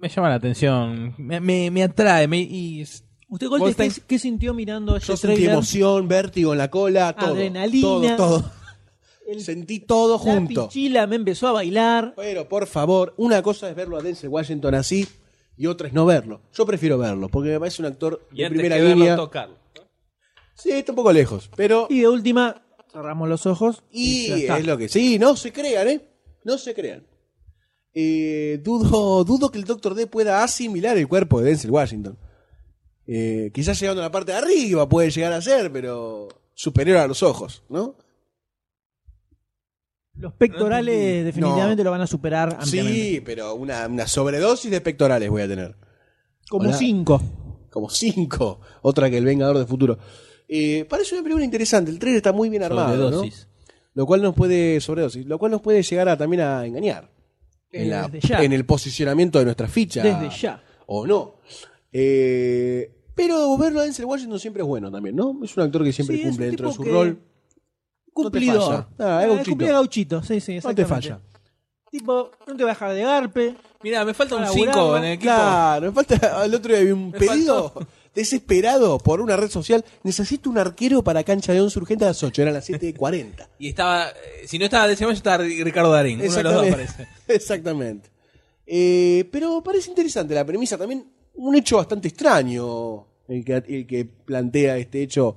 [SPEAKER 4] me llama la atención, me, me- me atrae, me- y s-
[SPEAKER 1] ¿Usted, Golte,
[SPEAKER 4] Vos
[SPEAKER 1] qué,
[SPEAKER 4] ten-
[SPEAKER 1] qué sintió mirando ese
[SPEAKER 2] Yo sentí
[SPEAKER 1] tráiler?
[SPEAKER 2] emoción, vértigo en la cola, todo.
[SPEAKER 1] Adrenalina.
[SPEAKER 2] Todo, todo.
[SPEAKER 1] El-
[SPEAKER 2] Sentí todo
[SPEAKER 1] La
[SPEAKER 2] junto.
[SPEAKER 1] pichila me empezó a bailar.
[SPEAKER 2] Pero por favor, una cosa es verlo a Denzel Washington así y otra es no verlo. Yo prefiero verlo porque me parece un actor
[SPEAKER 4] y
[SPEAKER 2] de
[SPEAKER 4] antes
[SPEAKER 2] primera
[SPEAKER 4] que verlo
[SPEAKER 2] línea.
[SPEAKER 4] tocarlo.
[SPEAKER 2] Sí, está un poco lejos, pero
[SPEAKER 1] Y de última, cerramos los ojos.
[SPEAKER 2] y
[SPEAKER 1] ya está.
[SPEAKER 2] es lo que sí, no se crean, ¿eh? No se crean. Eh, dudo, dudo que el Doctor D pueda asimilar el cuerpo de Denzel Washington. Eh, quizás llegando a la parte de arriba puede llegar a ser, pero superior a los ojos, ¿no?
[SPEAKER 1] Los pectorales definitivamente lo van a superar ampliamente.
[SPEAKER 2] Sí, pero una, una sobredosis de pectorales voy a tener.
[SPEAKER 1] Como
[SPEAKER 2] Hola.
[SPEAKER 1] cinco.
[SPEAKER 2] Como cinco. Otra que el Vengador del Futuro. Eh, parece una película interesante. El trailer está muy bien armado, ¿no?
[SPEAKER 4] Sobredosis.
[SPEAKER 2] Lo cual nos puede sobredosis. Lo cual nos puede llegar a, también a engañar. En, la-
[SPEAKER 1] Eh, Desde ya.
[SPEAKER 2] en el posicionamiento de nuestra ficha.
[SPEAKER 1] Desde ya.
[SPEAKER 2] O no. Eh, pero verlo a Denzel Washington siempre es bueno también, ¿no? Es un actor que siempre
[SPEAKER 1] Sí, es
[SPEAKER 2] cumple
[SPEAKER 1] un
[SPEAKER 2] dentro de
[SPEAKER 1] tipo
[SPEAKER 2] su
[SPEAKER 1] que-
[SPEAKER 2] rol.
[SPEAKER 1] Cumplidor.
[SPEAKER 2] falla. Ah, es
[SPEAKER 1] Eh,
[SPEAKER 2] gauchito.
[SPEAKER 1] cumplía gauchito. Sí, sí,
[SPEAKER 2] No te
[SPEAKER 1] exactamente.
[SPEAKER 2] falla.
[SPEAKER 1] Tipo, no te voy a dejar de garpe.
[SPEAKER 4] Mira, me falta un
[SPEAKER 1] Para
[SPEAKER 4] 5
[SPEAKER 1] laburarlo.
[SPEAKER 4] en el equipo.
[SPEAKER 2] Claro, me falta. El otro día vi un
[SPEAKER 4] Me
[SPEAKER 2] pedido desesperado por una red social. Necesito un arquero para cancha de once urgente a las 8, eran las 7.40.
[SPEAKER 4] Y estaba, eh, si no estaba de semana, estaba Ri- Ricardo Darín, uno de los dos parece.
[SPEAKER 2] [laughs] Exactamente. Eh, pero parece interesante la premisa. También un hecho bastante extraño el que, el que plantea este hecho,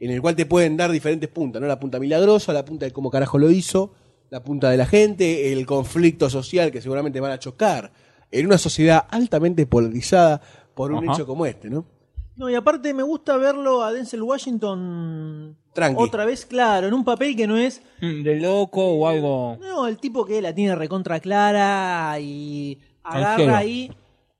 [SPEAKER 2] en el cual te pueden dar diferentes puntas: ¿no? la punta milagrosa, la punta de cómo carajo lo hizo, la punta de la gente, el conflicto social que seguramente van a chocar en una sociedad altamente polarizada por un
[SPEAKER 4] Ajá.
[SPEAKER 2] hecho como este, ¿no?
[SPEAKER 1] No, y aparte me gusta verlo a Denzel Washington
[SPEAKER 2] Tranqui.
[SPEAKER 1] otra vez, claro, en un papel que no es
[SPEAKER 4] Mm, De loco o algo.
[SPEAKER 1] No, el tipo que la tiene recontra clara y
[SPEAKER 4] Canchero.
[SPEAKER 1] agarra ahí,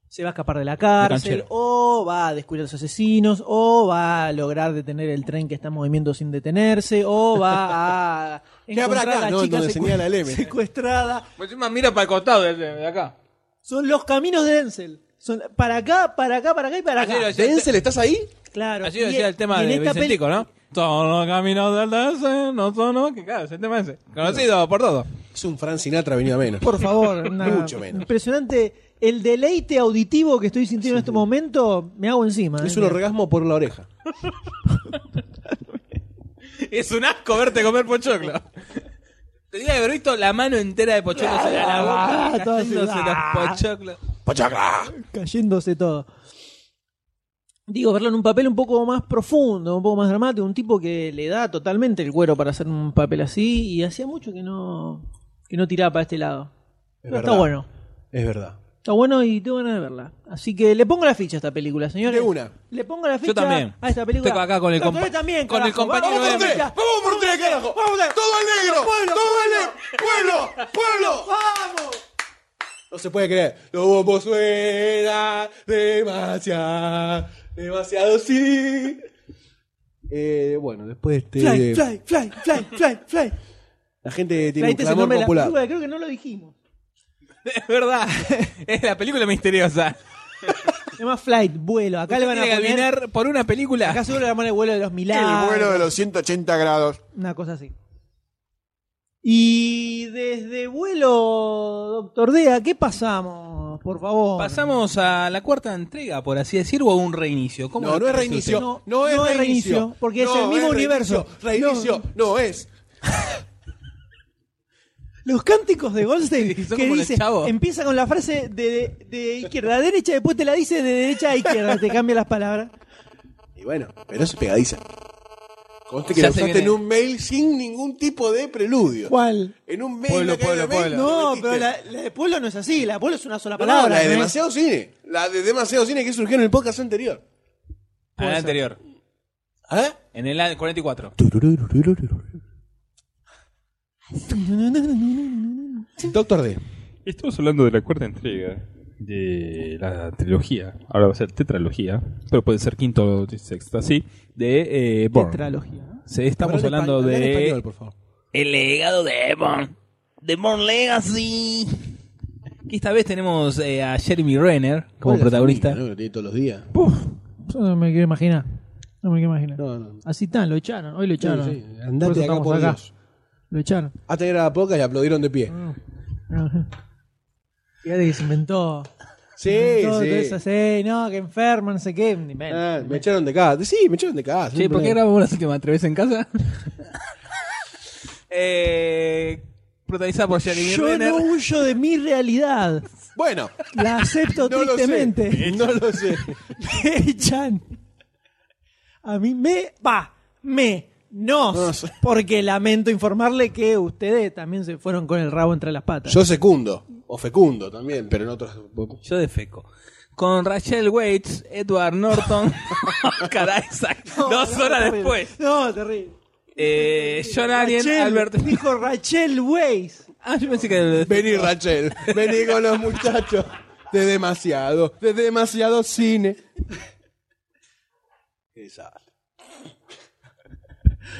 [SPEAKER 1] se va a escapar de la
[SPEAKER 4] canchero.
[SPEAKER 1] cárcel, o va a descubrir a los asesinos, o va a lograr detener el tren que está en movimiento sin detenerse, o va
[SPEAKER 2] [laughs]
[SPEAKER 1] a
[SPEAKER 2] habrá
[SPEAKER 1] encontrar
[SPEAKER 2] acá?
[SPEAKER 1] a la
[SPEAKER 2] No,
[SPEAKER 1] chica
[SPEAKER 2] donde
[SPEAKER 1] secu-
[SPEAKER 2] señala el M.
[SPEAKER 1] secuestrada.
[SPEAKER 4] Pues encima mira para el costado de, de acá.
[SPEAKER 1] Son los caminos de Denzel. Son para acá, para acá, para acá y para acá.
[SPEAKER 4] Ayer, ayer,
[SPEAKER 2] Denzel, ¿estás ahí?
[SPEAKER 1] Claro.
[SPEAKER 4] Así
[SPEAKER 1] y
[SPEAKER 4] decía
[SPEAKER 1] en-
[SPEAKER 4] el
[SPEAKER 1] y
[SPEAKER 4] tema
[SPEAKER 1] en
[SPEAKER 4] de
[SPEAKER 1] esta peli-
[SPEAKER 4] Vicentico, ¿no? Son los caminos del dance, no son los que claro, es el tema ese. Conocido por todos.
[SPEAKER 2] Es un Fran Sinatra venido a menos.
[SPEAKER 1] Por [laughs] favor, una-
[SPEAKER 2] Mucho menos.
[SPEAKER 1] impresionante. El deleite auditivo que estoy sintiendo en este momento, me hago encima.
[SPEAKER 2] Es
[SPEAKER 1] ¿eh?
[SPEAKER 2] un orgasmo por la oreja.
[SPEAKER 4] Es un asco verte comer pochoclo. Tendría que haber visto la mano entera de pochoclo a la boca,
[SPEAKER 1] toda
[SPEAKER 4] cayéndose los pochoclos.
[SPEAKER 1] cayéndose todo. Digo, verlo en un papel un poco más profundo, un poco más dramático, un tipo que le da totalmente el cuero para hacer un papel así y hacía mucho que no que no tiraba para este lado. Pero está
[SPEAKER 2] verdad.
[SPEAKER 1] bueno.
[SPEAKER 2] Es verdad.
[SPEAKER 1] Está bueno y tengo ganas de verla. Así que le pongo la ficha a esta película, señores.
[SPEAKER 2] De una.
[SPEAKER 1] Le pongo la ficha
[SPEAKER 4] Yo también.
[SPEAKER 1] a esta película.
[SPEAKER 4] Estoy acá con el
[SPEAKER 1] Doctor
[SPEAKER 4] compa-
[SPEAKER 1] D también,
[SPEAKER 4] con el
[SPEAKER 1] carajo.
[SPEAKER 4] compañero
[SPEAKER 1] Vamos por
[SPEAKER 4] de-
[SPEAKER 1] tres.
[SPEAKER 2] ¡Vamos por tres, carajo! ¡Vamos ¡Todo el negro! ¡Todo el negro! ¡Pueblo! ¡Pueblo! ¡Vamos! No se puede creer. Los bombos suenan demasiado, demasiado sí. Eh, bueno, después este,
[SPEAKER 1] Fly, fly, fly, fly, fly, fly.
[SPEAKER 2] la gente tiene
[SPEAKER 1] Ahí
[SPEAKER 2] un
[SPEAKER 1] está el
[SPEAKER 2] clamor
[SPEAKER 1] nombre de la
[SPEAKER 2] popular.
[SPEAKER 1] película, creo que no lo dijimos.
[SPEAKER 4] Es verdad. Es la película misteriosa.
[SPEAKER 1] Se llama Flight, vuelo. Acá le van a
[SPEAKER 4] Tiene que
[SPEAKER 1] poner.
[SPEAKER 4] adivinar por una
[SPEAKER 1] Acá
[SPEAKER 4] película.
[SPEAKER 1] seguro le van a poner el vuelo de los milagros.
[SPEAKER 9] El vuelo de los 180 grados.
[SPEAKER 1] Una cosa así. Y desde vuelo, doctor Dea, ¿qué pasamos? Por favor.
[SPEAKER 4] Pasamos a la cuarta entrega, por así decir, o a un reinicio. ¿Cómo
[SPEAKER 2] No,
[SPEAKER 4] lo
[SPEAKER 2] no es
[SPEAKER 4] parece
[SPEAKER 2] reinicio.
[SPEAKER 4] usted?
[SPEAKER 2] No, es
[SPEAKER 1] no es
[SPEAKER 2] reinicio.
[SPEAKER 1] reinicio, porque es
[SPEAKER 2] No
[SPEAKER 1] el mismo universo.
[SPEAKER 2] Reinicio,
[SPEAKER 1] No.
[SPEAKER 2] no, es.
[SPEAKER 1] Los cánticos de Goldstein
[SPEAKER 4] Sí, son
[SPEAKER 1] que
[SPEAKER 4] como los
[SPEAKER 1] dice,
[SPEAKER 4] chavos.
[SPEAKER 1] empieza con la frase de, de izquierda a derecha, después te la dice de derecha a izquierda, te cambia las palabras.
[SPEAKER 2] Y bueno, pero es pegadiza. Conste que
[SPEAKER 4] Ya
[SPEAKER 2] lo
[SPEAKER 4] se
[SPEAKER 2] usaste
[SPEAKER 4] viene.
[SPEAKER 2] en un mail sin ningún tipo de preludio.
[SPEAKER 1] ¿Cuál?
[SPEAKER 2] En un mail.
[SPEAKER 4] Pueblo,
[SPEAKER 2] acá en
[SPEAKER 4] pueblo,
[SPEAKER 2] el mail,
[SPEAKER 4] pueblo.
[SPEAKER 2] lo
[SPEAKER 1] No,
[SPEAKER 2] metiste.
[SPEAKER 1] pero la, la de pueblo no es así, la de pueblo es una sola
[SPEAKER 2] No, no,
[SPEAKER 1] palabra.
[SPEAKER 2] la de
[SPEAKER 1] ¿no es?
[SPEAKER 2] demasiado cine. La de demasiado cine que surgió en el podcast anterior.
[SPEAKER 4] A la Ah, anterior.
[SPEAKER 2] ¿Eh?
[SPEAKER 4] En el año 44.
[SPEAKER 2] Doctor D.
[SPEAKER 6] Estamos hablando de la cuarta entrega de la trilogía. Ahora va a ser tetralogía, pero puede ser quinto, sexta, sí. De eh, Bourne.
[SPEAKER 1] Tetralogía, ¿no?
[SPEAKER 6] Sí, estamos
[SPEAKER 2] Hablar en
[SPEAKER 6] hablando
[SPEAKER 2] español, hablar en
[SPEAKER 6] de
[SPEAKER 2] español, por favor.
[SPEAKER 4] El legado de Bourne. De Bourne Legacy. Y esta vez tenemos eh, a Jeremy Renner como
[SPEAKER 2] Hola,
[SPEAKER 4] protagonista.
[SPEAKER 2] familia, ¿no? Que lo tiene todos los días.
[SPEAKER 1] Yo no me quiero imaginar. No me quiero imaginar.
[SPEAKER 2] No, no.
[SPEAKER 1] Así tan, lo echaron, hoy lo echaron.
[SPEAKER 2] Sí, sí,
[SPEAKER 1] Por eso
[SPEAKER 2] Andate de acá
[SPEAKER 1] estamos
[SPEAKER 2] por
[SPEAKER 1] acá. Mm.
[SPEAKER 2] Dios.
[SPEAKER 1] Lo echaron.
[SPEAKER 2] Hasta que era la poca y aplaudieron de pie.
[SPEAKER 1] Ajá. Fíjate que se inventó.
[SPEAKER 2] Sí,
[SPEAKER 1] Todo, todo
[SPEAKER 2] sí.
[SPEAKER 1] eso, sí, no, que enferma, no sé qué. ni ven.
[SPEAKER 2] Ah, me echaron de casa. Sí, me echaron de casa. no
[SPEAKER 4] Che,
[SPEAKER 2] hay
[SPEAKER 4] ¿por qué
[SPEAKER 2] problema.
[SPEAKER 4] grabamos las últimas tres veces en casa? eh, protagonizada por Jeremy
[SPEAKER 1] Yo
[SPEAKER 4] Renner.
[SPEAKER 1] no huyo de mi realidad.
[SPEAKER 2] Bueno,
[SPEAKER 1] La acepto
[SPEAKER 2] [laughs] no lo
[SPEAKER 1] tristemente. [laughs]
[SPEAKER 2] sé. [laughs] No lo sé.
[SPEAKER 1] Me echan. A mí me va, me, nos.
[SPEAKER 2] No sé.
[SPEAKER 1] Porque lamento informarle que ustedes también se fueron con el rabo entre las patas.
[SPEAKER 2] Yo secundo. O fecundo también, pero en otros.
[SPEAKER 4] Yo defeco. Con Rachel Waits, Edward [laughs] Norton, Oscar Isaac, dos
[SPEAKER 1] No,
[SPEAKER 4] horas
[SPEAKER 1] terrible.
[SPEAKER 4] después.
[SPEAKER 1] No, terrible.
[SPEAKER 4] Eh, John Allen,
[SPEAKER 1] Rachel,
[SPEAKER 4] Albert. [laughs]
[SPEAKER 1] Dijo Rachel Weiss.
[SPEAKER 4] Ah, yo pensé que el-
[SPEAKER 2] Vení, Rachel. Vení con los muchachos. De demasiado. De demasiado cine. Exacto.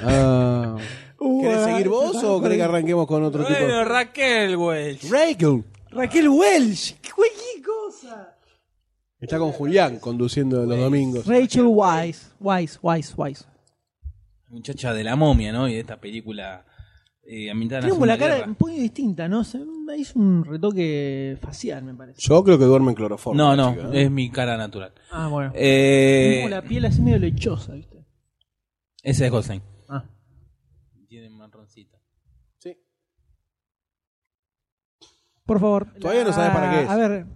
[SPEAKER 2] Ah. ¿Querés seguir vos o querés que arranquemos con otro tipo?
[SPEAKER 4] Bueno, Raquel Welch.
[SPEAKER 2] Rachel.
[SPEAKER 1] Raquel Welsh. ¿Qué qué cosa?
[SPEAKER 2] Está con Julián conduciendo los domingos.
[SPEAKER 1] Rachel Weiss. Weiss, Weiss, Weiss.
[SPEAKER 4] Muchacha de la momia, ¿no? Y de esta película eh, ambientada en la
[SPEAKER 1] Tiene como la
[SPEAKER 4] Segunda
[SPEAKER 1] cara
[SPEAKER 4] Guerra.
[SPEAKER 1] un poquito distinta, ¿no? Se, hizo un retoque facial, me parece.
[SPEAKER 2] Yo creo que duerme en cloroformo.
[SPEAKER 4] No,
[SPEAKER 2] la
[SPEAKER 4] no,
[SPEAKER 1] Eh,
[SPEAKER 2] chica, ¿eh?
[SPEAKER 4] es mi cara natural.
[SPEAKER 1] Ah, bueno. Tiene
[SPEAKER 4] Eh,
[SPEAKER 1] como la piel así medio lechosa, ¿viste?
[SPEAKER 4] Ese es Goldstein.
[SPEAKER 1] Ah.
[SPEAKER 4] Tiene marroncita.
[SPEAKER 1] Por favor. Ah,
[SPEAKER 2] Todavía no sabes para qué es.
[SPEAKER 1] A ver,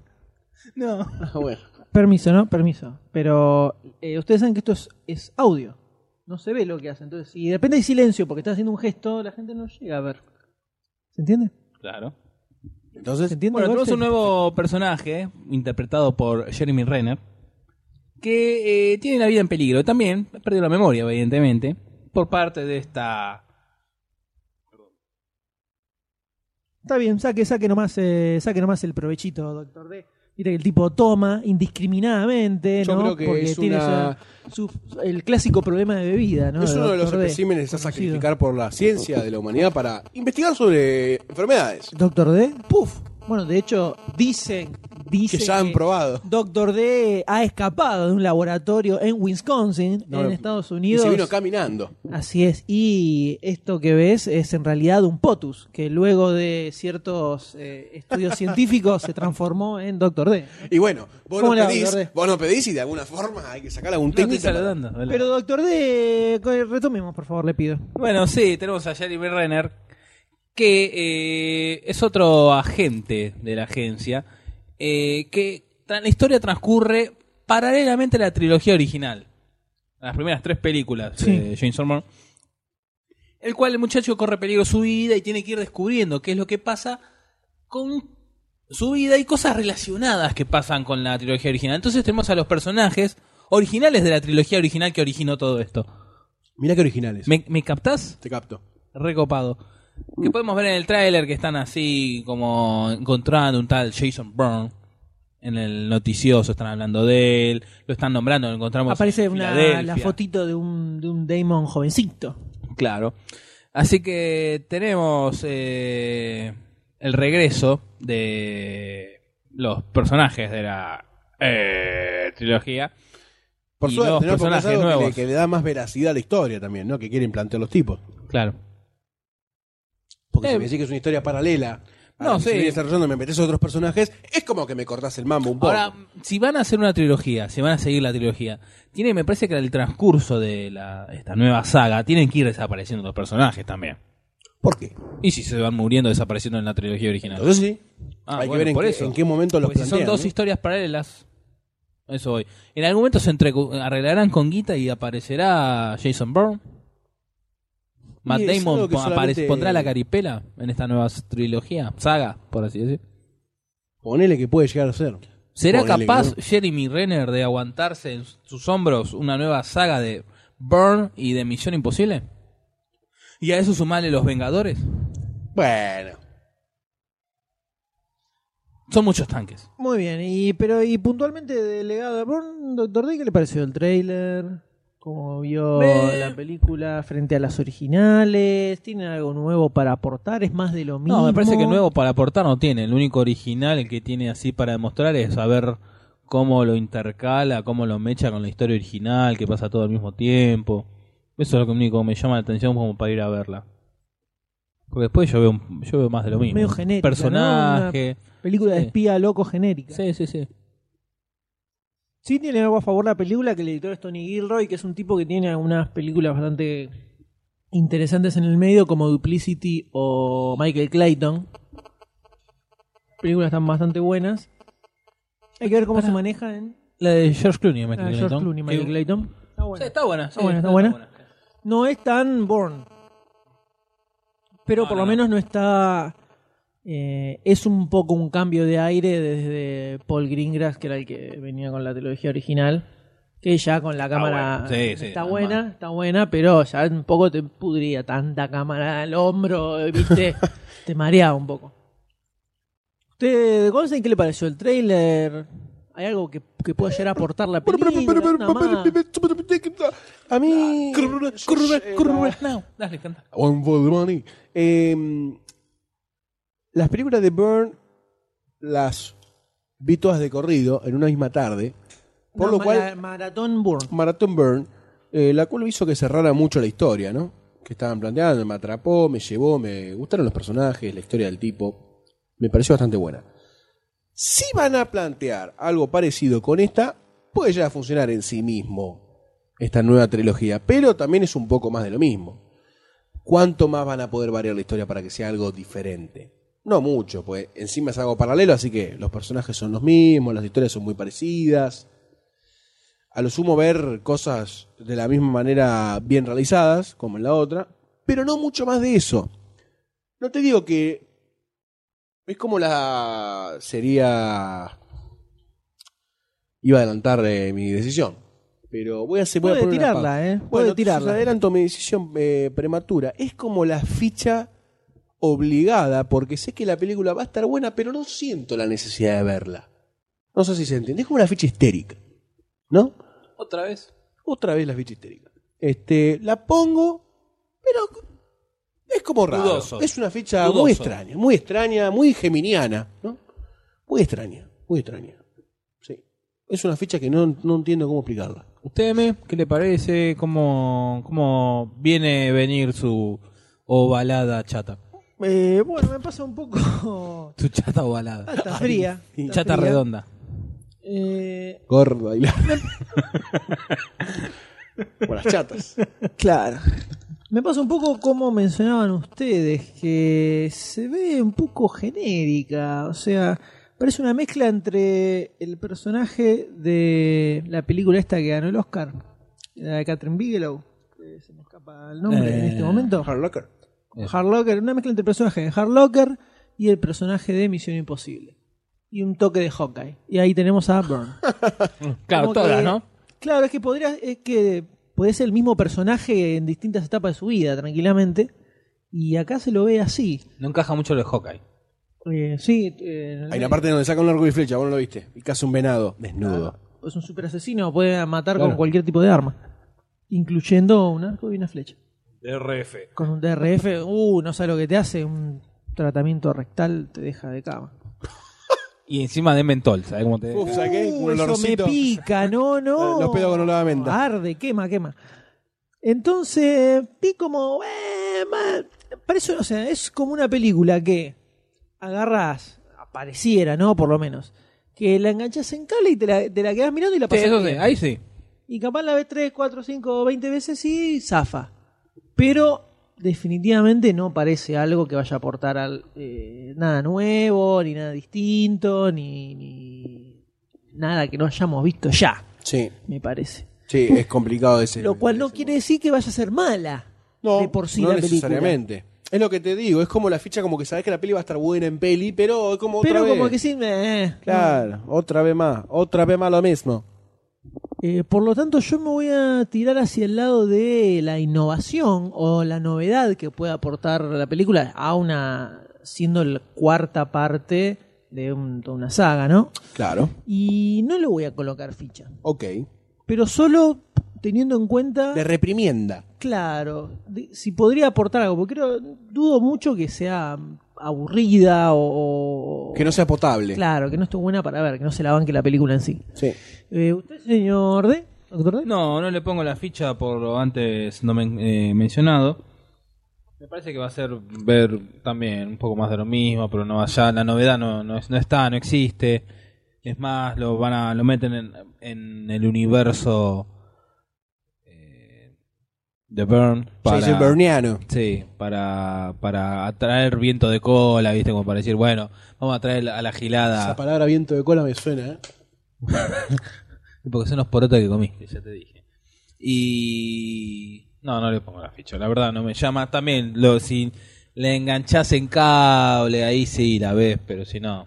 [SPEAKER 4] No.
[SPEAKER 2] Ah, bueno.
[SPEAKER 1] permiso, ¿no? Permiso. Pero eh, ustedes saben que esto es, es audio. No se ve lo que hace. Entonces, y de repente hay silencio porque está haciendo un gesto, la gente no llega a ver. ¿Se entiende?
[SPEAKER 4] Claro.
[SPEAKER 1] ¿Se
[SPEAKER 2] Entonces,
[SPEAKER 1] entiende?
[SPEAKER 4] Bueno, tenemos
[SPEAKER 1] Goldstein?
[SPEAKER 4] un nuevo personaje interpretado por Jeremy Renner que eh, tiene la vida en peligro. También ha perdido la memoria, evidentemente, por parte de esta.
[SPEAKER 1] Está bien, saque, saque nomás, eh, saque nomás el provechito, doctor D. Viste que el tipo toma indiscriminadamente,
[SPEAKER 2] Yo
[SPEAKER 1] ¿no?
[SPEAKER 2] creo que
[SPEAKER 1] Porque
[SPEAKER 2] es
[SPEAKER 1] tiene
[SPEAKER 2] una-
[SPEAKER 1] ya su- el clásico problema de bebida, ¿no?
[SPEAKER 2] es uno de los
[SPEAKER 1] Dr. D,
[SPEAKER 2] especímenes a
[SPEAKER 1] conocido.
[SPEAKER 2] sacrificar por la ciencia de la humanidad para investigar sobre enfermedades.
[SPEAKER 1] Doctor D, puf. Bueno, de hecho, dicen, dicen
[SPEAKER 2] Que ya han probado.
[SPEAKER 1] Doctor D ha escapado de un laboratorio en Wisconsin,
[SPEAKER 2] No,
[SPEAKER 1] en
[SPEAKER 2] no.
[SPEAKER 1] Estados
[SPEAKER 2] Y
[SPEAKER 1] Unidos.
[SPEAKER 2] se vino caminando.
[SPEAKER 1] Así es, y esto que ves es en realidad un potus, que luego de ciertos eh, estudios científicos se transformó en Doctor D.
[SPEAKER 2] Y bueno, vos
[SPEAKER 1] ¿Cómo
[SPEAKER 2] no
[SPEAKER 1] le va,
[SPEAKER 2] pedís,
[SPEAKER 1] Verde?
[SPEAKER 2] vos no pedís y de alguna forma hay que sacar algún
[SPEAKER 4] No, estoy
[SPEAKER 2] técnico.
[SPEAKER 4] saludando. hola.
[SPEAKER 1] Pero Doctor D, co- retomemos por favor, le pido.
[SPEAKER 4] Bueno, sí, tenemos a Jeremy Renner que eh, es otro agente de la agencia eh, que tra- la historia transcurre paralelamente a la trilogía original. Las primeras tres películas de James Ormond. El cual el muchacho corre peligro su vida y tiene que ir descubriendo qué es lo que pasa con su vida y cosas relacionadas que pasan con la trilogía original. Entonces tenemos a los personajes originales de la trilogía original que originó todo esto.
[SPEAKER 2] Mirá qué originales.
[SPEAKER 4] ¿Me, me captás?
[SPEAKER 2] Te capto.
[SPEAKER 4] Recopado. Que podemos ver en el tráiler que están así como encontrando un tal Jason Bourne. En el noticioso están hablando de él, lo están nombrando, lo encontramos.
[SPEAKER 1] Aparece
[SPEAKER 4] en
[SPEAKER 1] una,
[SPEAKER 4] Filadelfia.
[SPEAKER 1] la fotito de un, de un Damon jovencito.
[SPEAKER 4] Claro. Así que tenemos eh, el regreso de los personajes de la eh, trilogía.
[SPEAKER 2] Por
[SPEAKER 4] Y
[SPEAKER 2] suerte,
[SPEAKER 4] nuevos
[SPEAKER 2] ¿no? Porque es
[SPEAKER 4] personajes
[SPEAKER 2] algo que le-
[SPEAKER 4] nuevos.
[SPEAKER 2] Que, le, da más veracidad a la historia también, ¿no? Que quieren plantear los tipos.
[SPEAKER 4] Claro.
[SPEAKER 2] Porque
[SPEAKER 4] Eh,
[SPEAKER 2] si me decís que es una historia paralela. a
[SPEAKER 4] no,
[SPEAKER 2] la que se
[SPEAKER 4] sí.
[SPEAKER 2] viene desarrollando, me metes a otros personajes, es como que me cortás el mambo un poco.
[SPEAKER 4] Ahora, si van a hacer una trilogía, si van a seguir la trilogía, tiene, me parece que el transcurso de la, esta nueva saga tienen que ir desapareciendo los personajes también.
[SPEAKER 2] ¿Por qué?
[SPEAKER 4] Y si se van muriendo, desapareciendo en la trilogía original.
[SPEAKER 2] Entonces sí.
[SPEAKER 4] Ah,
[SPEAKER 2] Hay
[SPEAKER 4] bueno,
[SPEAKER 2] que ver en,
[SPEAKER 4] por
[SPEAKER 2] qué,
[SPEAKER 4] eso.
[SPEAKER 2] en qué momento los
[SPEAKER 4] Porque si
[SPEAKER 2] plantean. ¿eh?
[SPEAKER 4] son dos
[SPEAKER 2] ¿no?
[SPEAKER 4] historias paralelas. Eso voy. En algún momento se entre- arreglarán con Guita y aparecerá Jason Bourne. Matt
[SPEAKER 2] Y es
[SPEAKER 4] Damon
[SPEAKER 2] algo que
[SPEAKER 4] pon- apare-
[SPEAKER 2] solamente-
[SPEAKER 4] pondrá la caripela en esta nueva s- trilogía, saga, por así decir.
[SPEAKER 2] Ponele que puede llegar a ser.
[SPEAKER 4] ¿Será
[SPEAKER 2] Ponele
[SPEAKER 4] capaz
[SPEAKER 2] que-
[SPEAKER 4] Jeremy Renner de aguantarse en sus hombros una nueva saga de Bourne y de Misión Imposible? Y a eso sumarle los Vengadores.
[SPEAKER 2] Bueno.
[SPEAKER 4] Son muchos tanques.
[SPEAKER 1] Muy bien, y pero y puntualmente delegado Born, Doctor D, ¿qué le pareció el tráiler? ¿Cómo vio
[SPEAKER 4] Me-
[SPEAKER 1] la película frente a las originales? ¿Tiene algo nuevo para aportar? ¿Es más de lo mismo?
[SPEAKER 4] No, me parece que nuevo para aportar no tiene. El único original el que tiene así para demostrar es saber cómo lo intercala, cómo lo mecha con la historia original, que pasa todo al mismo tiempo. Eso es lo único que me llama la atención como para ir a verla. Porque después yo veo, un- yo veo más de lo mismo.
[SPEAKER 1] Medio genérica,
[SPEAKER 4] Personaje.
[SPEAKER 1] Película de
[SPEAKER 4] Sí.
[SPEAKER 1] espía loco genérica.
[SPEAKER 4] Sí, sí, sí.
[SPEAKER 1] Sí tiene algo a favor la película que el editor es Tony Gilroy, que es un tipo que tiene algunas películas bastante interesantes en el medio, como Duplicity o Michael Clayton. Películas están bastante buenas. Hay que ver cómo se maneja en
[SPEAKER 4] La de George Clooney,
[SPEAKER 1] ah,
[SPEAKER 4] Michael
[SPEAKER 1] George
[SPEAKER 4] Clayton.
[SPEAKER 1] Clooney, Michael
[SPEAKER 4] Sí.
[SPEAKER 1] Clayton. Está
[SPEAKER 4] Sí,
[SPEAKER 1] buena.
[SPEAKER 4] está buena. sí,
[SPEAKER 1] Está buena, está buena. No es tan Born. Pero
[SPEAKER 4] No,
[SPEAKER 1] por
[SPEAKER 4] no,
[SPEAKER 1] lo
[SPEAKER 4] no.
[SPEAKER 1] menos no está. eh, es un poco un cambio de aire desde Paul Greengrass, que era el que venía con la trilogía original. Que ya con la cámara
[SPEAKER 4] bueno. Sí, sí,
[SPEAKER 1] está
[SPEAKER 4] normal.
[SPEAKER 1] buena, está buena, pero ya un poco te pudría tanta cámara al hombro, viste, [laughs] te mareaba un poco. ¿Usted, Goldstein, qué le pareció el tráiler? ¿Hay algo que, que pueda llegar a aportar la película? Nada más.
[SPEAKER 2] A mí.
[SPEAKER 4] No, dale, canta.
[SPEAKER 2] One for the money. Eh, las películas de Byrne las vi todas de corrido en una misma tarde. Por
[SPEAKER 1] Una
[SPEAKER 2] lo cual,
[SPEAKER 1] mara- Maratón Burn.
[SPEAKER 2] Marathon Burn, eh, la cual hizo que cerrara mucho la historia, ¿no? Que estaban planteando, me atrapó, me llevó, me gustaron los personajes, la historia del tipo. Me pareció bastante buena. Si van a plantear algo parecido con esta, puede ya funcionar en sí mismo esta nueva trilogía, pero también es un poco más de lo mismo. ¿Cuánto más van a poder variar la historia para que sea algo diferente? No mucho, pues encima es algo paralelo, así que los personajes son los mismos, las historias son muy parecidas a lo sumo ver cosas de la misma manera bien realizadas, como en la otra, pero no mucho más de eso. No te digo que es como la sería iba a adelantar eh, mi decisión, pero voy a hacer voy a
[SPEAKER 1] Puede
[SPEAKER 2] poner una pausa.
[SPEAKER 1] tirarla, ¿eh? Puede
[SPEAKER 2] Bueno, entonces
[SPEAKER 1] tirarla.
[SPEAKER 2] adelanto mi decisión eh, prematura. Es como la ficha obligada, porque sé que la película va a estar buena, pero no siento la necesidad de verla. No sé si se entiende. Es como una ficha histérica. ¿No?
[SPEAKER 4] Otra vez.
[SPEAKER 2] Otra vez la ficha histérica. Este, la pongo, pero es como raro.
[SPEAKER 4] Dudoso.
[SPEAKER 2] Es una ficha
[SPEAKER 4] Dudoso.
[SPEAKER 2] muy extraña, muy extraña, muy geminiana, ¿no? Muy extraña, muy extraña. Sí. Es una ficha que no, no entiendo cómo explicarla.
[SPEAKER 4] ¿Usted, M, qué le parece? ¿Cómo, cómo viene venir su ovalada chata?
[SPEAKER 1] Eh, bueno, me pasa un
[SPEAKER 2] [laughs]
[SPEAKER 1] poco.
[SPEAKER 4] Su chata ovalada.
[SPEAKER 1] Ah, está fría. está
[SPEAKER 4] chata
[SPEAKER 1] fría.
[SPEAKER 4] redonda.
[SPEAKER 1] Eh,
[SPEAKER 2] Gorda y [laughs] larga. Con las chatas.
[SPEAKER 1] claro. Me pasa un poco como mencionaban ustedes, que se ve un poco genérica. O sea, parece una mezcla entre el personaje de la película esta que ganó el Oscar, la de Catherine Bigelow, que se me escapa el nombre en este
[SPEAKER 4] Eh,
[SPEAKER 1] momento.
[SPEAKER 2] Hard Locker.
[SPEAKER 1] Hard Locker, una mezcla entre el personaje de Hard Locker y el personaje de Misión Imposible. Y un toque de Hawkeye. Y ahí tenemos a Burn.
[SPEAKER 4] [laughs] Claro,
[SPEAKER 1] Como que-
[SPEAKER 4] todas, ¿no?
[SPEAKER 1] Claro, es que podría, es que puede ser el mismo personaje en distintas etapas de su vida, tranquilamente. Y acá se lo ve así.
[SPEAKER 4] No encaja mucho lo de Hawkeye.
[SPEAKER 8] Eh, sí. eh,
[SPEAKER 2] Hay una parte donde saca un largo y flecha, vos no lo viste. Y caza un venado, desnudo.
[SPEAKER 8] Es un super asesino, puede matar con cualquier tipo de arma. Incluyendo un arco y una flecha.
[SPEAKER 6] DRF.
[SPEAKER 8] Con un DRF, uh, no sabe lo que te hace. Un tratamiento rectal te deja de cama.
[SPEAKER 4] Y encima de mentol, ¿sabes cómo te.?
[SPEAKER 2] Uf, saqué
[SPEAKER 1] Uh,
[SPEAKER 2] un
[SPEAKER 1] eso me
[SPEAKER 2] olorcito.
[SPEAKER 1] pica,
[SPEAKER 2] [laughs]
[SPEAKER 1] no, no.
[SPEAKER 2] Los pedos con olor a menta.
[SPEAKER 1] Arde, quema, quema. Entonces, vi como. eh, ma- parece, o sea, es como una película que agarras, apareciera, ¿no? Por lo menos. Que la enganchas en cable y te la, te la quedas mirando y la
[SPEAKER 4] Sí,
[SPEAKER 1] pasas.
[SPEAKER 4] eso sí,
[SPEAKER 1] bien.
[SPEAKER 4] ahí sí.
[SPEAKER 1] Y capaz la ves 3, 4, 5, 20 veces y zafa. Pero definitivamente no parece algo que vaya a aportar al, eh, nada nuevo, ni nada distinto, ni, ni nada que no hayamos visto ya,
[SPEAKER 2] Sí,
[SPEAKER 1] me parece.
[SPEAKER 2] sí, es complicado ese.
[SPEAKER 1] Lo cual no
[SPEAKER 2] ese
[SPEAKER 1] quiere decir que vaya a ser mala
[SPEAKER 2] No,
[SPEAKER 1] de por sí
[SPEAKER 2] no
[SPEAKER 1] la película.
[SPEAKER 2] necesariamente. Es lo que te digo, es como la ficha, como que sabes que la peli va a estar buena en peli, pero es como otra
[SPEAKER 1] Pero
[SPEAKER 2] vez.
[SPEAKER 1] como que sí, eh,
[SPEAKER 2] Claro, otra vez más, otra vez más lo mismo.
[SPEAKER 1] Eh, por lo tanto, yo me voy a tirar hacia el lado de la innovación o la novedad que puede aportar la película a una siendo la cuarta parte de un- de una saga, ¿no?
[SPEAKER 2] Claro,
[SPEAKER 1] Y no le voy a colocar ficha,
[SPEAKER 2] ok.
[SPEAKER 1] pero solo teniendo en cuenta,
[SPEAKER 2] De reprimienda.
[SPEAKER 1] claro, de- si podría aportar algo, porque creo, dudo mucho que sea aburrida o, o-
[SPEAKER 2] Que no sea potable.
[SPEAKER 1] claro, que no esté buena para ver, que no se la banque la película en sí.
[SPEAKER 2] Sí.
[SPEAKER 1] Eh, ¿Usted, señor D? ¿Doctor D?
[SPEAKER 4] No, no le pongo la ficha por lo antes no men- eh, mencionado. Me parece que va a ser ver también un poco más de lo mismo, pero no allá la novedad no, no, es- no está, no existe. Es más, lo van a lo meten en, en el universo eh, de Burn
[SPEAKER 2] Jason Berniano.
[SPEAKER 4] Sí, para, para atraer viento de cola, ¿viste? Como para decir, bueno, vamos a traer a la
[SPEAKER 2] Esa
[SPEAKER 4] gilada.
[SPEAKER 2] palabra viento de cola me suena, ¿eh?
[SPEAKER 4] Porque son los porotos que comiste, ya te dije. Y. No, no le pongo la ficha, la verdad no me llama. También, lo, si le enganchás en cable, ahí sí la ves, pero si no,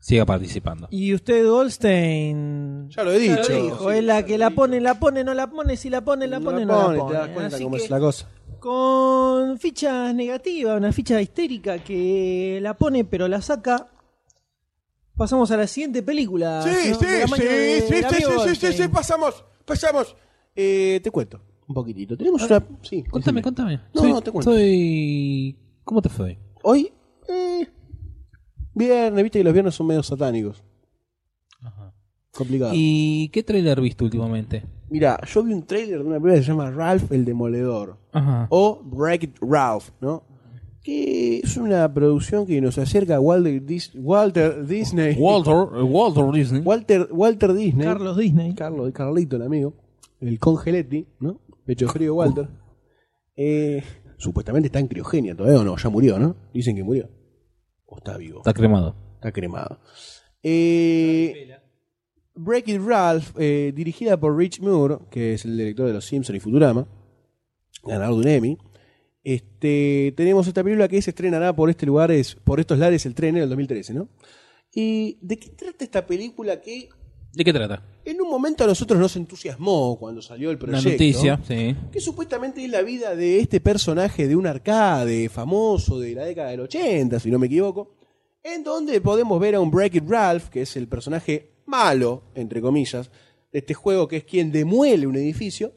[SPEAKER 4] siga participando.
[SPEAKER 1] Y usted, Goldstein.
[SPEAKER 2] Ya lo he dicho.
[SPEAKER 1] dijo, es la que la pone, la pone, no la pone, si la pone, la pone, no la
[SPEAKER 2] te
[SPEAKER 1] pone.
[SPEAKER 2] das cuenta
[SPEAKER 1] Así
[SPEAKER 2] cómo
[SPEAKER 1] que
[SPEAKER 2] es la cosa.
[SPEAKER 1] con fichas negativas, una ficha histérica que la pone pero la saca. Pasamos a la siguiente película.
[SPEAKER 9] Sí,
[SPEAKER 1] Ah, ¿no?
[SPEAKER 9] sí,
[SPEAKER 1] De la mano
[SPEAKER 9] sí,
[SPEAKER 1] del
[SPEAKER 9] sí, sí,
[SPEAKER 1] amigo
[SPEAKER 9] sí, sí, sí, sí,
[SPEAKER 1] Goldstein.
[SPEAKER 9] pasamos, pasamos.
[SPEAKER 2] Eh, te cuento un poquitito. Tenemos una. Sí,
[SPEAKER 4] Contame,
[SPEAKER 2] decime.
[SPEAKER 4] contame.
[SPEAKER 2] No,
[SPEAKER 4] Soy-
[SPEAKER 2] no, te cuento.
[SPEAKER 4] Soy. ¿Cómo te fue?
[SPEAKER 2] Hoy, eh, viernes, viste que los viernes son medio satánicos. Complicado.
[SPEAKER 4] ¿Y qué trailer viste últimamente?
[SPEAKER 2] Mira, yo vi un trailer de una película que se llama Ralph el Demoledor.
[SPEAKER 4] Ajá.
[SPEAKER 2] O Break It Ralph, ¿no? Que es una producción que nos acerca a Walter, Dis- Walter Disney.
[SPEAKER 4] Walter, eh, Walter Disney.
[SPEAKER 2] Walter, Walter Disney.
[SPEAKER 1] Carlos Disney.
[SPEAKER 2] Carlos, Carlito, el amigo. El congeletti, ¿no? Pecho frío Walter. Eh, supuestamente está en criogenia todavía o no, ya murió, ¿no? Dicen que murió. O está vivo.
[SPEAKER 4] Está cremado.
[SPEAKER 2] Está cremado. Eh, Break It Ralph, eh, dirigida por Rich Moore, que es el director de Los Simpsons y Futurama, ganador de un Emmy. Este, tenemos esta película que se estrenará por este lugar, es- por estos lares el 3 de enero del 2013, ¿no? ¿Y de qué trata esta película que
[SPEAKER 4] ¿De qué trata?
[SPEAKER 2] en un momento a nosotros nos entusiasmó cuando salió el
[SPEAKER 4] Una
[SPEAKER 2] proyecto?
[SPEAKER 4] noticia, sí.
[SPEAKER 2] Que supuestamente es la vida de este personaje de un arcade famoso de la década del 80, si no me equivoco. En donde podemos ver a un Break It Ralph, que es el personaje malo, entre comillas, de este juego que es quien demuele un edificio.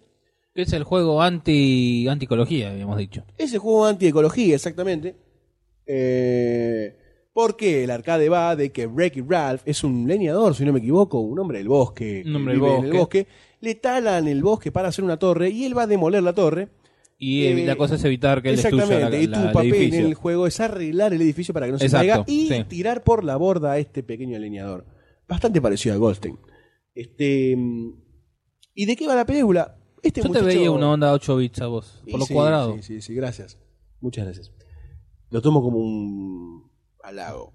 [SPEAKER 4] Es el juego anti anticología, habíamos dicho.
[SPEAKER 2] Ese juego anti-ecología, exactamente. Eh, porque el arcade va de que Breaky Ralph es un leñador, si no me equivoco, un hombre del bosque.
[SPEAKER 4] Un
[SPEAKER 2] que
[SPEAKER 4] hombre del
[SPEAKER 2] vive En el
[SPEAKER 4] bosque.
[SPEAKER 2] bosque. Le talan el bosque para hacer una torre y él va a demoler la torre.
[SPEAKER 4] Y
[SPEAKER 2] Eh,
[SPEAKER 4] la cosa es evitar que él destruya la,
[SPEAKER 2] Exactamente. y
[SPEAKER 4] la-
[SPEAKER 2] tu
[SPEAKER 4] el
[SPEAKER 2] papel
[SPEAKER 4] edificio.
[SPEAKER 2] en el juego es arreglar el edificio para que no se
[SPEAKER 4] Exacto,
[SPEAKER 2] caiga y
[SPEAKER 4] sí.
[SPEAKER 2] tirar por la borda a este pequeño leñador. Bastante parecido a Goldstein. Este, mm, ¿Y de qué va la película? Este
[SPEAKER 4] Yo te
[SPEAKER 2] muchacho-
[SPEAKER 4] veía una onda 8 bits a vos,
[SPEAKER 2] Y
[SPEAKER 4] por lo
[SPEAKER 2] sí,
[SPEAKER 4] cuadrado.
[SPEAKER 2] Sí, sí, sí, gracias. Muchas gracias. Lo tomo como un halago.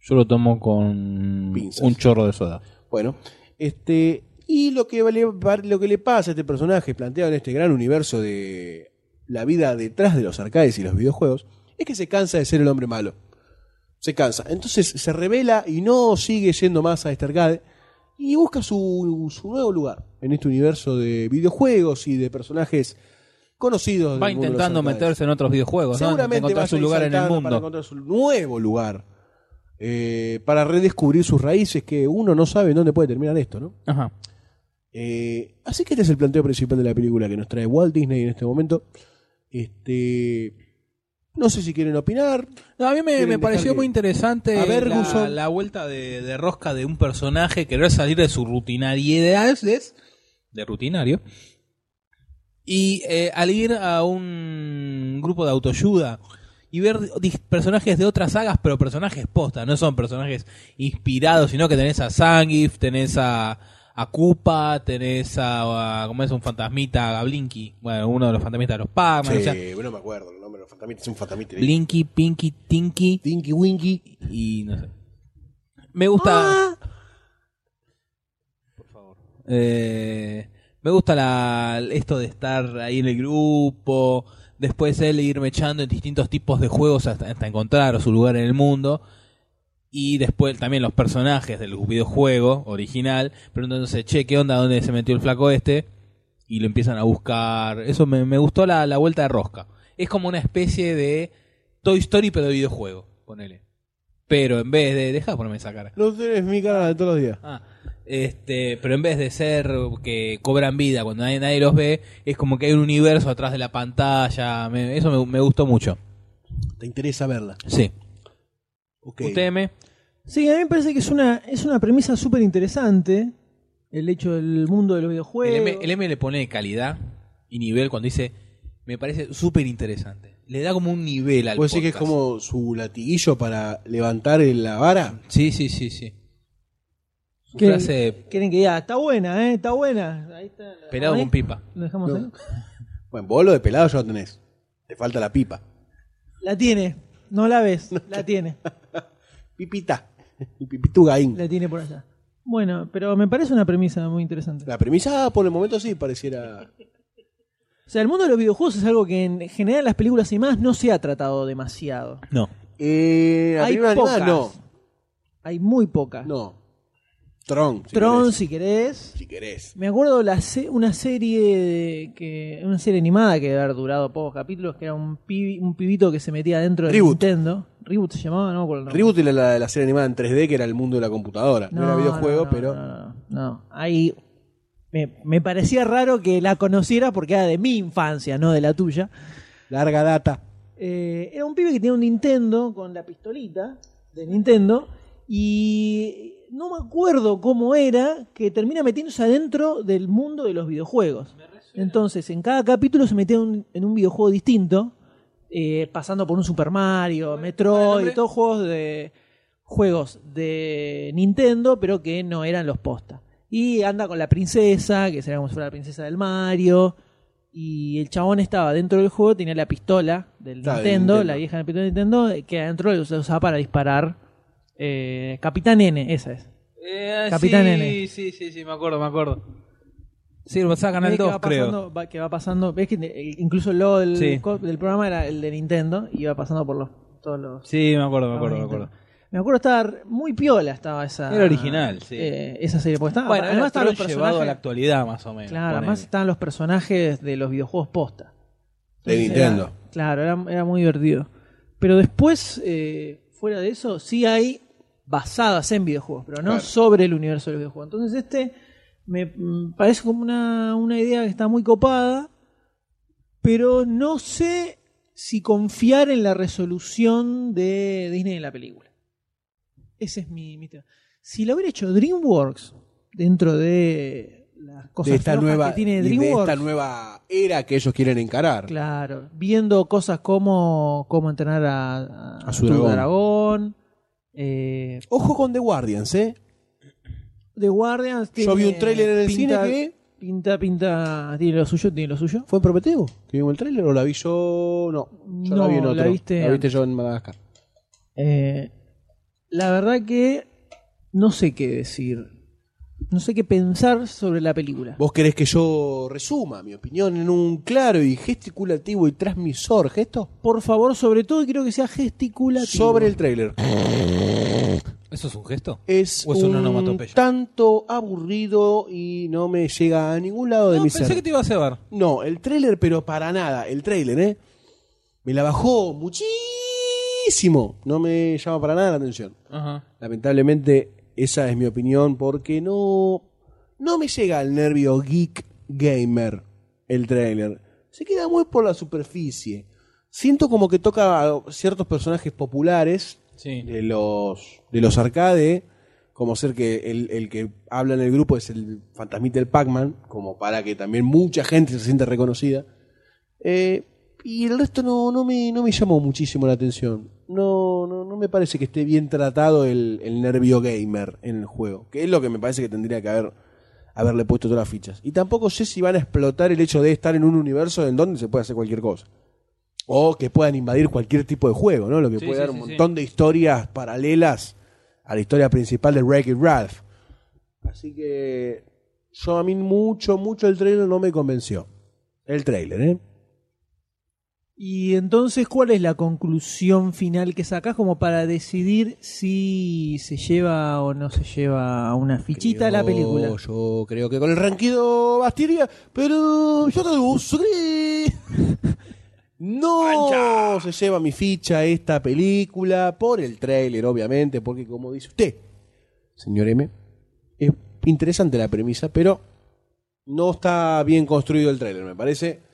[SPEAKER 4] Yo lo tomo con
[SPEAKER 2] Pinzas.
[SPEAKER 4] un chorro de soda.
[SPEAKER 2] Bueno, este y lo que vale- va- lo que le pasa a este personaje planteado en este gran universo de la vida detrás de los arcades y los videojuegos es que se cansa de ser el hombre malo. Se cansa. Entonces se revela y no sigue yendo más a este arcade y busca su, su nuevo lugar en este universo de videojuegos y de personajes conocidos.
[SPEAKER 4] Va
[SPEAKER 2] del mundo de los
[SPEAKER 4] intentando
[SPEAKER 2] arcades.
[SPEAKER 4] meterse en otros videojuegos, ¿no?
[SPEAKER 2] Seguramente
[SPEAKER 4] Encontrar
[SPEAKER 2] va a
[SPEAKER 4] su
[SPEAKER 2] ir
[SPEAKER 4] lugar en el
[SPEAKER 2] saltando para
[SPEAKER 4] mundo.
[SPEAKER 2] encontrar su nuevo lugar. eh, para redescubrir sus raíces, que uno no sabe en dónde puede terminar esto, ¿no?
[SPEAKER 10] Ajá.
[SPEAKER 2] Eh, así que este es el planteo principal de la película que nos trae Walt Disney en este momento. Este, no sé si quieren opinar.
[SPEAKER 4] No, a mí me,
[SPEAKER 2] Quieren
[SPEAKER 4] me pareció
[SPEAKER 2] dejar que-
[SPEAKER 4] muy interesante
[SPEAKER 2] A ver,
[SPEAKER 4] la,
[SPEAKER 2] Guso.
[SPEAKER 4] la vuelta de, de rosca de un personaje querer salir de su rutinariedad, es- de rutinario, y eh, al ir a un grupo de autoayuda y ver dis- personajes de otras sagas, pero personajes posta, no son personajes inspirados, sino que tenés a Zangief, tenés a, a Koopa, tenés a, a- ¿cómo es? Un fantasmita, a Blinky, bueno, uno de los fantasmitas de los Pac-Man, o sea,
[SPEAKER 2] Sí, bueno, me acuerdo el nombre de los fantasmitas, es un fantasmita.
[SPEAKER 4] Blinky, Pinky, Tinky
[SPEAKER 2] Tinky Winky.
[SPEAKER 4] y no sé. Me gusta. Por favor. Eh, me gusta la, esto de estar ahí en el grupo. Después él irme echando en distintos tipos de juegos hasta, hasta encontrar su lugar en el mundo. Y después también los personajes del videojuego original. Preguntándose, che, ¿qué onda? ¿Dónde se metió el flaco este? Y lo empiezan a buscar. Eso me, me gustó la, la vuelta de rosca. Es como una especie de Toy Story, pero de videojuego. Ponele. Pero en vez de. Deja de ponerme esa cara.
[SPEAKER 2] No tenés mi cara de todos los días.
[SPEAKER 4] Ah, este, pero en vez de ser que cobran vida cuando nadie, nadie los ve, es como que hay un universo atrás de la pantalla. Me- eso me, me gustó mucho.
[SPEAKER 2] Te interesa verla.
[SPEAKER 4] Sí.
[SPEAKER 2] Ok.
[SPEAKER 4] Usted me.
[SPEAKER 1] Sí, a mí me parece que es una, es una premisa súper interesante. El hecho del mundo de los
[SPEAKER 4] El
[SPEAKER 1] videojuegos.
[SPEAKER 4] M, el M le pone calidad y nivel cuando dice. Me parece súper interesante. Le da como un nivel al
[SPEAKER 2] ¿Puede decir que es
[SPEAKER 4] podcast.
[SPEAKER 2] como su latiguillo para levantar la vara?
[SPEAKER 4] Sí, sí, sí, sí. Su
[SPEAKER 1] ¿Qué?
[SPEAKER 4] frase
[SPEAKER 1] Quieren que diga, está buena, ¿eh? Está buena. Ahí está. ¿Lo
[SPEAKER 4] pelado
[SPEAKER 1] dejamos
[SPEAKER 4] con
[SPEAKER 1] ahí?
[SPEAKER 4] pipa.
[SPEAKER 1] ¿Lo dejamos ahí?
[SPEAKER 2] Bueno, vos lo de pelado ya lo tenés. Te falta la pipa.
[SPEAKER 1] La tiene. No la ves. La
[SPEAKER 2] [laughs]
[SPEAKER 1] tiene.
[SPEAKER 2] Pipita. Pipitugaín.
[SPEAKER 1] La tiene por allá. Bueno, pero me parece una premisa muy interesante.
[SPEAKER 2] La premisa por el momento sí pareciera.
[SPEAKER 1] O sea, el mundo de los videojuegos es algo que en general en las películas y más no se ha tratado demasiado.
[SPEAKER 4] No.
[SPEAKER 2] Eh, la
[SPEAKER 1] Hay
[SPEAKER 2] primera animada,
[SPEAKER 1] pocas.
[SPEAKER 2] no.
[SPEAKER 1] Hay muy pocas.
[SPEAKER 2] No. Tron. si
[SPEAKER 1] Tron,
[SPEAKER 2] querés.
[SPEAKER 1] si querés.
[SPEAKER 2] Si querés.
[SPEAKER 1] Me acuerdo la se- una serie de- que una serie animada que debe haber durado pocos capítulos, que era un, pibi- un pibito que se metía dentro de
[SPEAKER 2] Reboot.
[SPEAKER 1] Nintendo. Reboot se llamaba, no me acuerdo el nombre.
[SPEAKER 2] Reboot era la, la serie animada en 3D que era el mundo de la computadora. No, era videojuego,
[SPEAKER 1] no,
[SPEAKER 2] pero.
[SPEAKER 1] No, no, no. Ahí me, me parecía raro que la conociera porque era de mi infancia, no de la tuya.
[SPEAKER 2] Larga data.
[SPEAKER 1] Eh, era un pibe que tenía un Nintendo con la pistolita de Nintendo y no me acuerdo cómo era que termina metiéndose adentro del mundo de los videojuegos. Entonces, en cada capítulo se metía un- en un videojuego distinto, eh, pasando por un Super Mario, Metroid, todos juegos de juegos de Nintendo, pero que no eran los posta. Y anda con la princesa, que sería como si fuera la princesa del Mario. Y el chabón estaba dentro del juego, tenía la pistola del
[SPEAKER 2] Claro, del
[SPEAKER 1] Nintendo,
[SPEAKER 2] Nintendo.
[SPEAKER 1] la vieja pistola de Nintendo, eh, que adentro lo usaba para disparar. Eh, Capitán N, esa es.
[SPEAKER 4] Eh,
[SPEAKER 1] Capitán
[SPEAKER 4] sí,
[SPEAKER 1] N.
[SPEAKER 4] Sí, sí, sí, me acuerdo, me acuerdo. Sí, lo pasaba Canal
[SPEAKER 1] Ve que
[SPEAKER 4] 2,
[SPEAKER 1] va
[SPEAKER 4] creo.
[SPEAKER 1] pasando- va- que va pasando. Ves que eh, incluso el logo del,
[SPEAKER 4] Sí.
[SPEAKER 1] co- del programa era el de Nintendo, y iba pasando por los, todos los.
[SPEAKER 4] Sí, me acuerdo,
[SPEAKER 1] programas
[SPEAKER 4] me acuerdo,
[SPEAKER 1] de
[SPEAKER 4] me acuerdo.
[SPEAKER 1] Nintendo. Me acuerdo estar muy piola estaba esa.
[SPEAKER 4] Era original, sí.
[SPEAKER 1] eh, esa serie. Porque estaba,
[SPEAKER 4] Bueno,
[SPEAKER 1] además estaban los
[SPEAKER 4] llevado a la
[SPEAKER 1] personajes.
[SPEAKER 4] actualidad, más o menos.
[SPEAKER 1] Claro,
[SPEAKER 4] ponele.
[SPEAKER 1] además estaban los personajes de los videojuegos posta.
[SPEAKER 2] De
[SPEAKER 1] Entonces
[SPEAKER 2] Nintendo.
[SPEAKER 1] era- claro, era, era muy divertido. Pero después, eh, fuera de eso, sí hay basadas en videojuegos, pero no
[SPEAKER 2] Claro.
[SPEAKER 1] sobre el universo de los videojuegos. Entonces este me mm, parece como una, una idea que está muy copada, pero no sé si confiar en la resolución de Disney en la película. Ese es mi, mi tema. Si lo hubiera hecho DreamWorks dentro de las cosas
[SPEAKER 2] De esta,
[SPEAKER 1] flojas
[SPEAKER 2] nueva,
[SPEAKER 1] que tiene
[SPEAKER 2] de
[SPEAKER 1] DreamWorks,
[SPEAKER 2] esta nueva era que ellos quieren encarar.
[SPEAKER 1] Claro, viendo cosas como cómo entrenar a, a,
[SPEAKER 2] A su
[SPEAKER 1] tu
[SPEAKER 2] dragón.
[SPEAKER 1] eh,
[SPEAKER 2] Ojo con The Guardians, ¿eh?
[SPEAKER 1] The Guardians.
[SPEAKER 2] Yo vi un tráiler en el
[SPEAKER 1] pinta-
[SPEAKER 2] cine que-
[SPEAKER 1] Pinta, pinta, tiene lo suyo, tiene lo suyo.
[SPEAKER 2] ¿Fue en Prometeo? ¿Que vimos el tráiler o la vi yo? No, yo la
[SPEAKER 1] No,
[SPEAKER 2] vi en otro.
[SPEAKER 1] la viste antes.
[SPEAKER 2] yo en Madagascar.
[SPEAKER 1] Eh, la verdad que no sé qué decir. No sé qué pensar sobre la película.
[SPEAKER 2] ¿Vos querés que yo resuma mi opinión en un claro y gesticulativo y transmisor gesto?
[SPEAKER 1] Por favor, sobre todo, quiero que sea gesticulativo.
[SPEAKER 2] Sobre el tráiler.
[SPEAKER 4] ¿Eso es un gesto?
[SPEAKER 2] Es,
[SPEAKER 4] ¿O es una
[SPEAKER 2] un
[SPEAKER 4] onomatopeya?
[SPEAKER 2] tanto aburrido y no me llega a ningún lado de
[SPEAKER 4] No,
[SPEAKER 2] mi
[SPEAKER 4] pensé
[SPEAKER 2] ser.
[SPEAKER 4] que te iba a cebar.
[SPEAKER 2] No, el tráiler, pero para nada. El tráiler, ¿eh? Me la bajó muchísimo. buenísimo. No me llama para nada la atención.
[SPEAKER 4] Ajá.
[SPEAKER 2] Lamentablemente, esa es mi opinión porque no, no me llega al nervio geek gamer el trailer. Se queda muy por la superficie. Siento como que toca a ciertos personajes populares
[SPEAKER 4] Sí.
[SPEAKER 2] de los, de los arcade, como ser que el, el que habla en el grupo es el fantasmita del Pac-Man, como para que también mucha gente se sienta reconocida. Eh, y el resto no, no, me, no me llamó muchísimo la atención. No, no, no me parece que esté bien tratado el, el nervio gamer en el juego, que es lo que me parece que tendría que haber haberle puesto todas las fichas. Y tampoco sé si van a explotar el hecho de estar en un universo en donde se puede hacer cualquier cosa. O que puedan invadir cualquier tipo de juego, ¿no? Lo que
[SPEAKER 4] Sí,
[SPEAKER 2] puede
[SPEAKER 4] sí,
[SPEAKER 2] dar
[SPEAKER 4] sí,
[SPEAKER 2] un
[SPEAKER 4] sí.
[SPEAKER 2] montón de historias paralelas a la historia principal de Wreck-It Ralph. Así que yo a mí mucho, mucho el trailer no me convenció. El trailer, ¿eh?
[SPEAKER 1] Y entonces, ¿cuál es la conclusión final que sacás como para decidir si se lleva o no se lleva una fichita a la
[SPEAKER 2] Creo-
[SPEAKER 1] película?
[SPEAKER 2] Yo creo que con el ranquido Bastiria, pero yo te gusto que- [laughs] No se lleva mi ficha esta película por el tráiler, obviamente, porque como dice usted, señor M, es interesante la premisa, pero no está bien construido el tráiler, me parece.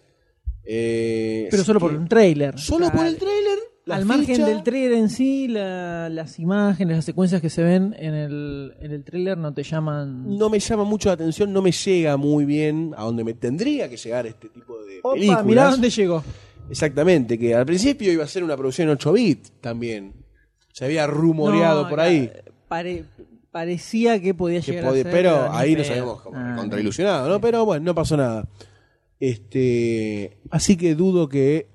[SPEAKER 2] Eh,
[SPEAKER 1] Pero
[SPEAKER 2] así
[SPEAKER 1] solo por
[SPEAKER 2] que-
[SPEAKER 1] un trailer.
[SPEAKER 2] solo por el tráiler. la
[SPEAKER 1] Al margen
[SPEAKER 2] ficha-
[SPEAKER 1] del trailer en sí, la- las imágenes, las secuencias que se ven en el, en el trailer no te llaman.
[SPEAKER 2] no me llama mucho la atención, no me llega muy bien a donde me tendría que llegar este tipo de
[SPEAKER 1] Opa,
[SPEAKER 2] películas.
[SPEAKER 1] mirá dónde llegó.
[SPEAKER 2] Exactamente, que al principio iba a ser una producción en 8 bits también. Se había rumoreado
[SPEAKER 1] No,
[SPEAKER 2] por
[SPEAKER 1] la-
[SPEAKER 2] ahí.
[SPEAKER 1] pare- parecía que podía
[SPEAKER 2] que
[SPEAKER 1] llegar
[SPEAKER 2] podía-
[SPEAKER 1] a ser,
[SPEAKER 2] pero
[SPEAKER 1] ni
[SPEAKER 2] ahí nos
[SPEAKER 1] pedo.
[SPEAKER 2] habíamos como
[SPEAKER 1] Ah,
[SPEAKER 2] contrailusionado, ¿no? Pero bueno, no pasó nada. Este, así que dudo que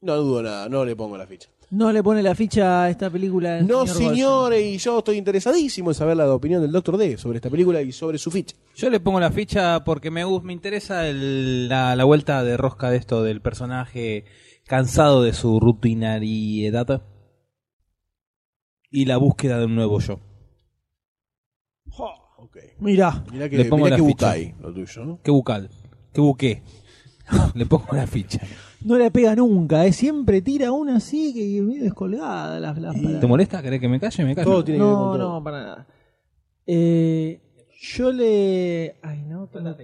[SPEAKER 2] no dudo nada, no le pongo la ficha.
[SPEAKER 1] No le pone la ficha a esta película. del
[SPEAKER 2] No, eh.
[SPEAKER 1] Bolson.
[SPEAKER 2] señores, y yo estoy interesadísimo en saber la opinión del Doctor D sobre esta película y sobre su ficha.
[SPEAKER 4] Yo le pongo la ficha porque me, gus- me interesa el- la, la vuelta de rosca de esto del personaje cansado de su rutinariedad y la búsqueda de un nuevo yo.
[SPEAKER 1] Mirá.
[SPEAKER 2] Mirá que,
[SPEAKER 4] Le pongo
[SPEAKER 2] mirá
[SPEAKER 4] la
[SPEAKER 2] que
[SPEAKER 4] ficha.
[SPEAKER 2] bucay lo tuyo, ¿no?
[SPEAKER 4] Qué bucal, qué buqué. [laughs] Le pongo la ficha.
[SPEAKER 1] No le pega nunca, eh. siempre tira una así que medio descolgada. Las, las
[SPEAKER 4] ¿Te molesta? ¿Querés que me calle? Me callo.
[SPEAKER 2] Todo tiene que ver con
[SPEAKER 1] No,
[SPEAKER 2] todo.
[SPEAKER 1] no, para nada. Eh, yo le. Ay, no, pongo,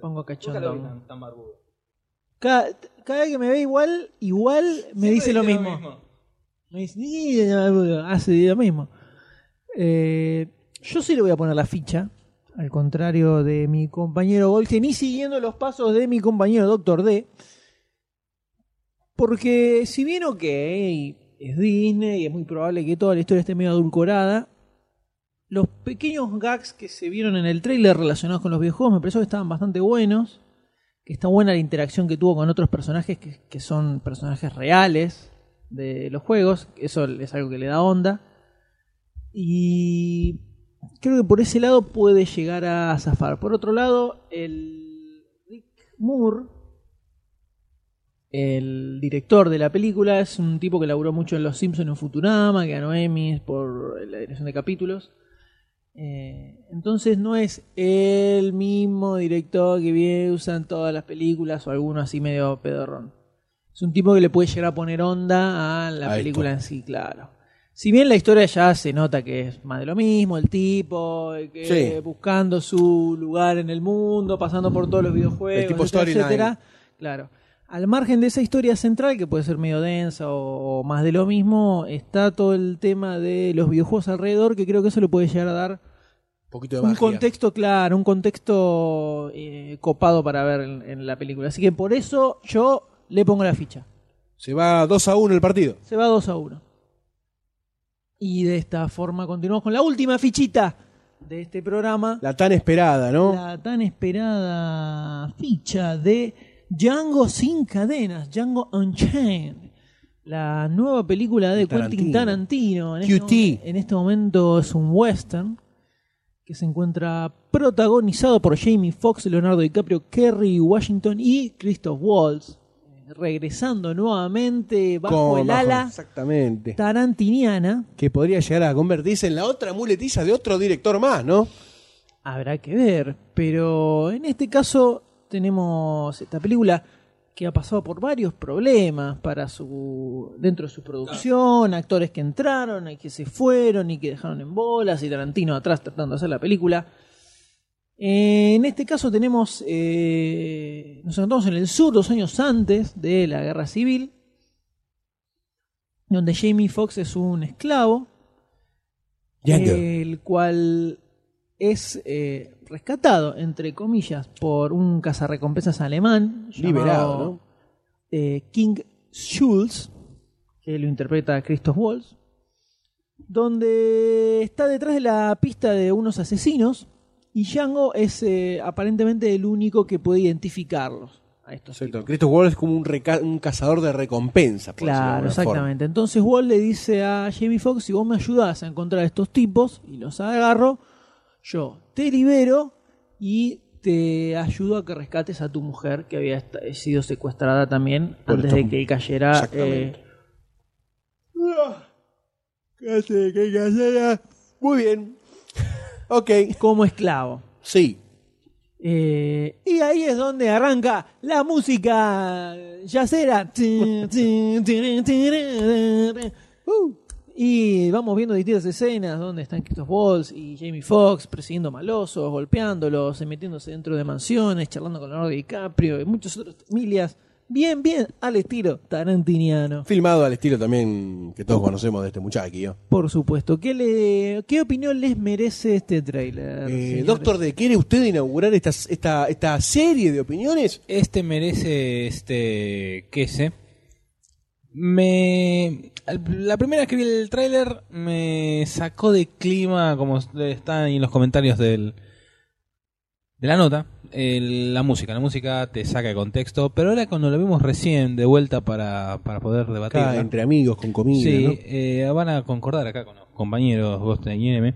[SPEAKER 1] pongo cachondo. Cada, cada vez que me ve igual, igual me dice lo mismo. Me dice, "Ni- hace lo mismo. Eh, yo sí le voy a poner la ficha, al contrario de mi compañero Goldstein, y siguiendo los pasos de mi compañero Doctor D. Porque si bien, ok, es Disney y es muy probable que toda la historia esté medio adulcorada, los pequeños gags que se vieron en el trailer relacionados con los videojuegos me pareció que estaban bastante buenos, que está buena la interacción que tuvo con otros personajes que, que son personajes reales de los juegos, eso es algo que le da onda. Y creo que por ese lado puede llegar a zafar. Por otro lado, el Rick Moore, el director de la película, es un tipo que laburó mucho en Los Simpsons en Futurama, que ganó Emmys por la dirección de capítulos. Eh, entonces no es el mismo director que bien usan todas las películas o alguno así medio pedorrón. Es un tipo que le puede llegar a poner onda a la
[SPEAKER 2] A esto.
[SPEAKER 1] película en sí, claro. Si bien la historia ya se nota que es más de lo mismo, el tipo eh, que
[SPEAKER 2] Sí.
[SPEAKER 1] buscando su lugar en el mundo, pasando por todos los videojuegos,
[SPEAKER 2] El tipo
[SPEAKER 1] etcétera,
[SPEAKER 2] storyline.
[SPEAKER 1] etcétera. Claro. Al margen de esa historia central, que puede ser medio densa o, o más de lo mismo, está todo el tema de los videojuegos alrededor, que creo que eso le puede llegar a dar
[SPEAKER 2] Un poquito de
[SPEAKER 1] un
[SPEAKER 2] magia.
[SPEAKER 1] contexto claro, un contexto eh, copado para ver en, en la película. Así que por eso yo le pongo la ficha.
[SPEAKER 2] Se va 2 a 1 el partido.
[SPEAKER 1] Se va 2 a 1. Y de esta forma continuamos con la última fichita de este programa.
[SPEAKER 2] La tan esperada, ¿no?
[SPEAKER 1] La tan esperada ficha de Django sin cadenas, Django Unchained. La nueva película de
[SPEAKER 2] Tarantino.
[SPEAKER 1] Quentin Tarantino. En
[SPEAKER 2] QT.
[SPEAKER 1] Este, en este momento es un western que se encuentra protagonizado por Jamie Foxx, Leonardo DiCaprio, Kerry Washington y Christoph Waltz. Eh, Regresando nuevamente bajo
[SPEAKER 2] Con-
[SPEAKER 1] el
[SPEAKER 2] bajo-
[SPEAKER 1] ala
[SPEAKER 2] Exactamente.
[SPEAKER 1] tarantiniana.
[SPEAKER 2] Que podría llegar a convertirse en la otra muletilla de otro director más, ¿no?
[SPEAKER 1] Habrá que ver, pero en este caso tenemos esta película que ha pasado por varios problemas para su dentro de su producción, actores que entraron y que se fueron y que dejaron en bolas y Tarantino atrás tratando de hacer la película. Eh, en este caso tenemos, eh, nos encontramos en el sur dos años antes de la guerra civil, donde Jamie Foxx es un esclavo, el cual es eh, rescatado, entre comillas, por un cazarrecompensas alemán.
[SPEAKER 2] Liberado,
[SPEAKER 1] llamado,
[SPEAKER 2] ¿no?
[SPEAKER 1] eh, King Schulz, que lo interpreta Christoph Waltz, donde está detrás de la pista de unos asesinos y Django es eh, aparentemente el único que puede identificarlos a estos
[SPEAKER 2] Exacto. Christoph Waltz es como un, reca- un cazador de recompensa. por decirlo de
[SPEAKER 1] Claro,
[SPEAKER 2] alguna forma.
[SPEAKER 1] exactamente. Entonces Wall le dice a Jamie Foxx, si vos me ayudás a encontrar a estos tipos y los agarro, yo te libero y te ayudo a que rescates a tu mujer que había esta- sido secuestrada también
[SPEAKER 2] Por
[SPEAKER 1] antes
[SPEAKER 2] estos-
[SPEAKER 1] de que él cayera.
[SPEAKER 2] Exactamente.
[SPEAKER 1] eh,
[SPEAKER 2] Ah, Muy bien. [laughs] Ok.
[SPEAKER 1] como esclavo.
[SPEAKER 2] Sí.
[SPEAKER 1] Eh, y ahí es donde arranca la música yacera. Uh, y vamos viendo distintas escenas donde están Christoph Waltz y Jamie Foxx persiguiendo malosos, golpeándolos, eh, metiéndose dentro de mansiones, charlando con Leonardo DiCaprio y muchas otras familias. Bien, bien, al estilo tarantiniano.
[SPEAKER 2] Filmado al estilo también que todos conocemos de este muchacho.
[SPEAKER 1] Por supuesto. ¿Qué, le, qué opinión les merece este tráiler?
[SPEAKER 2] Eh,
[SPEAKER 1] señores?
[SPEAKER 2] Doctor D, ¿quiere usted inaugurar esta, esta, esta serie de opiniones?
[SPEAKER 4] Este merece este queso. Me la primera vez que vi el tráiler me sacó de clima como está ahí en los comentarios del de la nota, el- la música, la música te saca de contexto, pero ahora cuando lo vimos recién de vuelta para, para poder debatir
[SPEAKER 2] Acá, entre amigos, con comida.
[SPEAKER 4] Sí,
[SPEAKER 2] ¿no?
[SPEAKER 4] eh, van a concordar acá con los compañeros Gosten y M.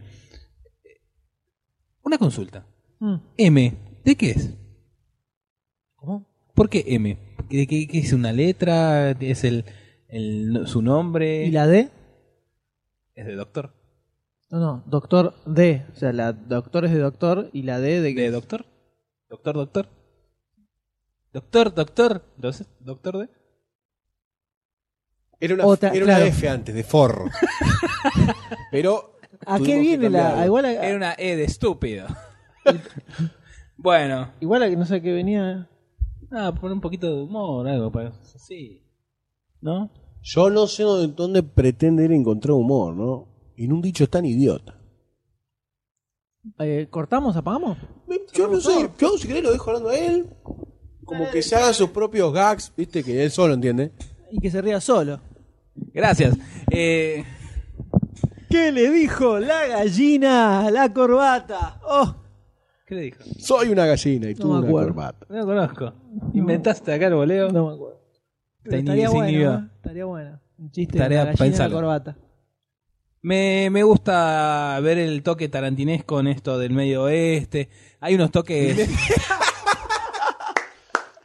[SPEAKER 4] Una consulta.
[SPEAKER 1] Mm.
[SPEAKER 4] M, ¿de qué es? ¿Cómo? ¿Por qué M? ¿Qué, qué- qué es una letra? ¿Es el, el- su nombre?
[SPEAKER 1] ¿Y la D?
[SPEAKER 4] ¿Es de doctor?
[SPEAKER 1] No, no, doctor D. O sea, la doctor es de doctor y la D de...
[SPEAKER 4] ¿De doctor? ¿Doctor, doctor? ¿Doctor, doctor? ¿Doc- ¿Doctor de?
[SPEAKER 2] Era una,
[SPEAKER 1] Otra,
[SPEAKER 2] era una
[SPEAKER 1] claro.
[SPEAKER 2] F antes, de
[SPEAKER 1] [laughs]
[SPEAKER 2] forro. Pero
[SPEAKER 1] ¿A qué
[SPEAKER 2] Tuvimos
[SPEAKER 1] viene
[SPEAKER 2] que
[SPEAKER 1] la...?
[SPEAKER 2] cambiarlo.
[SPEAKER 1] a- Igual a,
[SPEAKER 4] Era una E de estúpido. [laughs] bueno.
[SPEAKER 1] igual a que no sé qué venía...
[SPEAKER 4] Ah, poner un poquito de humor, algo para... Sí. ¿No?
[SPEAKER 2] yo no sé dónde, dónde pretende él encontrar humor, ¿no? En un dicho tan idiota.
[SPEAKER 1] eh, ¿Cortamos? ¿Apagamos?
[SPEAKER 2] Yo no sé, yo si querés lo dejo hablando a él. Como que se haga sus propios gags, viste, que él solo entiende.
[SPEAKER 1] Y que se ría solo.
[SPEAKER 4] Gracias. Eh,
[SPEAKER 1] ¿Qué le dijo la gallina a la corbata? ¡Oh!
[SPEAKER 4] ¿Qué le dijo?
[SPEAKER 2] Soy una gallina y tú
[SPEAKER 1] No me
[SPEAKER 2] una
[SPEAKER 1] acuerdo.
[SPEAKER 2] corbata.
[SPEAKER 4] No lo conozco. Inventaste acá el voleo.
[SPEAKER 1] No me acuerdo. Pero
[SPEAKER 4] Te
[SPEAKER 1] estaría
[SPEAKER 4] inhibió.
[SPEAKER 1] bueno, ¿eh? estaría bueno. Un chiste de la
[SPEAKER 4] Tarea,
[SPEAKER 1] gallina a la
[SPEAKER 4] pensalo.
[SPEAKER 1] corbata.
[SPEAKER 4] Me, me gusta ver el toque tarantinesco en esto del medio oeste. Hay unos toques.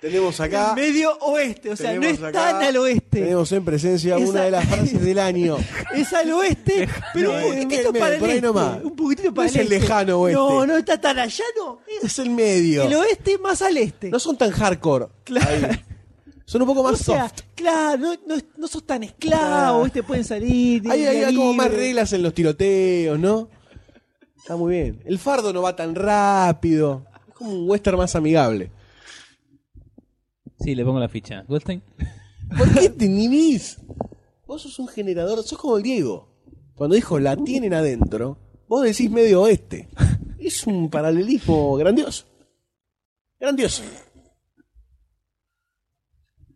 [SPEAKER 2] Tenemos acá,
[SPEAKER 1] Medio oeste, o sea, no
[SPEAKER 2] Ah. Tenemos
[SPEAKER 1] es
[SPEAKER 2] acá-
[SPEAKER 1] tan al oeste.
[SPEAKER 2] tenemos en presencia
[SPEAKER 1] Esa-
[SPEAKER 2] una de las frases
[SPEAKER 1] [laughs]
[SPEAKER 2] del año.
[SPEAKER 1] Es al oeste, pero
[SPEAKER 2] No,
[SPEAKER 1] un
[SPEAKER 2] en
[SPEAKER 1] poquitito
[SPEAKER 2] el medio,
[SPEAKER 1] para el
[SPEAKER 2] por ahí
[SPEAKER 1] este.
[SPEAKER 2] nomás.
[SPEAKER 1] Un poquitito para el
[SPEAKER 2] No es el
[SPEAKER 1] este.
[SPEAKER 2] lejano oeste.
[SPEAKER 1] No, no está tan allá, no. Es
[SPEAKER 2] Es el medio.
[SPEAKER 1] el oeste más al este.
[SPEAKER 2] No son tan hardcore. Ahí. Son un poco más
[SPEAKER 1] o sea,
[SPEAKER 2] soft.
[SPEAKER 1] claro, no, no, no sos tan esclavo,
[SPEAKER 2] Claro.
[SPEAKER 1] ¿viste? Pueden salir.
[SPEAKER 2] Hay,
[SPEAKER 1] ir
[SPEAKER 2] hay
[SPEAKER 1] libre.
[SPEAKER 2] como más reglas en los tiroteos, ¿no? Está muy bien. El fardo no va tan rápido. Es como un western más amigable.
[SPEAKER 4] Sí, le pongo la ficha. ¿Goldstein?
[SPEAKER 2] ¿Por qué te inhibís? Vos sos un generador, sos como el Diego. Cuando dijo la tienen adentro, vos decís medio oeste. Es un paralelismo grandioso. Grandioso.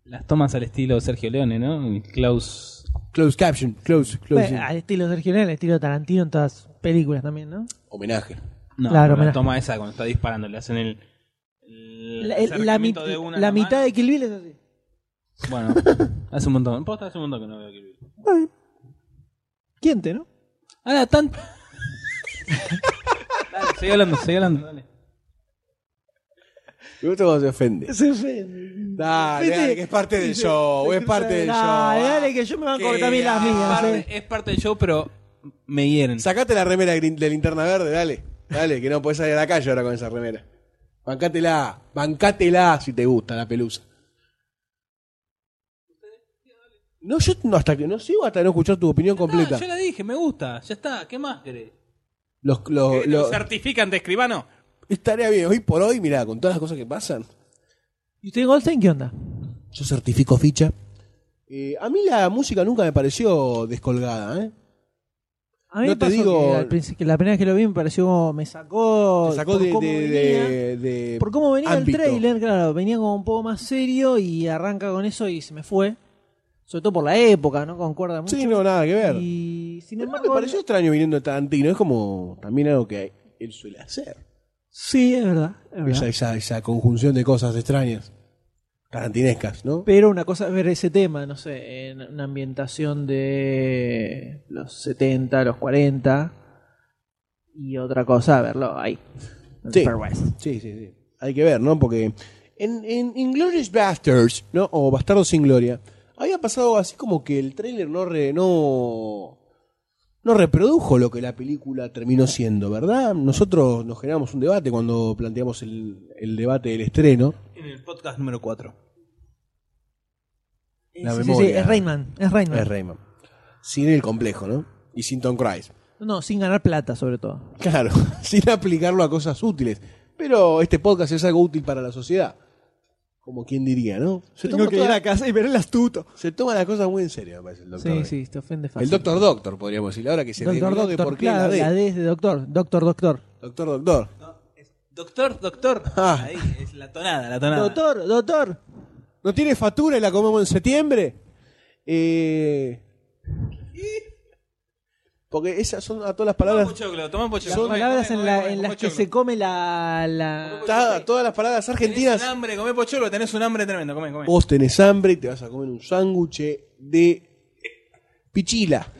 [SPEAKER 4] Las tomas al estilo Sergio Leone, ¿no? Y Klaus.
[SPEAKER 2] Close caption, close, close.
[SPEAKER 1] Bueno, al estilo Sergio Leone, al estilo Tarantino en todas sus películas también, ¿no?
[SPEAKER 2] Homenaje.
[SPEAKER 4] No,
[SPEAKER 1] Claro,
[SPEAKER 4] la
[SPEAKER 1] mirá.
[SPEAKER 4] toma esa cuando está disparando, le hacen el. el
[SPEAKER 1] La, el- la mi-
[SPEAKER 4] acercamiento de una
[SPEAKER 1] la
[SPEAKER 4] a mano.
[SPEAKER 1] mitad de Kill Bill es así.
[SPEAKER 4] Bueno, hace un montón. Posta, hace un montón que no veo Kill Bill.
[SPEAKER 1] ¿Quién te, no?
[SPEAKER 4] Ahora, tan. dale, sigue hablando, sigue hablando, dale.
[SPEAKER 2] Me gusta cuando se ofende.
[SPEAKER 1] Se ofende.
[SPEAKER 2] Dale,
[SPEAKER 1] Viste,
[SPEAKER 2] dale, que es parte del
[SPEAKER 1] dice,
[SPEAKER 2] show, es
[SPEAKER 1] dice,
[SPEAKER 2] parte del show.
[SPEAKER 1] Dale,
[SPEAKER 2] ah.
[SPEAKER 1] dale, que yo me van a
[SPEAKER 2] Que
[SPEAKER 1] cobrar también las mías.
[SPEAKER 4] Parte-
[SPEAKER 1] eh.
[SPEAKER 4] es parte del show, pero me hieren.
[SPEAKER 2] Sacate la remera grin- de linterna verde, dale. Dale, que no podés salir a la calle ahora con esa remera. Bancátela, bancátela si te gusta la pelusa. No, yo no, hasta que no sigo hasta no escuchar tu opinión completa.
[SPEAKER 4] No, yo Ah, la dije, me gusta, ya está, ¿qué más querés?
[SPEAKER 2] Los, los- los-
[SPEAKER 4] ¿Qué, ¿Lo certifican de escribano?
[SPEAKER 2] Estaría bien, hoy por hoy, mirá, con todas las cosas que pasan.
[SPEAKER 1] ¿Y usted Goldstein qué onda?
[SPEAKER 2] Yo certifico ficha. Eh, a mí la música nunca me pareció descolgada, ¿eh?
[SPEAKER 1] A mí
[SPEAKER 2] No
[SPEAKER 1] me
[SPEAKER 2] te
[SPEAKER 1] pasó
[SPEAKER 2] digo-
[SPEAKER 1] que, al principio- que la primera vez que lo vi me pareció, me sacó,
[SPEAKER 2] Te sacó
[SPEAKER 1] por
[SPEAKER 2] de,
[SPEAKER 1] cómo
[SPEAKER 2] de-
[SPEAKER 1] venía.
[SPEAKER 2] de- de-
[SPEAKER 1] Por cómo venía
[SPEAKER 2] ámbito.
[SPEAKER 1] el trailer, claro, venía como un poco más serio y arranca con eso y se me fue. Sobre todo por la época, ¿no? Concuerda mucho.
[SPEAKER 2] Sí, no, nada que ver.
[SPEAKER 1] Y sin
[SPEAKER 2] Pero no
[SPEAKER 1] embargo.
[SPEAKER 2] me pareció extraño viniendo de Tarantino, es como también algo que él suele hacer.
[SPEAKER 1] Sí, es verdad. es verdad.
[SPEAKER 2] Esa, esa, esa conjunción de cosas extrañas. Tarantinescas, ¿no?
[SPEAKER 1] Pero una cosa es ver ese tema, no sé, en una ambientación de los 70, los 40. Y otra cosa, verlo ahí. en
[SPEAKER 2] Sí.
[SPEAKER 1] Far West.
[SPEAKER 2] Sí, sí, sí. Hay que ver, ¿no? Porque en, en Inglourious Basterds, ¿no? O Bastardos sin Gloria, había pasado así como que el tráiler no, re- no, no reprodujo lo que la película terminó siendo, ¿verdad? Nosotros nos generamos un debate cuando planteamos el, el debate del estreno.
[SPEAKER 4] En el podcast número 4.
[SPEAKER 2] La
[SPEAKER 1] Sí, sí, sí,
[SPEAKER 2] memoria.
[SPEAKER 1] es Rayman. Es Rayman.
[SPEAKER 2] Es Rayman. Sin el complejo, ¿no?
[SPEAKER 11] Y sin Tom Cruise.
[SPEAKER 1] No, sin ganar plata, sobre todo.
[SPEAKER 2] [laughs] Claro, [laughs] sin aplicarlo a cosas útiles. Pero este podcast es algo útil para la sociedad. Como quien diría, ¿no? Se toma, toda-
[SPEAKER 1] casa y ver el astuto.
[SPEAKER 2] se toma las cosas muy en serio, me parece, el doctor.
[SPEAKER 1] Sí,
[SPEAKER 2] D.
[SPEAKER 1] sí, te ofende fácil.
[SPEAKER 2] El doctor doctor, podríamos decir. Ahora que se
[SPEAKER 1] Doctor,
[SPEAKER 2] desveló de
[SPEAKER 1] doctor,
[SPEAKER 2] por qué
[SPEAKER 1] claro,
[SPEAKER 2] la D.
[SPEAKER 1] la D es de doctor, doctor, doctor.
[SPEAKER 2] Doctor doctor.
[SPEAKER 4] Doctor, doctor.
[SPEAKER 2] Ah.
[SPEAKER 4] Ahí es la tonada, la tonada.
[SPEAKER 1] Doctor, doctor.
[SPEAKER 2] ¿No tiene factura y la comemos en septiembre? Eh... Porque esas son a todas las
[SPEAKER 4] Toma
[SPEAKER 2] palabras.
[SPEAKER 4] pochoclo, toma pochoclo.
[SPEAKER 1] Las
[SPEAKER 4] Come,
[SPEAKER 1] palabras
[SPEAKER 4] come,
[SPEAKER 1] en,
[SPEAKER 4] come,
[SPEAKER 1] la-
[SPEAKER 4] come
[SPEAKER 1] en las que
[SPEAKER 4] pochoclo.
[SPEAKER 1] se come la... la-
[SPEAKER 2] Está- todas las palabras
[SPEAKER 4] Tenés
[SPEAKER 2] argentinas.
[SPEAKER 4] un hambre, comé pochoclo, tenés un hambre tremendo, come, come.
[SPEAKER 2] Vos tenés hambre y te vas a comer un sándwich de pichila.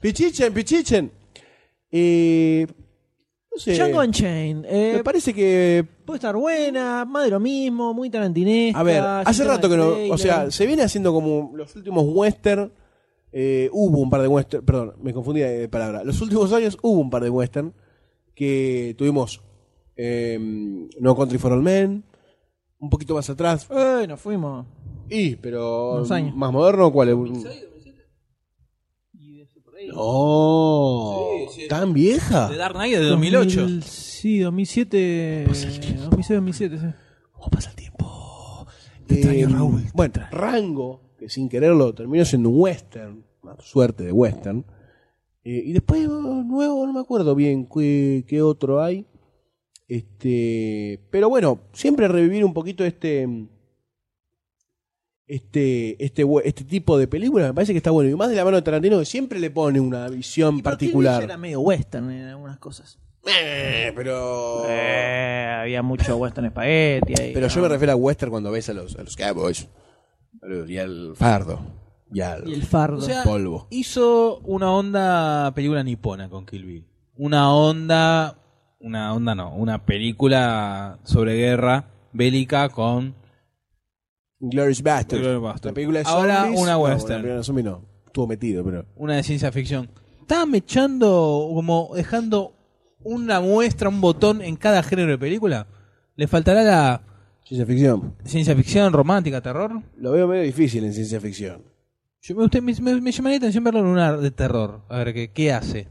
[SPEAKER 2] Pichichen, pichichen. Eh, no sé.
[SPEAKER 1] Django Unchained. eh,
[SPEAKER 2] Me parece que
[SPEAKER 1] puede estar buena, más de lo mismo, muy tarantinesca.
[SPEAKER 2] A ver, hace
[SPEAKER 1] sin
[SPEAKER 2] rato que
[SPEAKER 1] tema de
[SPEAKER 2] no. O sea,
[SPEAKER 1] trailer.
[SPEAKER 2] se viene haciendo como los últimos western. eh, hubo un par de western. Perdón, me confundí de palabra. Los últimos años hubo un par de western que tuvimos eh, No Country for All Men. Un poquito más atrás.
[SPEAKER 1] Eh, nos fuimos.
[SPEAKER 2] Y, pero.
[SPEAKER 1] Unos años.
[SPEAKER 2] ¿Más moderno cuál es? No. ¿Tan vieja?
[SPEAKER 4] De Dark Knight de 2008.
[SPEAKER 1] 2000, sí, 2007. 2006, 2007, sí.
[SPEAKER 2] ¿Cómo pasa el tiempo? Te extraño, Raúl. Em, Bueno, Rango, que sin quererlo terminó siendo un western, una suerte de western. Eh, y después, oh, nuevo, no me acuerdo bien qué, qué otro hay. Este, pero bueno, siempre revivir un poquito este este este we- este tipo de películas me parece que está bueno y más de la mano de Tarantino que siempre le pone una visión
[SPEAKER 1] Era
[SPEAKER 2] particular.
[SPEAKER 1] medio western en algunas cosas.
[SPEAKER 2] Eh, pero
[SPEAKER 1] Eh, había mucho western spaghetti ahí.
[SPEAKER 11] Pero yo me refiero a Western cuando ves a los, a los Cowboys. boludo, Y al fardo. Y al
[SPEAKER 1] Y el fardo.
[SPEAKER 4] O sea,
[SPEAKER 11] polvo.
[SPEAKER 4] hizo una onda película nipona con Kill Bill. Una onda, una onda no, una película sobre guerra bélica con
[SPEAKER 2] Glorious Bastards.
[SPEAKER 4] Inglourious Basterds.
[SPEAKER 2] La película de
[SPEAKER 4] Ahora
[SPEAKER 2] zombies-
[SPEAKER 4] una
[SPEAKER 2] no,
[SPEAKER 4] western.
[SPEAKER 2] la película de zombies no. Estuvo metido, pero
[SPEAKER 4] una de ciencia ficción. Estaba mechando, como dejando una muestra, un botón en cada género de película. ¿Le faltará la
[SPEAKER 2] Ciencia ficción.
[SPEAKER 4] ciencia ficción, romántica, terror?
[SPEAKER 2] Lo veo medio difícil en ciencia ficción.
[SPEAKER 4] Yo, me- usted, me, me- me llamaría la atención verlo en una de terror. A ver qué, qué hace.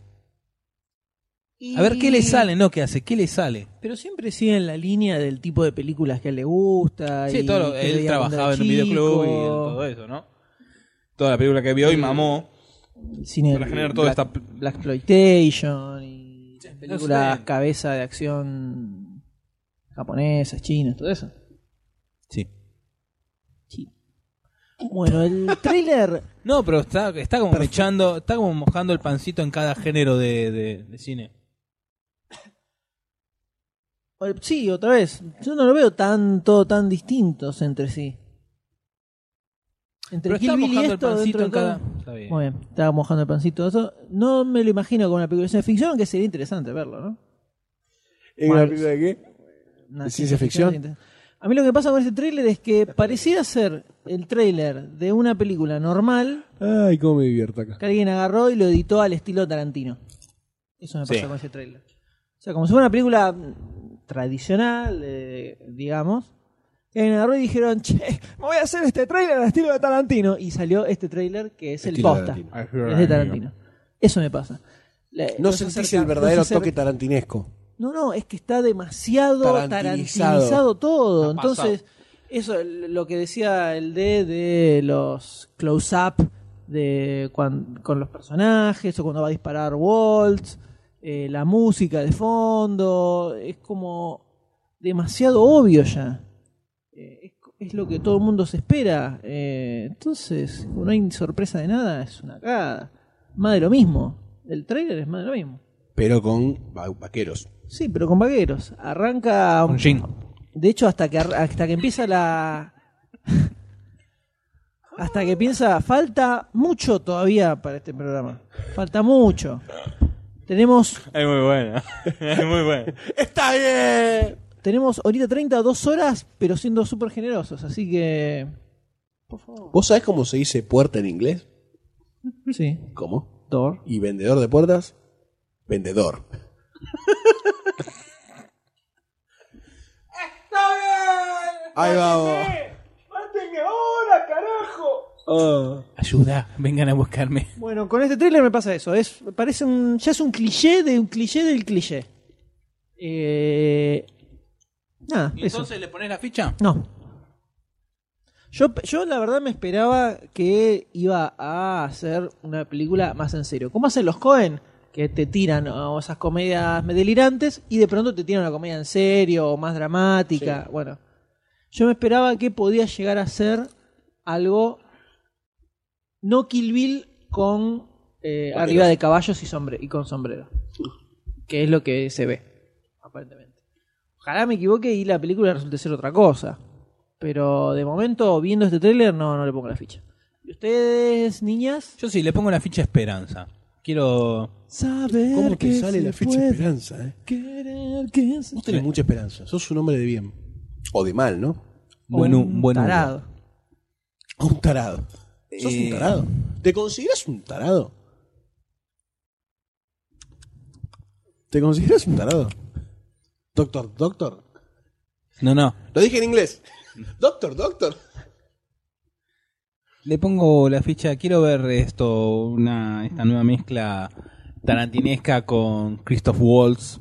[SPEAKER 4] A ver qué le sale, no qué hace, qué le sale.
[SPEAKER 1] Pero siempre sigue en la línea del tipo de películas que a él le gusta.
[SPEAKER 4] Sí,
[SPEAKER 1] y
[SPEAKER 4] todo lo-
[SPEAKER 1] que
[SPEAKER 4] él
[SPEAKER 1] veía cuando era
[SPEAKER 4] trabajaba en un videoclub y
[SPEAKER 1] chico.
[SPEAKER 4] todo eso, ¿no? Toda la película que vio y mamó.
[SPEAKER 1] Cine
[SPEAKER 4] Para generar toda
[SPEAKER 1] Black,
[SPEAKER 4] esta-
[SPEAKER 1] Black Exploitation y películas
[SPEAKER 4] sé.
[SPEAKER 1] cabeza de acción japonesas, chinas, todo eso.
[SPEAKER 4] Sí.
[SPEAKER 1] Sí. Bueno,
[SPEAKER 4] [laughs]
[SPEAKER 1] el trailer
[SPEAKER 4] No, pero está, está como mechando, está como mojando el pancito en cada género de, de- de cine.
[SPEAKER 1] Bueno, Sí, otra vez. Yo no lo veo tanto, tan distintos entre sí. Entre
[SPEAKER 4] Pero
[SPEAKER 1] Kill
[SPEAKER 4] está
[SPEAKER 1] Bill y
[SPEAKER 4] mojando el
[SPEAKER 1] esto,
[SPEAKER 4] pancito
[SPEAKER 1] dentro
[SPEAKER 4] en
[SPEAKER 1] de todo-
[SPEAKER 4] cada. Está bien.
[SPEAKER 1] Muy bien, estaba mojando el pancito. Eso no me lo imagino con una película de ciencia ficción, aunque sería interesante verlo, ¿no?
[SPEAKER 2] ¿En
[SPEAKER 1] Bueno,
[SPEAKER 2] una película de qué?
[SPEAKER 1] Una
[SPEAKER 2] ¿De ciencia ficción?
[SPEAKER 1] es interesante. A mí lo que pasa con este tráiler es que pareciera ser el tráiler de una película normal
[SPEAKER 2] Ay, cómo me divierto acá.
[SPEAKER 1] que alguien agarró y lo editó al estilo Tarantino. Eso me pasa
[SPEAKER 4] Sí.
[SPEAKER 1] con ese tráiler. O sea, como si fuera una película mm, tradicional, eh, digamos, En agarró y dijeron, che, me voy a hacer este trailer al estilo de Tarantino. Y salió este trailer que es el
[SPEAKER 2] Estilo
[SPEAKER 1] posta.
[SPEAKER 2] Tarantino.
[SPEAKER 1] Es de Tarantino. Eso me pasa. La-
[SPEAKER 2] No
[SPEAKER 1] nos
[SPEAKER 2] sentís
[SPEAKER 1] acerca-
[SPEAKER 2] el verdadero
[SPEAKER 1] nos acer-
[SPEAKER 2] toque tarantinesco.
[SPEAKER 1] No, no, es que está demasiado
[SPEAKER 2] Tarantinizado.
[SPEAKER 1] tarantinizado, todo.
[SPEAKER 4] Está pasado.
[SPEAKER 1] Entonces, eso, l- lo que decía el D de los close-up de cuan- con los personajes o cuando va a disparar Waltz, eh, la música de fondo, es como demasiado obvio ya. Eh, es, co- es lo que todo el mundo se espera. Eh, entonces, como no hay sorpresa de nada, es una cagada. Más de lo mismo. El trailer es más de lo mismo.
[SPEAKER 2] Pero con va- vaqueros.
[SPEAKER 1] Sí, pero con vaqueros. Arranca. um,
[SPEAKER 4] Un jean.
[SPEAKER 1] De hecho, hasta que, arra- hasta que empieza la. [laughs] Hasta que piensa, falta mucho todavía para este programa. Falta mucho. Tenemos,
[SPEAKER 12] Es muy buena. [laughs] es muy buena.
[SPEAKER 2] ¡Está bien!
[SPEAKER 1] tenemos ahorita 30, dos horas, pero siendo súper generosos. Así que.
[SPEAKER 2] ¿Vos sabés cómo se dice puerta en inglés?
[SPEAKER 1] Sí,
[SPEAKER 2] ¿Cómo?
[SPEAKER 1] Thor.
[SPEAKER 2] ¿Y vendedor de puertas? Vendedor. Ahí vamos.
[SPEAKER 4] Ayuda, [laughs] vengan a buscarme.
[SPEAKER 1] Bueno, con este tráiler me pasa eso. Es, parece un, ya es un cliché de un cliché del cliché. Eh, nada,
[SPEAKER 4] ¿Y
[SPEAKER 1] eso.
[SPEAKER 4] entonces le pones la ficha?
[SPEAKER 1] No. Yo, yo la verdad me esperaba que iba a hacer una película más en serio. ¿Cómo hacen los Cohen? Que te tiran o esas comedias delirantes y de pronto te tiran una comedia en serio o más dramática. Bueno, yo me esperaba que podía llegar a ser algo no Kill Bill con eh, arriba de caballos y, sombre- y con sombrero. Que es lo que se ve, aparentemente. Ojalá me equivoque y la película resulte ser otra cosa. Pero de momento, viendo este tráiler, no, no le pongo la ficha. ¿Y ustedes, niñas?
[SPEAKER 4] Yo sí, le pongo la ficha Esperanza. Quiero.
[SPEAKER 1] Saber
[SPEAKER 2] ¿Cómo te
[SPEAKER 1] que
[SPEAKER 2] sale
[SPEAKER 1] se
[SPEAKER 2] la ficha
[SPEAKER 1] puede
[SPEAKER 2] esperanza? Eh?
[SPEAKER 1] querer que se-
[SPEAKER 2] Vos tenés mucha esperanza. Sos un hombre de bien. O de mal, ¿no?
[SPEAKER 4] Buen,
[SPEAKER 1] Un
[SPEAKER 4] hu- buen humor.
[SPEAKER 1] tarado.
[SPEAKER 2] O un tarado. ¿Sos
[SPEAKER 4] Eh.
[SPEAKER 2] un tarado? ¿Te consideras un tarado? ¿Te consideras un tarado? Doctor, doctor.
[SPEAKER 4] No, no.
[SPEAKER 2] Lo dije en inglés. [laughs] Doctor, doctor.
[SPEAKER 4] Le pongo la ficha. Quiero ver esto, una, esta nueva mezcla tarantinesca con Christoph Waltz,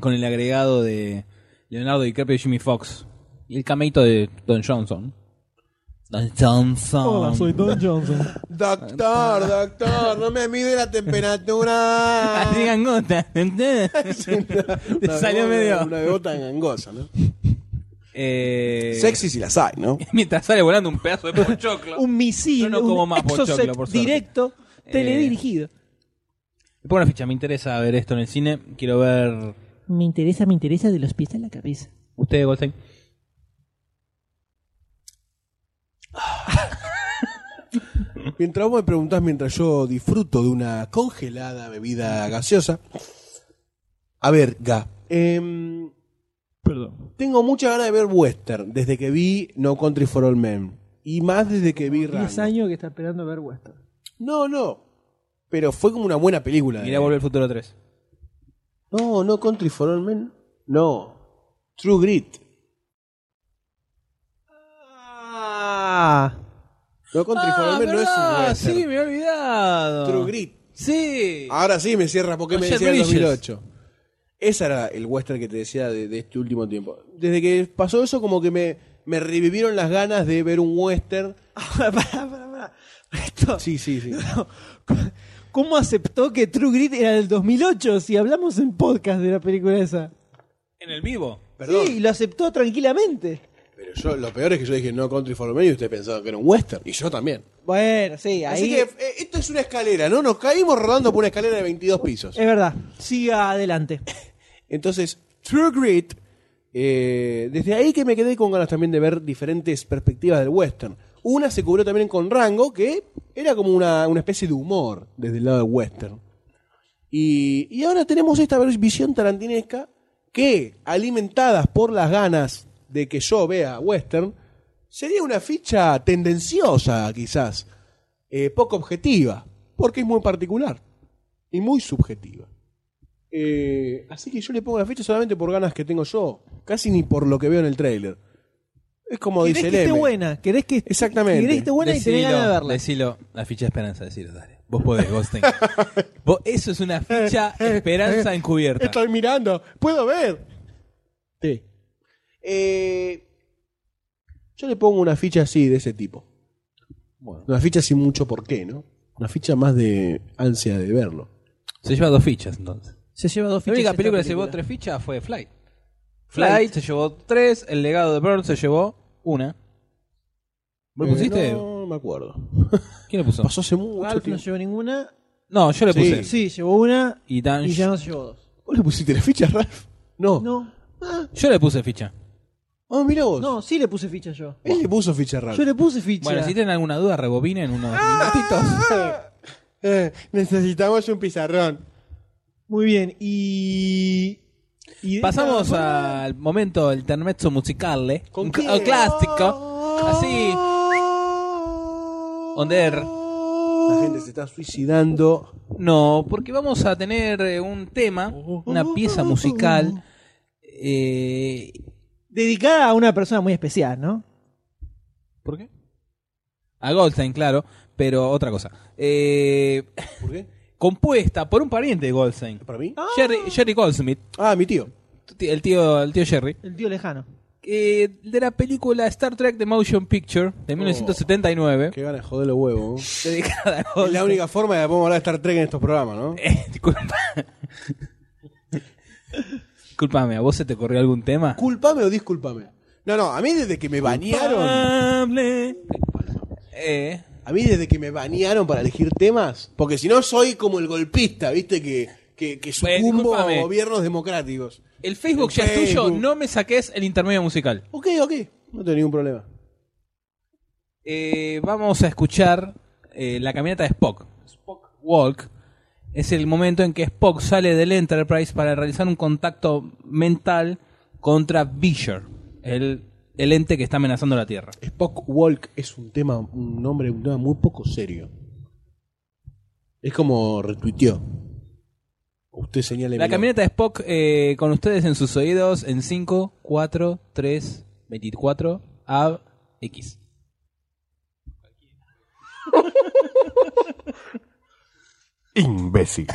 [SPEAKER 4] con el agregado de Leonardo DiCaprio y Jimmy Fox, y el cameito de Don Johnson. Don Johnson.
[SPEAKER 1] Don Johnson.
[SPEAKER 2] Doctor, doctor, no me mide la temperatura.
[SPEAKER 4] [laughs] Así
[SPEAKER 2] [laughs]
[SPEAKER 4] gangota. Te
[SPEAKER 2] Una bebota-
[SPEAKER 4] salió medio.
[SPEAKER 2] Una bebota gangosa, ¿no?
[SPEAKER 4] Eh,
[SPEAKER 13] Sexy si las hay, ¿no?
[SPEAKER 4] Mientras sale volando un pedazo de [laughs] pochoclo.
[SPEAKER 1] Un misil.
[SPEAKER 4] Yo no como
[SPEAKER 1] un
[SPEAKER 4] más pochoclo,
[SPEAKER 1] exocet
[SPEAKER 4] por suerte.
[SPEAKER 1] directo,
[SPEAKER 4] Eh,
[SPEAKER 1] teledirigido.
[SPEAKER 4] Le pongo la ficha. Me interesa ver esto en el cine. Quiero ver.
[SPEAKER 1] Me interesa, me interesa de los pies a la cabeza.
[SPEAKER 4] Usted, Goldstein.
[SPEAKER 2] Mientras vos me preguntás, mientras yo disfruto de una congelada bebida gaseosa. A ver, Ga. em,
[SPEAKER 1] Perdón.
[SPEAKER 2] tengo mucha ganas de ver western desde que vi No Country for All Men. Y más desde que vi
[SPEAKER 1] 10
[SPEAKER 2] Rango.
[SPEAKER 1] años que está esperando ver Western. [laughs]
[SPEAKER 2] No, no. Pero fue como una buena película.
[SPEAKER 4] Mirá,
[SPEAKER 2] eh.
[SPEAKER 4] vuelve el futuro 3.
[SPEAKER 2] No, no Country for All Men. No. True Grit.
[SPEAKER 1] Ah,
[SPEAKER 2] No Country for All Men Ah, no es un western.
[SPEAKER 4] Sí, me he olvidado.
[SPEAKER 2] True Grit. Ah.
[SPEAKER 4] Sí.
[SPEAKER 2] Ahora sí me cierra porque
[SPEAKER 4] Con
[SPEAKER 2] me
[SPEAKER 4] Jeff
[SPEAKER 2] decía el
[SPEAKER 4] Bridges.
[SPEAKER 2] 2008. Ese era el western que te decía de, de este último tiempo. Desde que pasó eso, como que me, me revivieron las ganas de ver un western.
[SPEAKER 1] pará, pará, pará. Esto,
[SPEAKER 2] Sí, sí, sí.
[SPEAKER 1] ¿Cómo aceptó que True Grit era del 2008 si hablamos en podcast de la película esa?
[SPEAKER 4] En el vivo.
[SPEAKER 2] Perdón.
[SPEAKER 1] Sí, lo aceptó tranquilamente.
[SPEAKER 2] Pero yo, lo peor es que yo dije No Country for Men y usted pensaba que era un western. Y yo también.
[SPEAKER 1] Bueno, sí, ahí
[SPEAKER 2] Así que eh, esto es una escalera, ¿no? Nos caímos rodando por una escalera de 22 pisos.
[SPEAKER 1] es verdad. Siga adelante.
[SPEAKER 2] Entonces, True Grit, eh, desde ahí que me quedé con ganas también de ver diferentes perspectivas del western. Una se cubrió también con Rango, que era como una, una especie de humor desde el lado del western. Y, y ahora tenemos esta visión tarantinesca que, alimentadas por las ganas de que yo vea western, sería una ficha tendenciosa quizás, eh, poco objetiva, porque es muy particular y muy subjetiva. Eh, así que yo le pongo la fecha solamente por ganas que tengo yo, casi ni por lo que veo en el tráiler. Es como
[SPEAKER 1] querés
[SPEAKER 2] dice
[SPEAKER 1] que esté
[SPEAKER 2] Leme.
[SPEAKER 1] buena, querés que,
[SPEAKER 2] Exactamente.
[SPEAKER 1] querés que esté buena y tenés ganas de verla.
[SPEAKER 4] decilo, la ficha esperanza, decilo, dale. Vos podés, Ghosting. Vos- eso es una ficha esperanza encubierta.
[SPEAKER 2] Estoy mirando, puedo ver. Sí. Eh, yo le pongo una ficha así, de ese tipo. Una ficha sin mucho por qué, ¿no? Una ficha más de ansia de verlo.
[SPEAKER 4] Se lleva dos fichas entonces.
[SPEAKER 1] Se lleva dos
[SPEAKER 4] La
[SPEAKER 1] fichas.
[SPEAKER 4] única
[SPEAKER 1] esta
[SPEAKER 4] película que se llevó tres fichas fue Flight. Flight, se llevó tres, El legado de Burns se llevó una. ¿Vos
[SPEAKER 2] Eh,
[SPEAKER 4] pusiste?
[SPEAKER 2] No, no me acuerdo.
[SPEAKER 4] ¿Quién le puso?
[SPEAKER 2] Pasó hace mucho
[SPEAKER 1] Alf no
[SPEAKER 2] tiempo.
[SPEAKER 1] llevó ninguna.
[SPEAKER 4] No, yo le puse.
[SPEAKER 1] Sí, llevó una
[SPEAKER 4] Y Dan-
[SPEAKER 1] y ya no se llevó dos.
[SPEAKER 2] ¿Vos le pusiste la ficha, Ralph? No. No,
[SPEAKER 1] No,
[SPEAKER 4] Yo le puse ficha.
[SPEAKER 2] mira vos.
[SPEAKER 1] no, sí le puse ficha yo.
[SPEAKER 2] Él le puso ficha a Ralph.
[SPEAKER 1] Yo le puse ficha.
[SPEAKER 4] Bueno, si tienen alguna duda, rebobinen unos
[SPEAKER 1] Ah,
[SPEAKER 4] minutitos.
[SPEAKER 2] Eh, necesitamos un pizarrón.
[SPEAKER 1] Muy bien, y... y-
[SPEAKER 4] Pasamos al momento del intermezzo musicale.
[SPEAKER 2] ¿Con
[SPEAKER 4] Un
[SPEAKER 2] quién?
[SPEAKER 4] cl- Oh, clásico. Así. Onder.
[SPEAKER 2] La gente se está suicidando.
[SPEAKER 4] No, porque vamos a tener eh, un tema,
[SPEAKER 1] Oh,
[SPEAKER 4] una pieza musical. eh,
[SPEAKER 1] Dedicada a una persona muy especial, ¿no?
[SPEAKER 4] ¿Por qué? A Goldstein, claro, pero otra cosa. Eh,
[SPEAKER 2] ¿Por qué?
[SPEAKER 4] compuesta por un pariente de Goldstein.
[SPEAKER 2] ¿Para mí?
[SPEAKER 4] Jerry, Jerry Goldsmith,
[SPEAKER 2] Ah, mi tío.
[SPEAKER 4] el tío, el tío Jerry,
[SPEAKER 1] El tío lejano.
[SPEAKER 4] eh, de la película Star Trek The Motion Picture de
[SPEAKER 2] Oh.
[SPEAKER 4] 1979,
[SPEAKER 2] Que van a joder los huevos. ¿no?
[SPEAKER 4] dedicada
[SPEAKER 2] [laughs]
[SPEAKER 4] a
[SPEAKER 2] Es la
[SPEAKER 4] Goldstein.
[SPEAKER 2] única forma de que podemos hablar de Star Trek en estos programas, ¿no?
[SPEAKER 4] Eh, disculpa. [laughs] Disculpame, ¿a vos se te corrió algún tema?
[SPEAKER 2] Culpame o discúlpame. No, no, a mí desde que me banearon.
[SPEAKER 4] Culpable. Eh,
[SPEAKER 2] A mí desde que me banearon para elegir temas. Porque si no, soy como el golpista, ¿viste? Que, que, que
[SPEAKER 4] Bueno,
[SPEAKER 2] sucumbo
[SPEAKER 4] discúlpame.
[SPEAKER 2] a gobiernos democráticos.
[SPEAKER 4] el Facebook
[SPEAKER 2] El
[SPEAKER 4] ya es tuyo,
[SPEAKER 2] Facebook.
[SPEAKER 4] no me saques el intermedio musical.
[SPEAKER 2] Ok, ok. No tengo ningún problema.
[SPEAKER 4] Eh, vamos a escuchar eh, la camioneta de Spock. Spock Walk. Es el momento en que Spock sale del Enterprise para realizar un contacto mental contra Visher, el, el ente que está amenazando la Tierra.
[SPEAKER 2] Spock Walk es un tema, un nombre, un tema muy poco serio. Es como retuiteó. Usted señale.
[SPEAKER 4] La
[SPEAKER 2] mi nombre.
[SPEAKER 4] camioneta de Spock eh, con ustedes en sus oídos en 5, 4, 3, 24, AB, X.
[SPEAKER 9] Imbécil.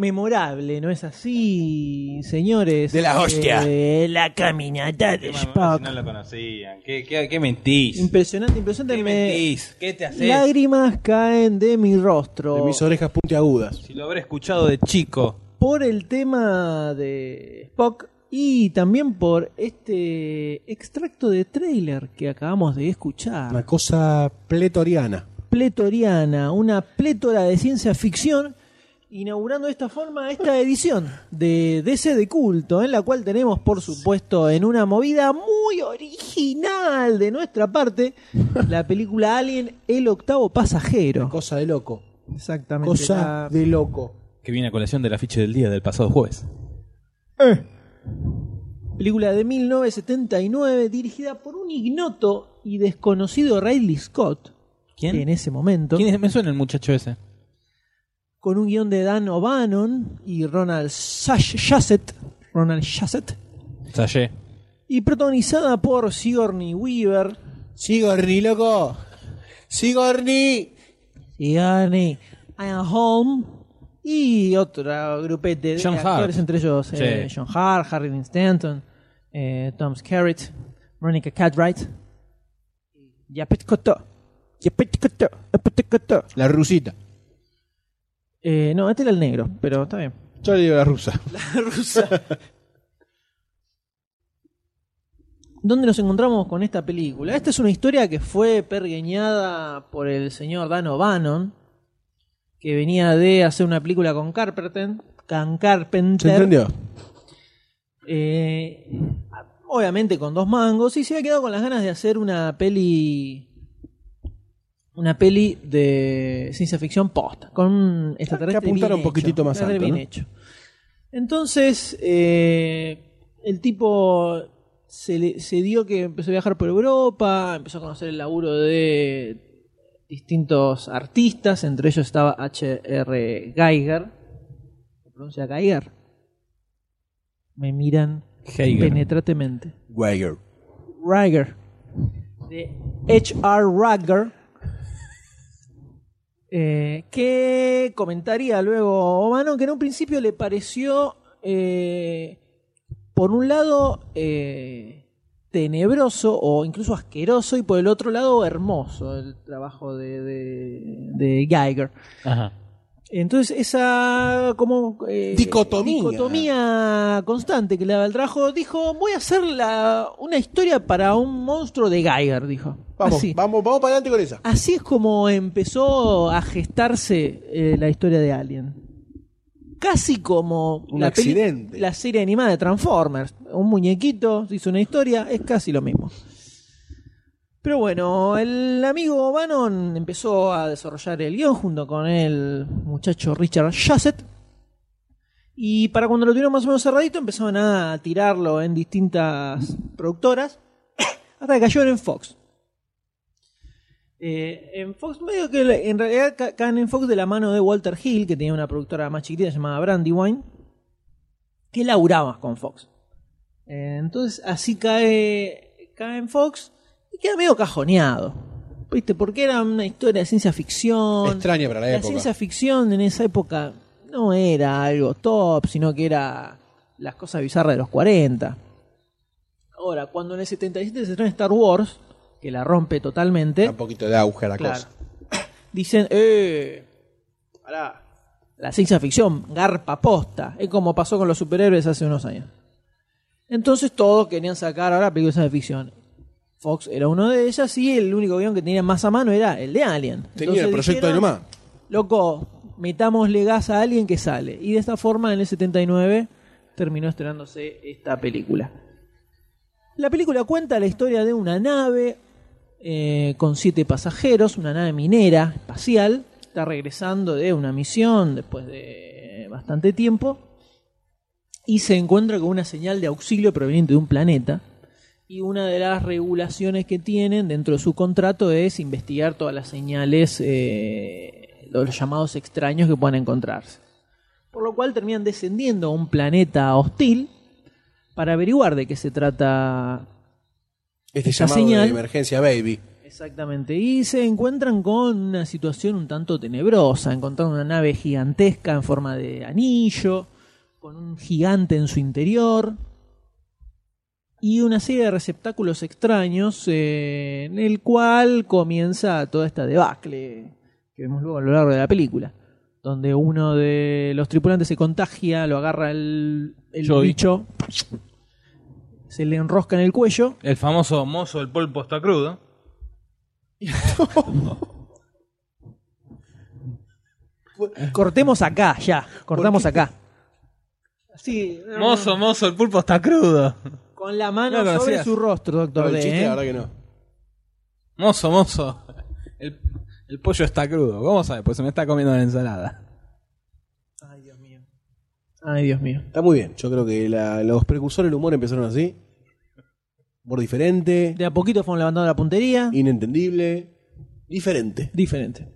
[SPEAKER 1] memorable, ¿no es así, señores?
[SPEAKER 14] De la hostia.
[SPEAKER 1] Eh, la caminata de
[SPEAKER 4] Si
[SPEAKER 1] Spock.
[SPEAKER 4] no lo conocían. ¿Qué, qué, qué mentís?
[SPEAKER 1] Impresionante, impresionante.
[SPEAKER 4] ¿Qué
[SPEAKER 1] Me-
[SPEAKER 4] mentís? ¿Qué te haces?
[SPEAKER 1] Lágrimas caen de mi rostro.
[SPEAKER 2] De mis orejas puntiagudas.
[SPEAKER 4] Si lo habré escuchado de chico.
[SPEAKER 1] por el tema de Spock y también por este extracto de trailer que acabamos de escuchar.
[SPEAKER 2] Una cosa pletoriana.
[SPEAKER 1] Pletoriana, una plétora de ciencia ficción, inaugurando de esta forma esta edición de DC de culto, en la cual tenemos, por supuesto, en una movida muy original de nuestra parte, la película Alien, el octavo pasajero.
[SPEAKER 2] Cosa de loco.
[SPEAKER 1] Exactamente.
[SPEAKER 2] Cosa
[SPEAKER 1] la-
[SPEAKER 2] de loco.
[SPEAKER 4] Que viene a colación del afiche del día del pasado jueves.
[SPEAKER 1] Película de 1979 dirigida por un ignoto y desconocido Ridley Scott, que en
[SPEAKER 4] ¿Quién?
[SPEAKER 1] ese momento,
[SPEAKER 4] ¿Quién es? Me suena el muchacho ese.
[SPEAKER 1] con un guión de Dan O'Bannon y Ronald Sash- Shasset, Ronald Shasset,
[SPEAKER 4] Sayé.
[SPEAKER 1] y protagonizada por Sigourney Weaver.
[SPEAKER 2] Sigorni, loco. Sigorni.
[SPEAKER 1] Sigourney Ian Holm y otro grupete de
[SPEAKER 4] John Hart.
[SPEAKER 1] actores, entre ellos eh,
[SPEAKER 4] Sí.
[SPEAKER 1] John Hart, Harry Dean Stanton, eh, Tom Skerritt, Veronica Cartwright y Yapet Kotto. Yapet Kotto, Yapet Kotto.
[SPEAKER 2] La rusita.
[SPEAKER 1] Eh, no, este era el negro, pero está bien.
[SPEAKER 2] Yo le digo [laughs] la rusa.
[SPEAKER 1] [laughs] ¿Dónde nos encontramos con esta película? Esta es una historia que fue pergueñada por el señor Dan O'Bannon, que venía de hacer una película con Carpenter. Can Carpenter.
[SPEAKER 2] ¿Se entendió?
[SPEAKER 1] Eh, obviamente con dos mangos. Y se había quedado con las ganas de hacer una peli. Una peli de ciencia ficción posta. Con un extraterrestre.
[SPEAKER 2] Que apuntara
[SPEAKER 1] bien
[SPEAKER 2] un poquitito
[SPEAKER 1] hecho,
[SPEAKER 2] más alto,
[SPEAKER 1] extraterrestre
[SPEAKER 2] ¿no?
[SPEAKER 1] bien hecho. Entonces, eh, el tipo se, le- se dio que empezó a viajar por Europa, empezó a conocer el laburo de distintos artistas, entre ellos estaba H.R. Geiger. ¿Se pronuncia Geiger? Me miran
[SPEAKER 4] Heiger.
[SPEAKER 1] penetrantemente.
[SPEAKER 14] Weiger.
[SPEAKER 1] Rager. De H.R. Rager. eh, que comentaría luego Omano que en un principio le pareció, eh, por un lado, eh, tenebroso o incluso asqueroso y por el otro lado hermoso el trabajo de, de, de Geiger.
[SPEAKER 4] Ajá.
[SPEAKER 1] Entonces esa como eh,
[SPEAKER 2] Dicotomía.
[SPEAKER 1] dicotomía constante que le daba el trabajo, dijo, voy a hacer la- una historia para un monstruo de Geiger, dijo.
[SPEAKER 2] Vamos,
[SPEAKER 1] así.
[SPEAKER 2] vamos, vamos para adelante con esa.
[SPEAKER 1] Así es como empezó a gestarse eh, la historia de Alien. Casi como
[SPEAKER 2] Un
[SPEAKER 1] la peli-
[SPEAKER 2] accidente.
[SPEAKER 1] la serie animada de Transformers. Un muñequito hizo una historia, es casi lo mismo. Pero bueno, el amigo Bannon empezó a desarrollar el guión junto con el muchacho Richard Shasset. Y para cuando lo tuvieron más o menos cerradito, empezaron a tirarlo en distintas productoras. Hasta que cayeron en Fox. Eh, en Fox, medio que le- en realidad ca- caen en Fox de la mano de Walter Hill, que tenía una productora más chiquitita llamada Brandywine, que laburaba con Fox. Eh, entonces, así cae, cae en Fox y queda medio cajoneado. ¿Viste? Porque era una historia de ciencia ficción.
[SPEAKER 2] Extraña para la,
[SPEAKER 1] La
[SPEAKER 2] época.
[SPEAKER 1] ciencia ficción en esa época no era algo top, sino que era las cosas bizarras de los 40. Ahora, cuando en el 77 se estrena Star Wars, que la rompe totalmente,
[SPEAKER 2] Da Un poquito de auge a la
[SPEAKER 1] claro, [coughs]
[SPEAKER 2] cosa.
[SPEAKER 1] dicen, eh, pará, la ciencia ficción garpa posta, es como pasó con los superhéroes hace unos años. Entonces todos querían sacar ahora películas de ciencia ficción. Fox era uno de ellas y el único guión que tenía más a mano era el de Alien.
[SPEAKER 2] Tenía el
[SPEAKER 1] Entonces
[SPEAKER 2] proyecto
[SPEAKER 1] dijeron,
[SPEAKER 2] de nomás.
[SPEAKER 1] loco, metámosle gas a alguien que sale. Y de esta forma, en el 79, terminó estrenándose esta película. La película cuenta la historia de una nave eh, con siete pasajeros, una nave minera espacial, está regresando de una misión después de bastante tiempo, y se encuentra con una señal de auxilio proveniente de un planeta. Y una de las regulaciones que tienen dentro de su contrato es investigar todas las señales, eh, los llamados extraños que puedan encontrarse. Por lo cual terminan descendiendo a un planeta hostil para averiguar de qué se trata
[SPEAKER 2] Este
[SPEAKER 1] Esta
[SPEAKER 2] llamado
[SPEAKER 1] señal-
[SPEAKER 2] de emergencia, baby.
[SPEAKER 1] Exactamente. Y se encuentran con una situación un tanto tenebrosa. Encontraron una nave gigantesca en forma de anillo, con un gigante en su interior. Y una serie de receptáculos extraños eh, en el cual comienza toda esta debacle que vemos luego a lo largo de la película. Donde uno de los tripulantes se contagia, lo agarra el, el
[SPEAKER 4] Joey.
[SPEAKER 1] bicho, se le enrosca en el cuello
[SPEAKER 4] El famoso mozo del polpo está crudo.
[SPEAKER 1] Cortemos acá, ya. Cortamos acá. Sí. mm,
[SPEAKER 4] Mozo, mozo, el pulpo está crudo.
[SPEAKER 1] Con la mano
[SPEAKER 4] No lo
[SPEAKER 1] sobre
[SPEAKER 4] conocías.
[SPEAKER 1] su rostro, doctor
[SPEAKER 2] No, el
[SPEAKER 1] D,
[SPEAKER 2] chiste,
[SPEAKER 1] ¿eh?
[SPEAKER 2] la verdad que no.
[SPEAKER 4] Mozo, mozo. El, el pollo está crudo. ¿Cómo sabes? Pues se me está comiendo la ensalada.
[SPEAKER 1] Ay, Dios mío. Ay, Dios mío.
[SPEAKER 2] Está muy bien. Yo creo que la- los precursores del humor empezaron así. Humor diferente,
[SPEAKER 1] De a poquito fueron levantando la puntería.
[SPEAKER 2] inentendible, diferente.
[SPEAKER 1] Diferente.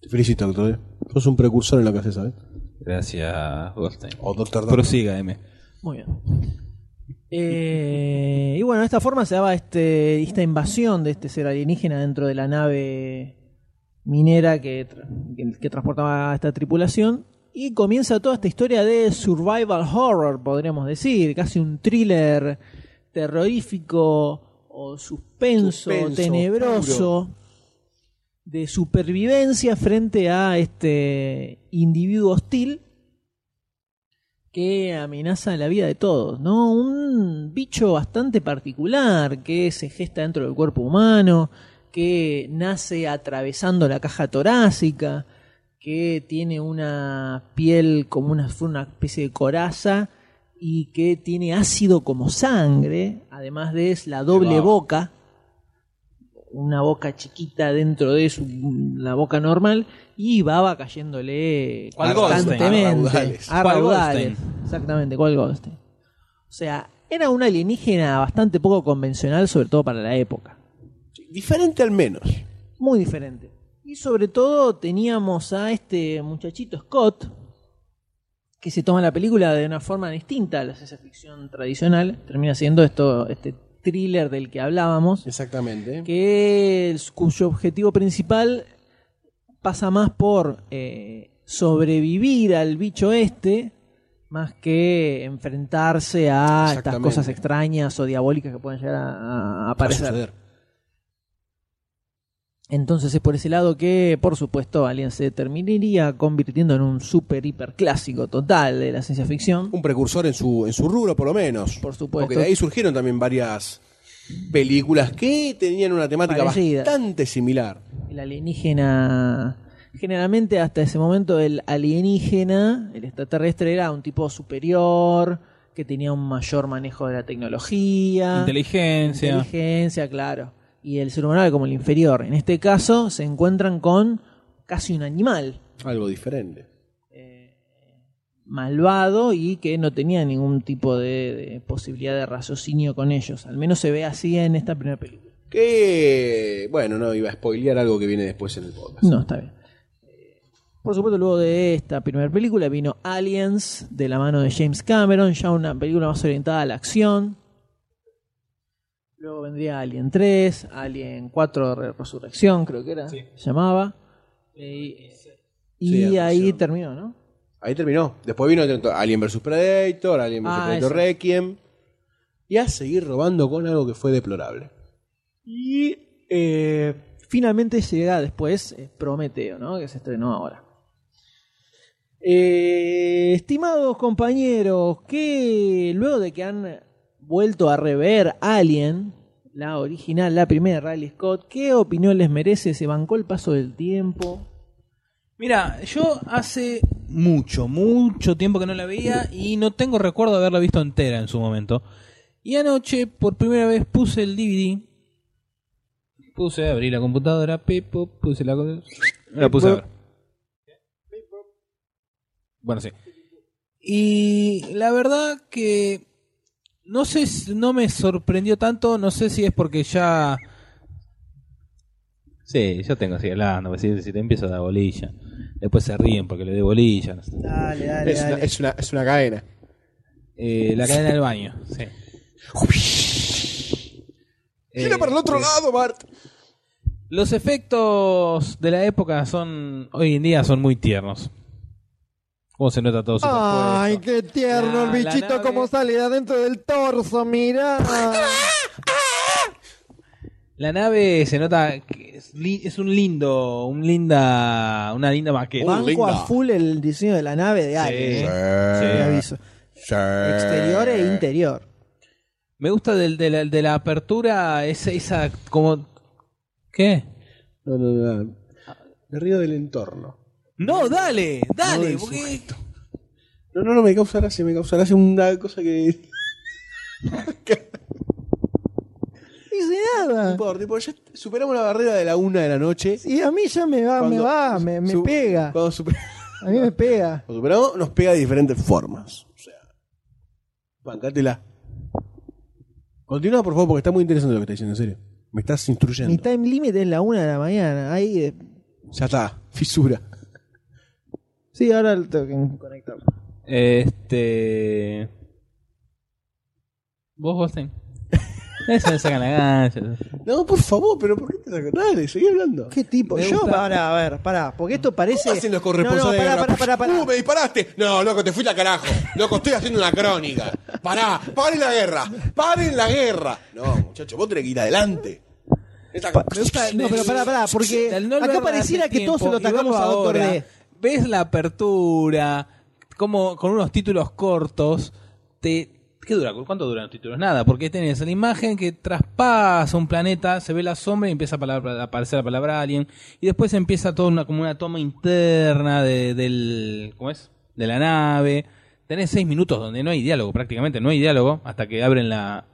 [SPEAKER 2] Te felicito, doctor. D. Sos un precursor en lo que haces, ¿sabes?
[SPEAKER 6] Gracias, Goldstein.
[SPEAKER 2] O doctor D.
[SPEAKER 6] Prosiga, M.
[SPEAKER 1] Muy bien. Eh, y bueno, de esta forma se daba este, esta invasión de este ser alienígena dentro de la nave minera que, tra- que, que transportaba a esta tripulación. Y comienza toda esta historia de survival horror, podríamos decir, casi un thriller terrorífico o suspenso,
[SPEAKER 2] Suspenso,
[SPEAKER 1] tenebroso de supervivencia frente a este individuo hostil que amenaza la vida de todos, ¿no? Un bicho bastante particular que se gesta dentro del cuerpo humano, que nace atravesando la caja torácica, que tiene una piel como una, fue una especie de coraza y que tiene ácido como sangre, además de es la doble boca, una boca chiquita dentro de su, la boca normal y baba cayéndole
[SPEAKER 4] Cual
[SPEAKER 1] constantemente.
[SPEAKER 2] Goldstein.
[SPEAKER 1] A
[SPEAKER 2] A raudales.
[SPEAKER 4] Cual
[SPEAKER 1] raudales.
[SPEAKER 4] Goldstein.
[SPEAKER 1] Exactamente, cual Goldstein. O sea, era un alienígena bastante poco convencional, sobre todo para la época
[SPEAKER 2] Diferente al menos.
[SPEAKER 1] muy diferente. Y sobre todo teníamos a este muchachito Scott, que se toma la película de una forma distinta a la ciencia ficción tradicional. Termina siendo esto, este thriller del que hablábamos,
[SPEAKER 2] Exactamente.
[SPEAKER 1] que es- cuyo objetivo principal pasa más por eh, sobrevivir al bicho este, más que enfrentarse a estas
[SPEAKER 2] Exactamente.
[SPEAKER 1] cosas extrañas o diabólicas que pueden llegar a- a- a
[SPEAKER 2] Va a
[SPEAKER 1] aparecer.
[SPEAKER 2] suceder.
[SPEAKER 1] Entonces es por ese lado que, por supuesto, Alien se terminaría convirtiendo en un super hiper clásico total de la ciencia ficción.
[SPEAKER 2] Un precursor en su, en su rubro, por lo menos.
[SPEAKER 1] Por supuesto.
[SPEAKER 2] Porque de ahí surgieron también varias películas que tenían una temática
[SPEAKER 1] Parecidas.
[SPEAKER 2] bastante similar.
[SPEAKER 1] El alienígena. Generalmente hasta ese momento el alienígena, el extraterrestre, era un tipo superior, que tenía un mayor manejo de la
[SPEAKER 4] Ah.
[SPEAKER 1] tecnología.
[SPEAKER 4] Inteligencia.
[SPEAKER 1] Inteligencia, claro. Y el ser humano era como el inferior. En este caso se encuentran con casi un animal.
[SPEAKER 2] Algo diferente.
[SPEAKER 1] malvado y que no tenía ningún tipo de, de posibilidad de raciocinio con ellos. Al menos se ve así en esta primera película.
[SPEAKER 2] Que, bueno, no iba a spoilear algo que viene después en el podcast.
[SPEAKER 1] No, está bien. Eh, Por supuesto, luego de esta primera película vino Aliens, de la mano de James Cameron, ya una película más orientada a la acción. Luego vendría Alien 3, Alien 4 Re- Resurrección, creo que era, se llamaba. Eh, y
[SPEAKER 2] Sí,
[SPEAKER 1] ahí
[SPEAKER 2] Resurrección.
[SPEAKER 1] terminó, ¿no?
[SPEAKER 2] Ahí terminó. Después vino entonces, Alien vs Predator, Alien vs
[SPEAKER 1] Ah,
[SPEAKER 2] Predator
[SPEAKER 1] esa.
[SPEAKER 2] Requiem. Y a seguir robando con algo que fue deplorable.
[SPEAKER 1] Y eh, finalmente llega después eh, Prometeo, ¿no? Que se estrenó ahora. Eh, estimados compañeros, que luego de que han vuelto a rever Alien, la original, la primera de Riley Scott, ¿qué opinión les merece? ¿Se bancó el paso del tiempo?
[SPEAKER 4] Mira, yo hace mucho, mucho tiempo que no la veía y no tengo recuerdo de haberla visto entera en su momento. Y anoche, por primera vez, puse el DVD. Puse, abrí la computadora, pepo, puse la... co- La puse a ver. Bueno, sí. Y la verdad que no sé, si- no me sorprendió tanto, no sé si es porque ya... Sí, yo tengo así hablando, porque si, si te empiezo a dar bolilla, después se ríen porque le doy bolilla. no sé.
[SPEAKER 1] Dale, dale,
[SPEAKER 5] Es una, es, una, es una cadena.
[SPEAKER 4] Eh, la cadena del baño, sí. Eh,
[SPEAKER 5] Gira para el otro
[SPEAKER 4] eh,
[SPEAKER 5] lado, Bart.
[SPEAKER 4] Los efectos de la época son hoy en día son muy tiernos. ¿Cómo se nota todo
[SPEAKER 15] Ay, qué
[SPEAKER 4] superpuesto?
[SPEAKER 15] tierno el
[SPEAKER 4] La- la
[SPEAKER 15] bichito
[SPEAKER 4] nave.
[SPEAKER 15] como sale de adentro del torso, mira.
[SPEAKER 4] La nave se nota que es, li- es un lindo, un linda, una linda maqueta.
[SPEAKER 15] Banco a full el diseño de la nave de
[SPEAKER 4] Sí.
[SPEAKER 15] Alien. Te
[SPEAKER 9] Sí.
[SPEAKER 15] aviso.
[SPEAKER 9] Sí.
[SPEAKER 15] Exterior e interior.
[SPEAKER 4] Me gusta del, de, la, de la apertura esa, esa como ¿Qué?
[SPEAKER 2] No, no, no. Me río del entorno.
[SPEAKER 4] No, dale, dale,
[SPEAKER 2] del
[SPEAKER 4] porque-
[SPEAKER 2] No, no, no, me causa gracia, me causa gracia una cosa que.
[SPEAKER 15] Dice
[SPEAKER 2] No
[SPEAKER 15] nada.
[SPEAKER 2] importa, tipo, ya superamos la barrera de la una de la noche.
[SPEAKER 15] Y a mí ya me va, me
[SPEAKER 2] Cuando-
[SPEAKER 15] va, me, me
[SPEAKER 2] su- [laughs]
[SPEAKER 15] pega.
[SPEAKER 2] Cuando super-
[SPEAKER 15] A mí me pega.
[SPEAKER 2] cuando superamos, nos pega de diferentes formas. O sea, bancátela. Continúa, por favor, porque está muy interesante lo que está diciendo, en serio. Me estás instruyendo.
[SPEAKER 15] Mi time limit es la una de la mañana. Ahí, eh,
[SPEAKER 2] Ya está, fisura.
[SPEAKER 15] sí, ahora lo tengo que conectar.
[SPEAKER 4] Este. Vos, Goldstein. Eso le sacan la gancha.
[SPEAKER 2] No, por favor, pero ¿por qué te sacas? Dale, seguí hablando.
[SPEAKER 15] ¿Qué tipo?
[SPEAKER 4] Me
[SPEAKER 15] Yo,
[SPEAKER 4] gusta-
[SPEAKER 15] pará, a ver, pará, porque esto parece.
[SPEAKER 5] hacen los corresponsales
[SPEAKER 15] No, no,
[SPEAKER 5] de
[SPEAKER 15] pará,
[SPEAKER 5] guerra?
[SPEAKER 15] pará, pará, pará.
[SPEAKER 5] ¡Uh, me disparaste! No, loco, te fui la carajo. Loco, estoy haciendo una crónica. Pará, paren la guerra. Paren la guerra. No, muchacho, vos tenés que ir adelante. Esta-
[SPEAKER 15] Me gusta- No, pero pará, pará, porque
[SPEAKER 4] Al no
[SPEAKER 15] acá
[SPEAKER 4] verla
[SPEAKER 15] pareciera
[SPEAKER 4] hace
[SPEAKER 15] que todos se lo
[SPEAKER 4] tiempo y
[SPEAKER 15] atacamos a
[SPEAKER 4] verlo
[SPEAKER 15] Doctor
[SPEAKER 4] ahora,
[SPEAKER 15] D.
[SPEAKER 4] Ves la apertura, como con unos títulos cortos, te. ¿Qué dura? ¿Cuánto duran los títulos? Nada, porque tenés la imagen que traspasa un planeta, se ve la sombra y empieza a, palabra- a aparecer la palabra alien. Y después empieza toda una, como una toma interna de, del. ¿Cómo es? De la nave. Tenés seis minutos donde no hay diálogo, prácticamente no hay diálogo, hasta que abren la.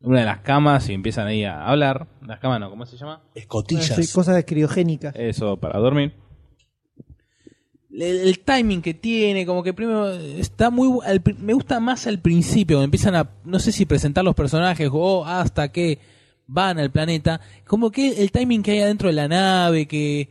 [SPEAKER 4] Una de las camas y empiezan ahí a hablar. Las camas no, ¿cómo se llama?
[SPEAKER 15] Hace Cosas criogénicas.
[SPEAKER 4] Eso, para dormir. El, el timing que tiene, como que primero eh, está muy. bu- al pri- me gusta más al principio, cuando empiezan a. No sé si presentar los personajes o hasta que van al planeta. Como que el timing que hay adentro de la nave, que.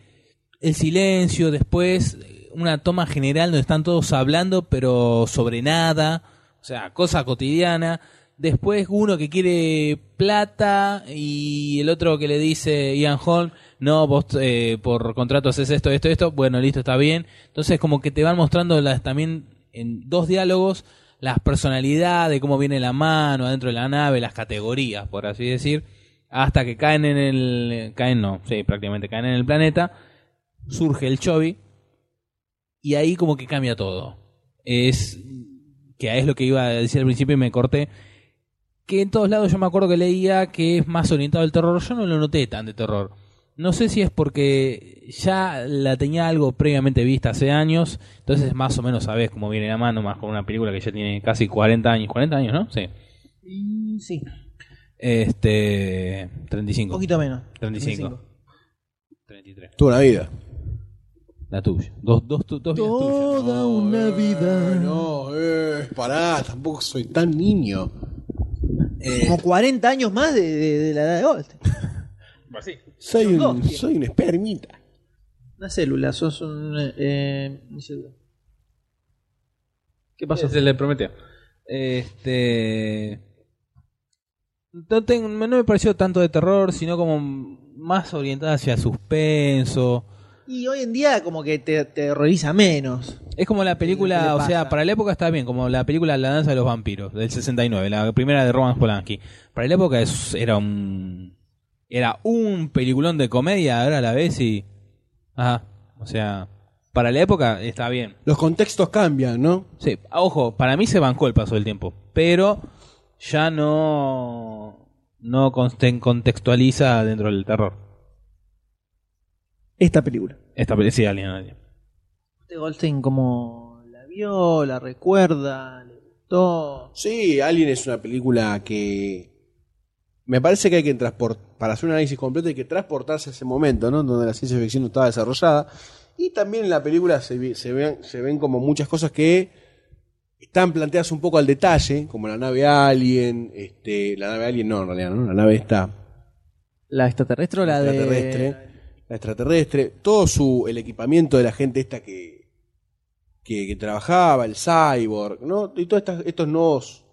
[SPEAKER 4] El silencio, después eh, una toma general donde están todos hablando, pero sobre nada. O sea, cosa cotidiana. Después uno que quiere plata y el otro que le dice Ian Holm, no, vos eh, por contrato haces esto, esto, esto, bueno, listo, está bien. Entonces como que te van mostrando las, también en dos diálogos las personalidades, cómo viene la mano adentro de la nave, las categorías, por así decir, hasta que caen en el... caen no, sí, prácticamente caen en el planeta, surge el Chovy y ahí como que cambia todo. Es que es lo que iba a decir al principio y me corté. Que en todos lados yo me acuerdo que leía que es más orientado al terror. Yo no lo noté tan de terror. No sé si es porque ya la tenía algo previamente vista hace años. Entonces más o menos sabes cómo viene la mano, más con una película que ya tiene casi 40 años. 40 años, ¿no? Sí.
[SPEAKER 15] Sí,
[SPEAKER 4] Este... 35.
[SPEAKER 15] un poquito menos.
[SPEAKER 4] 35. 33.
[SPEAKER 2] Tuvo una vida.
[SPEAKER 4] La tuya. Dos, dos, tu- dos vidas tuyas.
[SPEAKER 15] Toda una vida.
[SPEAKER 2] eh, No, eh, pará, tampoco soy tan niño. Eh,
[SPEAKER 15] Como 40 años más de, de- de la edad de Gold.
[SPEAKER 2] Soy
[SPEAKER 15] Los
[SPEAKER 2] un,
[SPEAKER 15] dos, tío.
[SPEAKER 2] soy un espermita.
[SPEAKER 15] Una célula, sos un. Eh, una célula.
[SPEAKER 4] ¿Qué pasó? Se le prometió. Este. No, tengo- no me pareció tanto de terror, sino como más orientada hacia suspenso.
[SPEAKER 15] Y hoy en día, como que te, te terroriza menos.
[SPEAKER 4] Es como la
[SPEAKER 15] ¿Qué le
[SPEAKER 4] película, o sea,
[SPEAKER 15] pasa?
[SPEAKER 4] para la época está bien, como la película La danza de los vampiros del 69, la primera de Roman Polanski. Para la época es- era un era un peliculón de comedia, ahora la ves y ajá, o sea, para la época está bien.
[SPEAKER 2] Los contextos cambian, ¿no?
[SPEAKER 4] Sí, ojo, para mí se bancó el paso del tiempo, pero ya no no conste- contextualiza dentro del terror.
[SPEAKER 15] Esta película.
[SPEAKER 4] Esta peli- sí, Alien, Alien.
[SPEAKER 15] Este Goldstein, como la vio, la recuerda, le gustó.
[SPEAKER 2] Sí, Alien es una película que. Me parece que hay que transportar. Para hacer un análisis completo hay que transportarse a ese momento, ¿no? Donde la ciencia ficción no estaba desarrollada. Y también en la película se, vi- se ven, se ven como muchas cosas que están planteadas un poco al detalle, como la nave Alien, este, la nave Alien no, en realidad, ¿no? La nave está
[SPEAKER 15] ¿La extraterrestre o la de.?
[SPEAKER 2] extraterrestre, la extraterrestre, todo su el equipamiento de la gente esta que que, que trabajaba, el cyborg, ¿no? Y todas estas estos nuevos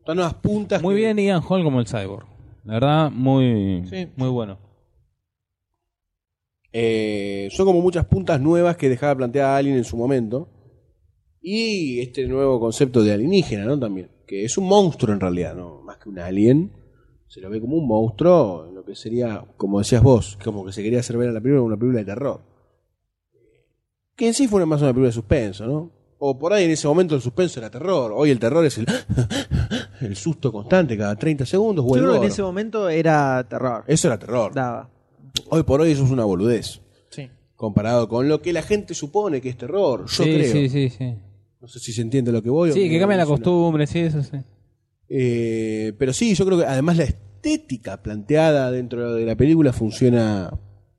[SPEAKER 2] estas nuevas puntas
[SPEAKER 4] Muy
[SPEAKER 2] que-
[SPEAKER 4] bien Ian Hall como el cyborg. La verdad, muy muy bueno.
[SPEAKER 2] Eh, son como muchas puntas nuevas que dejaba planteada Alien en su momento. Y este nuevo concepto de alienígena, ¿no? También. Que es un monstruo en realidad, ¿no? Más que un alien. Se lo ve como un monstruo, lo que sería, como decías vos, como que se quería hacer ver a la película como una película de terror. Que en sí fue más una película de suspenso, ¿no? O por ahí en ese momento el suspenso era terror. Hoy el terror es el, [laughs] el susto constante cada 30 segundos. O
[SPEAKER 1] Yo
[SPEAKER 2] el
[SPEAKER 1] creo que en
[SPEAKER 2] gore.
[SPEAKER 1] ese momento era terror.
[SPEAKER 2] Eso era terror.
[SPEAKER 1] Daba.
[SPEAKER 2] Hoy por hoy eso es una boludez.
[SPEAKER 1] Sí.
[SPEAKER 2] Comparado con lo que la gente supone que es terror. Yo
[SPEAKER 4] sí,
[SPEAKER 2] creo.
[SPEAKER 4] sí, sí, sí.
[SPEAKER 2] No sé si se entiende lo que voy. o
[SPEAKER 4] Sí,
[SPEAKER 2] me
[SPEAKER 4] que cambia la
[SPEAKER 2] alucina.
[SPEAKER 4] costumbre, sí, eso sí.
[SPEAKER 2] Eh, pero sí, yo creo que además la estética planteada dentro de la película funciona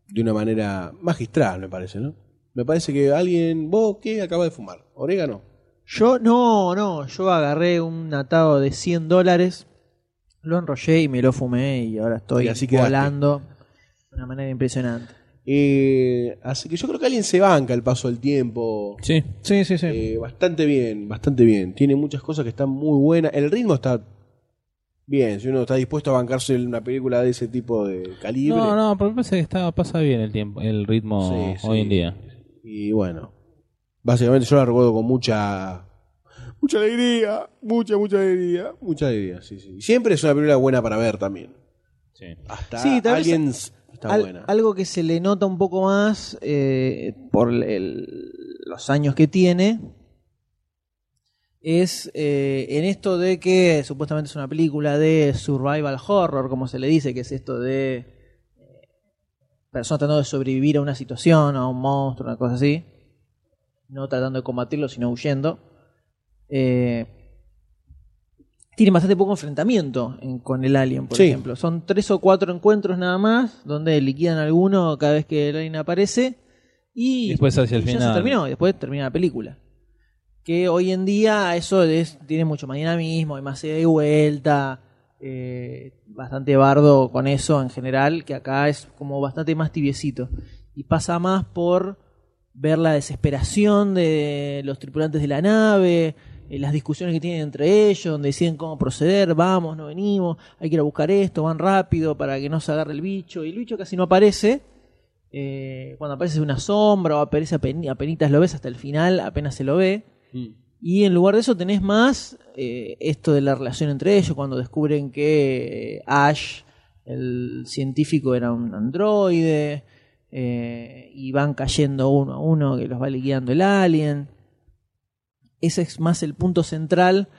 [SPEAKER 2] de una manera magistral, me parece, ¿no? Me parece que alguien, vos, ¿qué acaba de fumar? ¿Orégano?
[SPEAKER 1] Yo, no, no. Yo agarré un atado de 100 dólares, lo enrollé y me lo fumé y ahora estoy
[SPEAKER 2] Y así quedaste.
[SPEAKER 1] volando de una manera impresionante.
[SPEAKER 2] Eh, así que yo creo que alguien se banca el paso del tiempo.
[SPEAKER 4] Sí.
[SPEAKER 1] Sí, sí, sí.
[SPEAKER 2] Eh, bastante bien, bastante bien. Tiene muchas cosas que están muy buenas. El ritmo está bien. Si uno está dispuesto a bancarse una película de ese tipo de calibre.
[SPEAKER 4] No, no, pero me parece que está, pasa bien el tiempo, el ritmo
[SPEAKER 2] Sí,
[SPEAKER 4] hoy
[SPEAKER 2] sí.
[SPEAKER 4] en día.
[SPEAKER 2] Y bueno, básicamente yo la recuerdo con mucha. Mucha alegría, mucha, mucha alegría. Mucha alegría, sí, sí. Y Siempre es una película buena para ver también.
[SPEAKER 16] Sí.
[SPEAKER 2] Hasta
[SPEAKER 1] Sí, tal vez-
[SPEAKER 2] Aliens está
[SPEAKER 1] Al-
[SPEAKER 2] buena.
[SPEAKER 1] Algo que se le nota un poco más eh, por el- los años que tiene es eh, en esto de que supuestamente es una película de survival horror, como se le dice, que es esto de eh, personas tratando de sobrevivir a una situación, a un monstruo, una cosa así, no tratando de combatirlo, sino huyendo. Eh, tiene bastante poco enfrentamiento en- con el alien, por
[SPEAKER 2] Sí.
[SPEAKER 1] ejemplo. Son tres o cuatro encuentros nada más, donde liquidan alguno cada vez que el alien aparece. Y
[SPEAKER 4] Después hacia el
[SPEAKER 1] y ya se
[SPEAKER 4] final.
[SPEAKER 1] terminó, y después termina la película. Que hoy en día eso es- tiene mucho más dinamismo, hay más ida y vuelta, eh, bastante bardo con eso en general, que acá es como bastante más tibiecito. Y pasa más por ver la desesperación de los tripulantes de la nave, eh, las discusiones que tienen entre ellos, donde deciden cómo proceder, vamos, no venimos, hay que ir a buscar esto, van rápido para que no se agarre el bicho, y el bicho casi no aparece. Eh, cuando aparece una sombra o aparece apen- apenitas lo ves hasta el final, apenas se lo ve. Y en lugar de eso tenés más eh, esto de la relación entre ellos, cuando descubren que eh, Ash, el científico, era un androide, eh, y van cayendo uno a uno que los va liquidando el alien. Ese es más el punto central.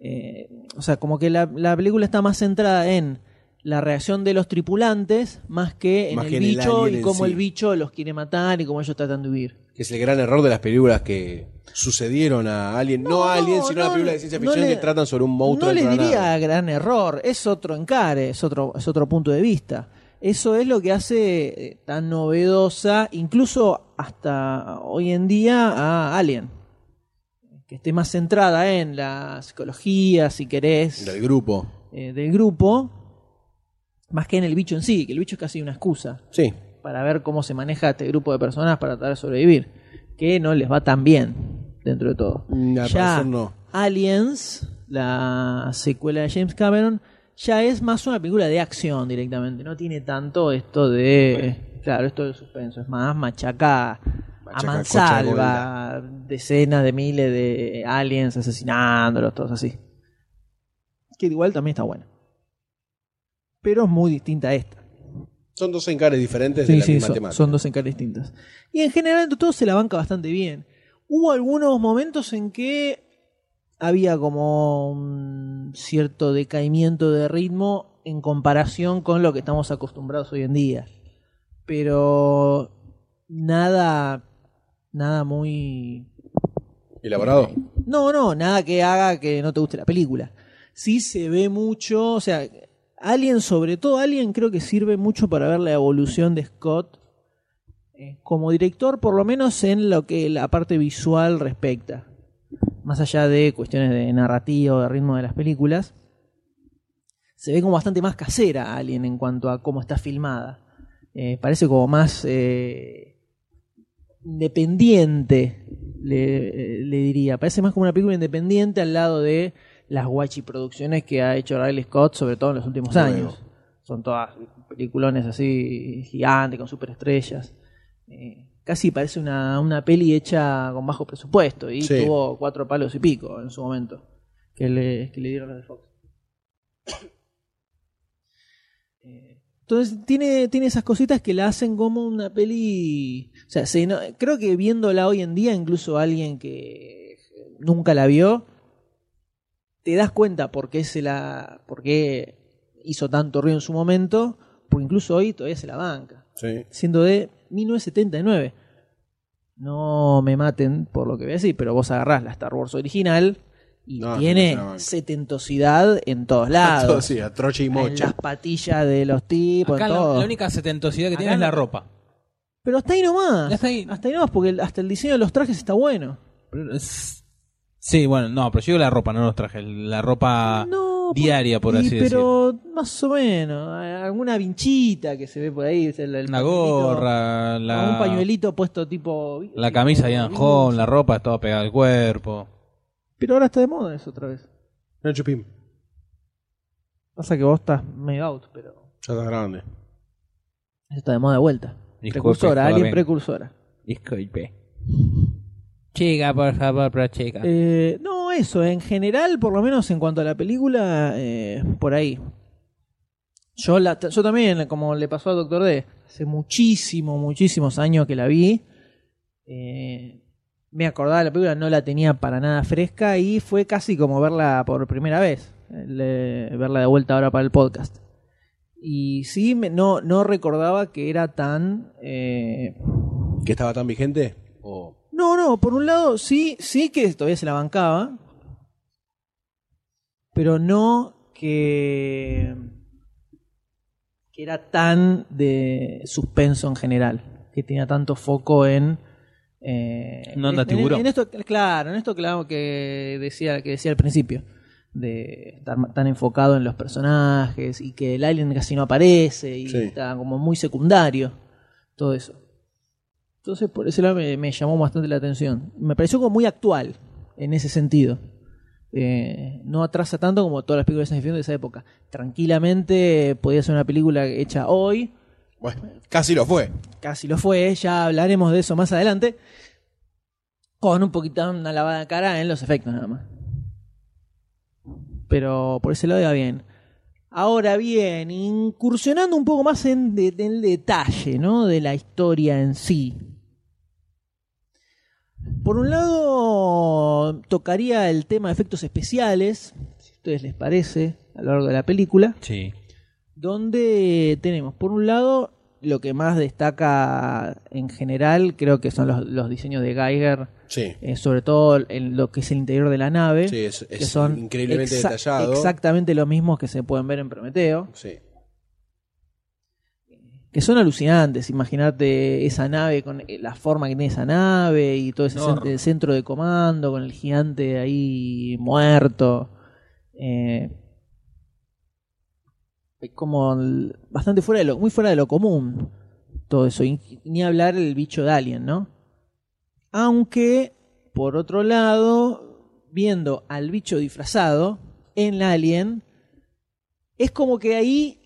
[SPEAKER 1] eh, o sea, como que la, la película está más centrada en la reacción de los tripulantes más que en
[SPEAKER 2] Más
[SPEAKER 1] el
[SPEAKER 2] que en el
[SPEAKER 1] bicho
[SPEAKER 2] alien
[SPEAKER 1] y
[SPEAKER 2] en
[SPEAKER 1] cómo
[SPEAKER 2] sí.
[SPEAKER 1] el bicho los quiere matar y cómo ellos tratan de huir.
[SPEAKER 2] Que es el gran error de las películas que sucedieron a Alien. No, a Alien, sino a las películas de ciencia
[SPEAKER 1] no
[SPEAKER 2] ficción
[SPEAKER 1] le-
[SPEAKER 2] que tratan sobre un monstruo.
[SPEAKER 1] No le
[SPEAKER 2] dentro de la
[SPEAKER 1] diría
[SPEAKER 2] nave.
[SPEAKER 1] gran error, es otro encare, es otro, es otro punto de vista. Eso es lo que hace eh, tan novedosa, incluso hasta hoy en día, a Alien. Que esté más centrada en la psicología, si querés,
[SPEAKER 2] Del grupo.
[SPEAKER 1] eh, del grupo, más que en el bicho en sí, que el bicho es casi una excusa
[SPEAKER 2] Sí.
[SPEAKER 1] para ver cómo se maneja este grupo de personas para tratar de sobrevivir, que no les va tan bien dentro de todo.
[SPEAKER 2] Mm, al
[SPEAKER 1] Ya
[SPEAKER 2] parecer no.
[SPEAKER 1] Aliens, la secuela de James Cameron, ya es más una película de acción directamente, no tiene tanto esto de claro, esto de suspenso, es más machaca,
[SPEAKER 2] Machaca,
[SPEAKER 1] a mansalva, decenas de miles de aliens asesinándolos, todos así. Que igual también está buena. Pero es muy distinta a esta.
[SPEAKER 2] Son dos encares diferentes de
[SPEAKER 1] Sí,
[SPEAKER 2] la
[SPEAKER 1] sí,
[SPEAKER 2] misma
[SPEAKER 1] son,
[SPEAKER 2] temática.
[SPEAKER 1] son dos encares distintas. Y en general, entre todos, se la banca bastante bien. Hubo algunos momentos en que había como un cierto decaimiento de ritmo en comparación con lo que estamos acostumbrados hoy en día. Pero nada, nada muy
[SPEAKER 2] ¿Elaborado?
[SPEAKER 1] no, no, nada que haga que no te guste la película. Sí se ve mucho, o sea, Alien, sobre todo Alien, creo que sirve mucho para ver la evolución de Scott eh, como director, por lo menos en lo que la parte visual respecta. Más allá de cuestiones de narrativa o de ritmo de las películas, se ve como bastante más casera Alien en cuanto a cómo está filmada. Eh, parece como más eh, independiente, le, le diría. Parece más como una película independiente al lado de las guachi producciones que ha hecho Riley Scott, sobre todo en los últimos años. Son todas peliculones así gigantes, con superestrellas. eh, casi parece una, una peli hecha con bajo presupuesto y
[SPEAKER 2] Sí.
[SPEAKER 1] tuvo cuatro palos y pico en su momento que le, que le dieron los de Fox. [coughs] Eh, Entonces tiene, tiene esas cositas que la hacen como una peli... O sea, se no- creo que viéndola hoy en día, incluso alguien que nunca la vio, te das cuenta por qué se la por qué hizo tanto ruido en su momento, porque incluso hoy todavía se la banca.
[SPEAKER 2] Sí.
[SPEAKER 1] Siendo de 1979. No me maten por lo que voy a decir, pero vos agarrás la Star Wars original y
[SPEAKER 2] No, no se
[SPEAKER 1] tiene
[SPEAKER 2] la banca.
[SPEAKER 1] setentosidad en
[SPEAKER 2] [laughs]
[SPEAKER 1] todos
[SPEAKER 2] Todo,
[SPEAKER 1] lados.
[SPEAKER 2] sí, a troche y
[SPEAKER 1] en las
[SPEAKER 2] mocha.
[SPEAKER 1] patillas de los tipos,
[SPEAKER 4] Acá
[SPEAKER 1] pues en
[SPEAKER 4] la,
[SPEAKER 1] todo.
[SPEAKER 4] la única setentosidad que
[SPEAKER 1] Acá
[SPEAKER 4] tiene es
[SPEAKER 1] no-
[SPEAKER 4] la ropa.
[SPEAKER 1] Pero hasta ahí nomás.
[SPEAKER 4] Ya está ahí.
[SPEAKER 1] Hasta ahí nomás, porque el- hasta el diseño de los trajes está bueno.
[SPEAKER 4] Pero es- Sí, bueno, no, pero yo digo la ropa, no los trajes. La ropa
[SPEAKER 1] No,
[SPEAKER 4] Ah, diaria, por
[SPEAKER 1] y-
[SPEAKER 4] así decirlo.
[SPEAKER 1] Pero más o menos. a- Alguna vinchita que se ve por ahí. o sea, el- el
[SPEAKER 4] Una
[SPEAKER 1] pañuelito-
[SPEAKER 4] gorra, la,
[SPEAKER 1] Un pañuelito puesto tipo.
[SPEAKER 4] la camisa de anjón, la ropa es toda pegada al cuerpo.
[SPEAKER 1] Pero ahora está de moda eso otra vez.
[SPEAKER 2] Nacho Pim,
[SPEAKER 1] Pasa que vos estás medio out, pero.
[SPEAKER 2] ya estás grande.
[SPEAKER 1] Eso está de moda de vuelta.
[SPEAKER 4] Disculpe,
[SPEAKER 1] precursora,
[SPEAKER 4] joder,
[SPEAKER 1] alguien
[SPEAKER 4] ven.
[SPEAKER 1] precursora.
[SPEAKER 4] Disculpe. Chica, por favor, pero chica.
[SPEAKER 1] Eh, no, eso, en general, por lo menos en cuanto a la película, eh, por ahí. Yo, la, yo también, como le pasó a Doctor D, hace muchísimo, muchísimos años que la vi. eh, me acordaba de la película, no la tenía para nada fresca y fue casi como verla por primera vez. el, eh, verla de vuelta ahora para el podcast. Y sí, me- no, no recordaba que era tan. eh,
[SPEAKER 2] ¿Que estaba tan vigente? O
[SPEAKER 1] no, no, por un lado sí, sí que todavía se la bancaba, pero no que, que era tan de suspenso en general, que tenía tanto foco en... eh,
[SPEAKER 4] No anda
[SPEAKER 1] en- en-
[SPEAKER 4] tiburón.
[SPEAKER 1] en esto, claro, en esto claro que decía, que decía al principio, de estar ma- tan enfocado en los personajes y que el alien casi no aparece y
[SPEAKER 2] Sí.
[SPEAKER 1] está como muy secundario, todo eso. Entonces, por ese lado me, me llamó bastante la atención. Me pareció como muy actual en ese sentido. Eh, no atrasa tanto como todas las películas de science fiction de esa época. Tranquilamente podía ser una película hecha hoy,
[SPEAKER 2] Bueno, casi lo fue.
[SPEAKER 1] casi lo fue, ya hablaremos de eso más adelante, con un poquito una lavada de cara en los efectos nada más. Pero por ese lado iba bien. Ahora bien, incursionando un poco más en, de- en el detalle, ¿no? De la historia en sí. Por un lado, tocaría el tema de efectos especiales, si a ustedes les parece, a lo largo de la película
[SPEAKER 4] Sí.
[SPEAKER 1] donde tenemos, por un lado, lo que más destaca en general, creo que son los, los diseños de Geiger,
[SPEAKER 2] Sí.
[SPEAKER 1] eh, sobre todo en lo que es el interior de la nave,
[SPEAKER 2] Sí, es, es
[SPEAKER 1] que son
[SPEAKER 2] increíblemente
[SPEAKER 1] exa-
[SPEAKER 2] detallado.
[SPEAKER 1] Exactamente los mismos que se pueden ver en Prometeo,
[SPEAKER 2] Sí.
[SPEAKER 1] que son alucinantes. Imagínate esa nave con eh, la forma que tiene esa nave y todo ese
[SPEAKER 4] Enorme.
[SPEAKER 1] cen- el centro de comando con el gigante ahí muerto. Eh, es como el- bastante fuera de lo, muy fuera de lo común todo eso. Y ni hablar el bicho de Alien, ¿no? Aunque, por otro lado, viendo al bicho disfrazado en Alien, es como que ahí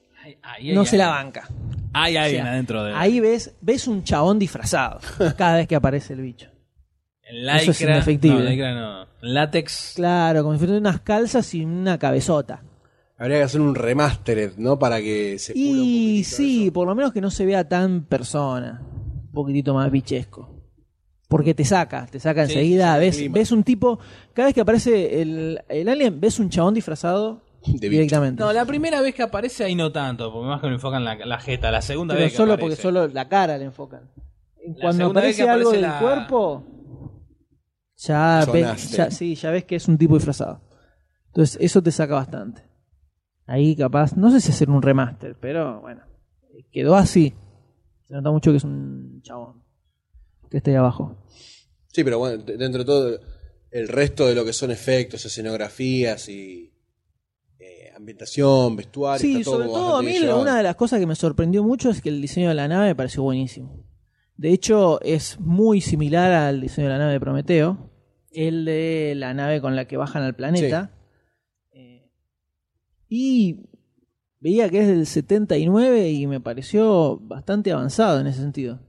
[SPEAKER 1] no se la banca.
[SPEAKER 4] Hay alguien
[SPEAKER 1] O sea,
[SPEAKER 4] adentro de
[SPEAKER 2] Eh.
[SPEAKER 1] Ahí ves, ves un chabón disfrazado cada vez que aparece el bicho.
[SPEAKER 4] En
[SPEAKER 1] eso es
[SPEAKER 4] lycra-
[SPEAKER 1] indefectible.
[SPEAKER 4] No, lycra no. En látex.
[SPEAKER 1] Claro, como si fueran unas calzas y una cabezota.
[SPEAKER 2] Habría que hacer un remastered, ¿no? Para que se cure un
[SPEAKER 1] Y
[SPEAKER 2] poquitito
[SPEAKER 1] sí,
[SPEAKER 2] eso.
[SPEAKER 1] por lo menos que no se vea tan persona. Un poquitito más bichesco. Porque te saca, te saca
[SPEAKER 4] Sí,
[SPEAKER 1] enseguida.
[SPEAKER 2] sí,
[SPEAKER 1] ves,
[SPEAKER 2] clima.
[SPEAKER 1] ves un tipo, cada vez que aparece el, el alien, ves un chabón disfrazado
[SPEAKER 2] bicho.
[SPEAKER 1] directamente.
[SPEAKER 4] No, la primera vez que aparece ahí no tanto, porque más que me enfocan la, la jeta. La segunda
[SPEAKER 1] Pero
[SPEAKER 4] vez que
[SPEAKER 1] solo
[SPEAKER 4] aparece.
[SPEAKER 1] porque solo la cara le enfocan. En
[SPEAKER 4] La
[SPEAKER 1] Cuando
[SPEAKER 4] segunda vez
[SPEAKER 1] aparece,
[SPEAKER 4] que
[SPEAKER 1] algo del
[SPEAKER 4] aparece la-
[SPEAKER 1] cuerpo, ya ves,
[SPEAKER 2] Sonaste.
[SPEAKER 1] ya, sí, ya ves que es un tipo disfrazado. Entonces, eso te saca bastante. Ahí capaz, no sé si hacer un remaster, pero bueno, quedó así. Se nota mucho que es un chabón que está ahí abajo.
[SPEAKER 2] Sí, pero bueno, de- dentro de todo, el resto de lo que son efectos, escenografías y eh, ambientación, vestuario,
[SPEAKER 1] Sí,
[SPEAKER 2] está todo
[SPEAKER 1] sobre todo a
[SPEAKER 2] bastante
[SPEAKER 1] mí
[SPEAKER 2] bien llevado.
[SPEAKER 1] una de las cosas que me sorprendió mucho es que el diseño de la nave me pareció buenísimo. De hecho, es muy similar al diseño de la nave de Prometeo, el de la nave con la que bajan al planeta. Eh, y veía que es del 79 y me pareció bastante avanzado en ese sentido.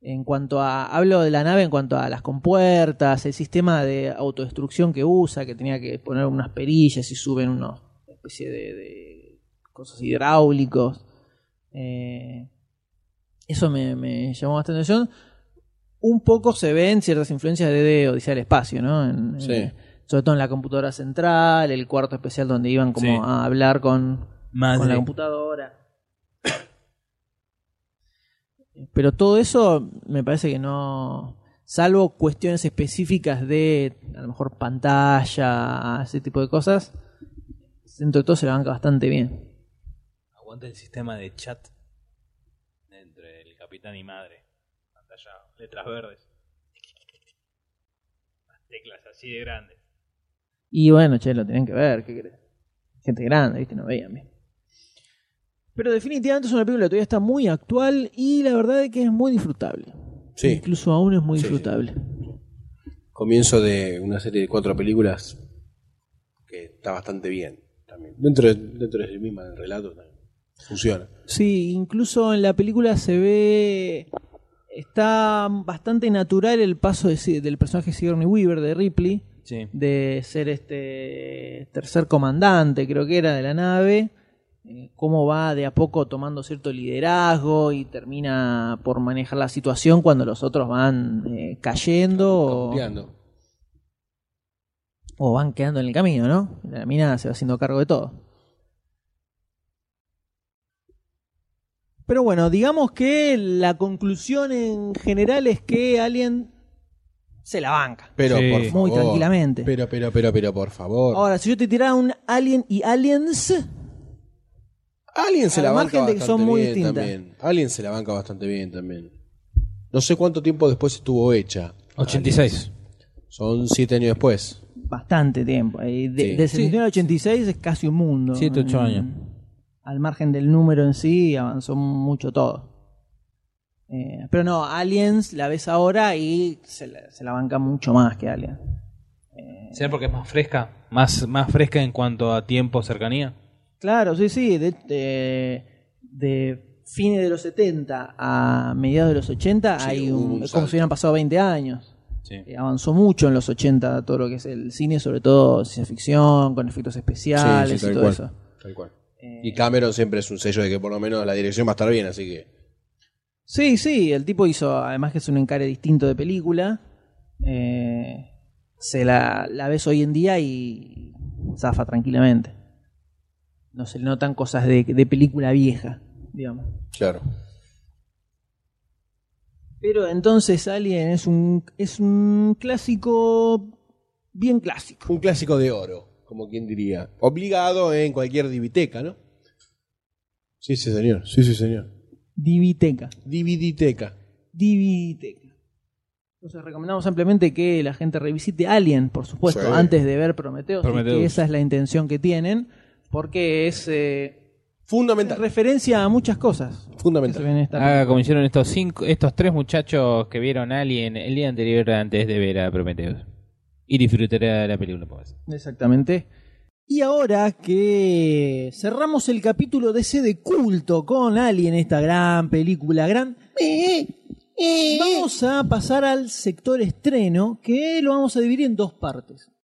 [SPEAKER 1] En cuanto a. Hablo de la nave en cuanto a las compuertas, el sistema de autodestrucción que usa, que tenía que poner unas perillas y suben una especie de, de cosas hidráulicos. Eh, eso me, me llamó bastante atención. Un poco se ven ciertas influencias de, de Odisea del Espacio, ¿no? En- en-
[SPEAKER 2] Sí.
[SPEAKER 1] sobre todo en la computadora central, el cuarto especial donde iban como
[SPEAKER 4] Sí.
[SPEAKER 1] a hablar con,
[SPEAKER 2] Ah,
[SPEAKER 4] Madre.
[SPEAKER 1] con la computadora. Pero todo eso me parece que no. Salvo cuestiones específicas de a lo mejor pantalla, ese tipo de cosas, dentro de todo se la banca bastante bien.
[SPEAKER 4] Aguanta el sistema de chat entre el capitán y madre. Pantalla, letras verdes. Las teclas así de grandes.
[SPEAKER 1] Y bueno, che, lo tenían que ver, ¿qué querés? Gente grande, ¿viste? No veían bien. Pero definitivamente es una película que todavía está muy actual y la verdad es que es muy disfrutable.
[SPEAKER 2] Sí.
[SPEAKER 1] Incluso aún es muy
[SPEAKER 2] Sí, sí.
[SPEAKER 1] disfrutable.
[SPEAKER 2] Comienzo de una serie de cuatro películas que está bastante bien también. Dentro, de- dentro del mismo relato también. Funciona.
[SPEAKER 1] Sí, incluso en la película se ve. Está bastante natural el paso de Si- del personaje Sigourney Weaver de Ripley,
[SPEAKER 4] Sí.
[SPEAKER 1] de ser este tercer comandante, creo que era, de la nave. eh, Cómo va de a poco tomando cierto liderazgo y termina por manejar la situación cuando los otros van eh, cayendo o,
[SPEAKER 2] Puteando.
[SPEAKER 1] o van quedando en el camino, ¿no? La mina se va haciendo cargo de todo. Pero bueno, digamos que la conclusión en general es que Alien se la banca.
[SPEAKER 2] Pero
[SPEAKER 4] Sí.
[SPEAKER 2] por favor.
[SPEAKER 1] Muy tranquilamente.
[SPEAKER 2] Oh, Pero, pero, pero, pero, por favor.
[SPEAKER 1] Ahora, si yo te tirara un Alien y Aliens,
[SPEAKER 2] Alguien se
[SPEAKER 1] al
[SPEAKER 2] la banca
[SPEAKER 1] margen de que
[SPEAKER 2] bastante
[SPEAKER 1] son muy
[SPEAKER 2] bien
[SPEAKER 1] distintas.
[SPEAKER 2] también. Alguien se la banca bastante bien también. No sé cuánto tiempo después estuvo hecha.
[SPEAKER 4] 86.
[SPEAKER 2] Son siete años después.
[SPEAKER 1] bastante tiempo. eh, De,
[SPEAKER 2] Sí.
[SPEAKER 1] de 71 al 86 es casi un mundo.
[SPEAKER 4] Siete, ocho
[SPEAKER 1] Mm,
[SPEAKER 4] años.
[SPEAKER 1] Al margen del número en sí, avanzó mucho todo. Eh, pero no, Aliens la ves ahora y se la, se la banca mucho más que Aliens.
[SPEAKER 4] ¿Será porque es más fresca? ¿Más, más fresca en cuanto a tiempo, cercanía?
[SPEAKER 1] Claro, sí, sí. De, de- de fines de los 70 a mediados de los 80
[SPEAKER 2] Sí,
[SPEAKER 1] hay
[SPEAKER 2] hubo
[SPEAKER 1] un-
[SPEAKER 2] un
[SPEAKER 1] es como
[SPEAKER 2] salto.
[SPEAKER 1] si hubieran pasado 20 años.
[SPEAKER 4] Sí.
[SPEAKER 1] Eh, avanzó mucho en los 80 todo lo que es el cine, sobre todo ciencia ficción, con efectos especiales y todo eso.
[SPEAKER 2] Tal cual.
[SPEAKER 1] Eh,
[SPEAKER 2] Y Cameron siempre es un sello de que por lo menos la dirección va a estar bien, así que.
[SPEAKER 1] Sí, sí, el tipo hizo, además que es un encare distinto de película. eh, se la, la ves hoy en día y zafa tranquilamente. No se le notan cosas de, de película vieja, digamos.
[SPEAKER 2] Claro.
[SPEAKER 1] Pero entonces Alien es un, es un clásico bien clásico.
[SPEAKER 2] Un clásico de oro, como quien diría. Obligado en cualquier diviteca, ¿no? Sí, sí, señor. Sí, sí, señor.
[SPEAKER 1] Diviteca.
[SPEAKER 2] Dividiteca.
[SPEAKER 1] Diviteca. Entonces recomendamos ampliamente que la gente revisite Alien, por supuesto,
[SPEAKER 2] Sí.
[SPEAKER 1] antes de ver Prometeos. y
[SPEAKER 4] Prometheus.
[SPEAKER 1] que esa es la intención que tienen, porque es... eh,
[SPEAKER 2] Fundamental.
[SPEAKER 1] referencia a muchas cosas. que se
[SPEAKER 2] Fundamental.
[SPEAKER 1] ven en esta
[SPEAKER 4] Haga como hicieron estos cinco, estos tres muchachos que vieron Alien el día anterior antes de ver a Prometheus. Y disfrutará la película. por eso.
[SPEAKER 1] película. Exactamente. Y ahora que cerramos el capítulo de ese de culto con Alien, esta gran película, gran... Vamos a pasar al sector estreno, que lo vamos a dividir en dos partes.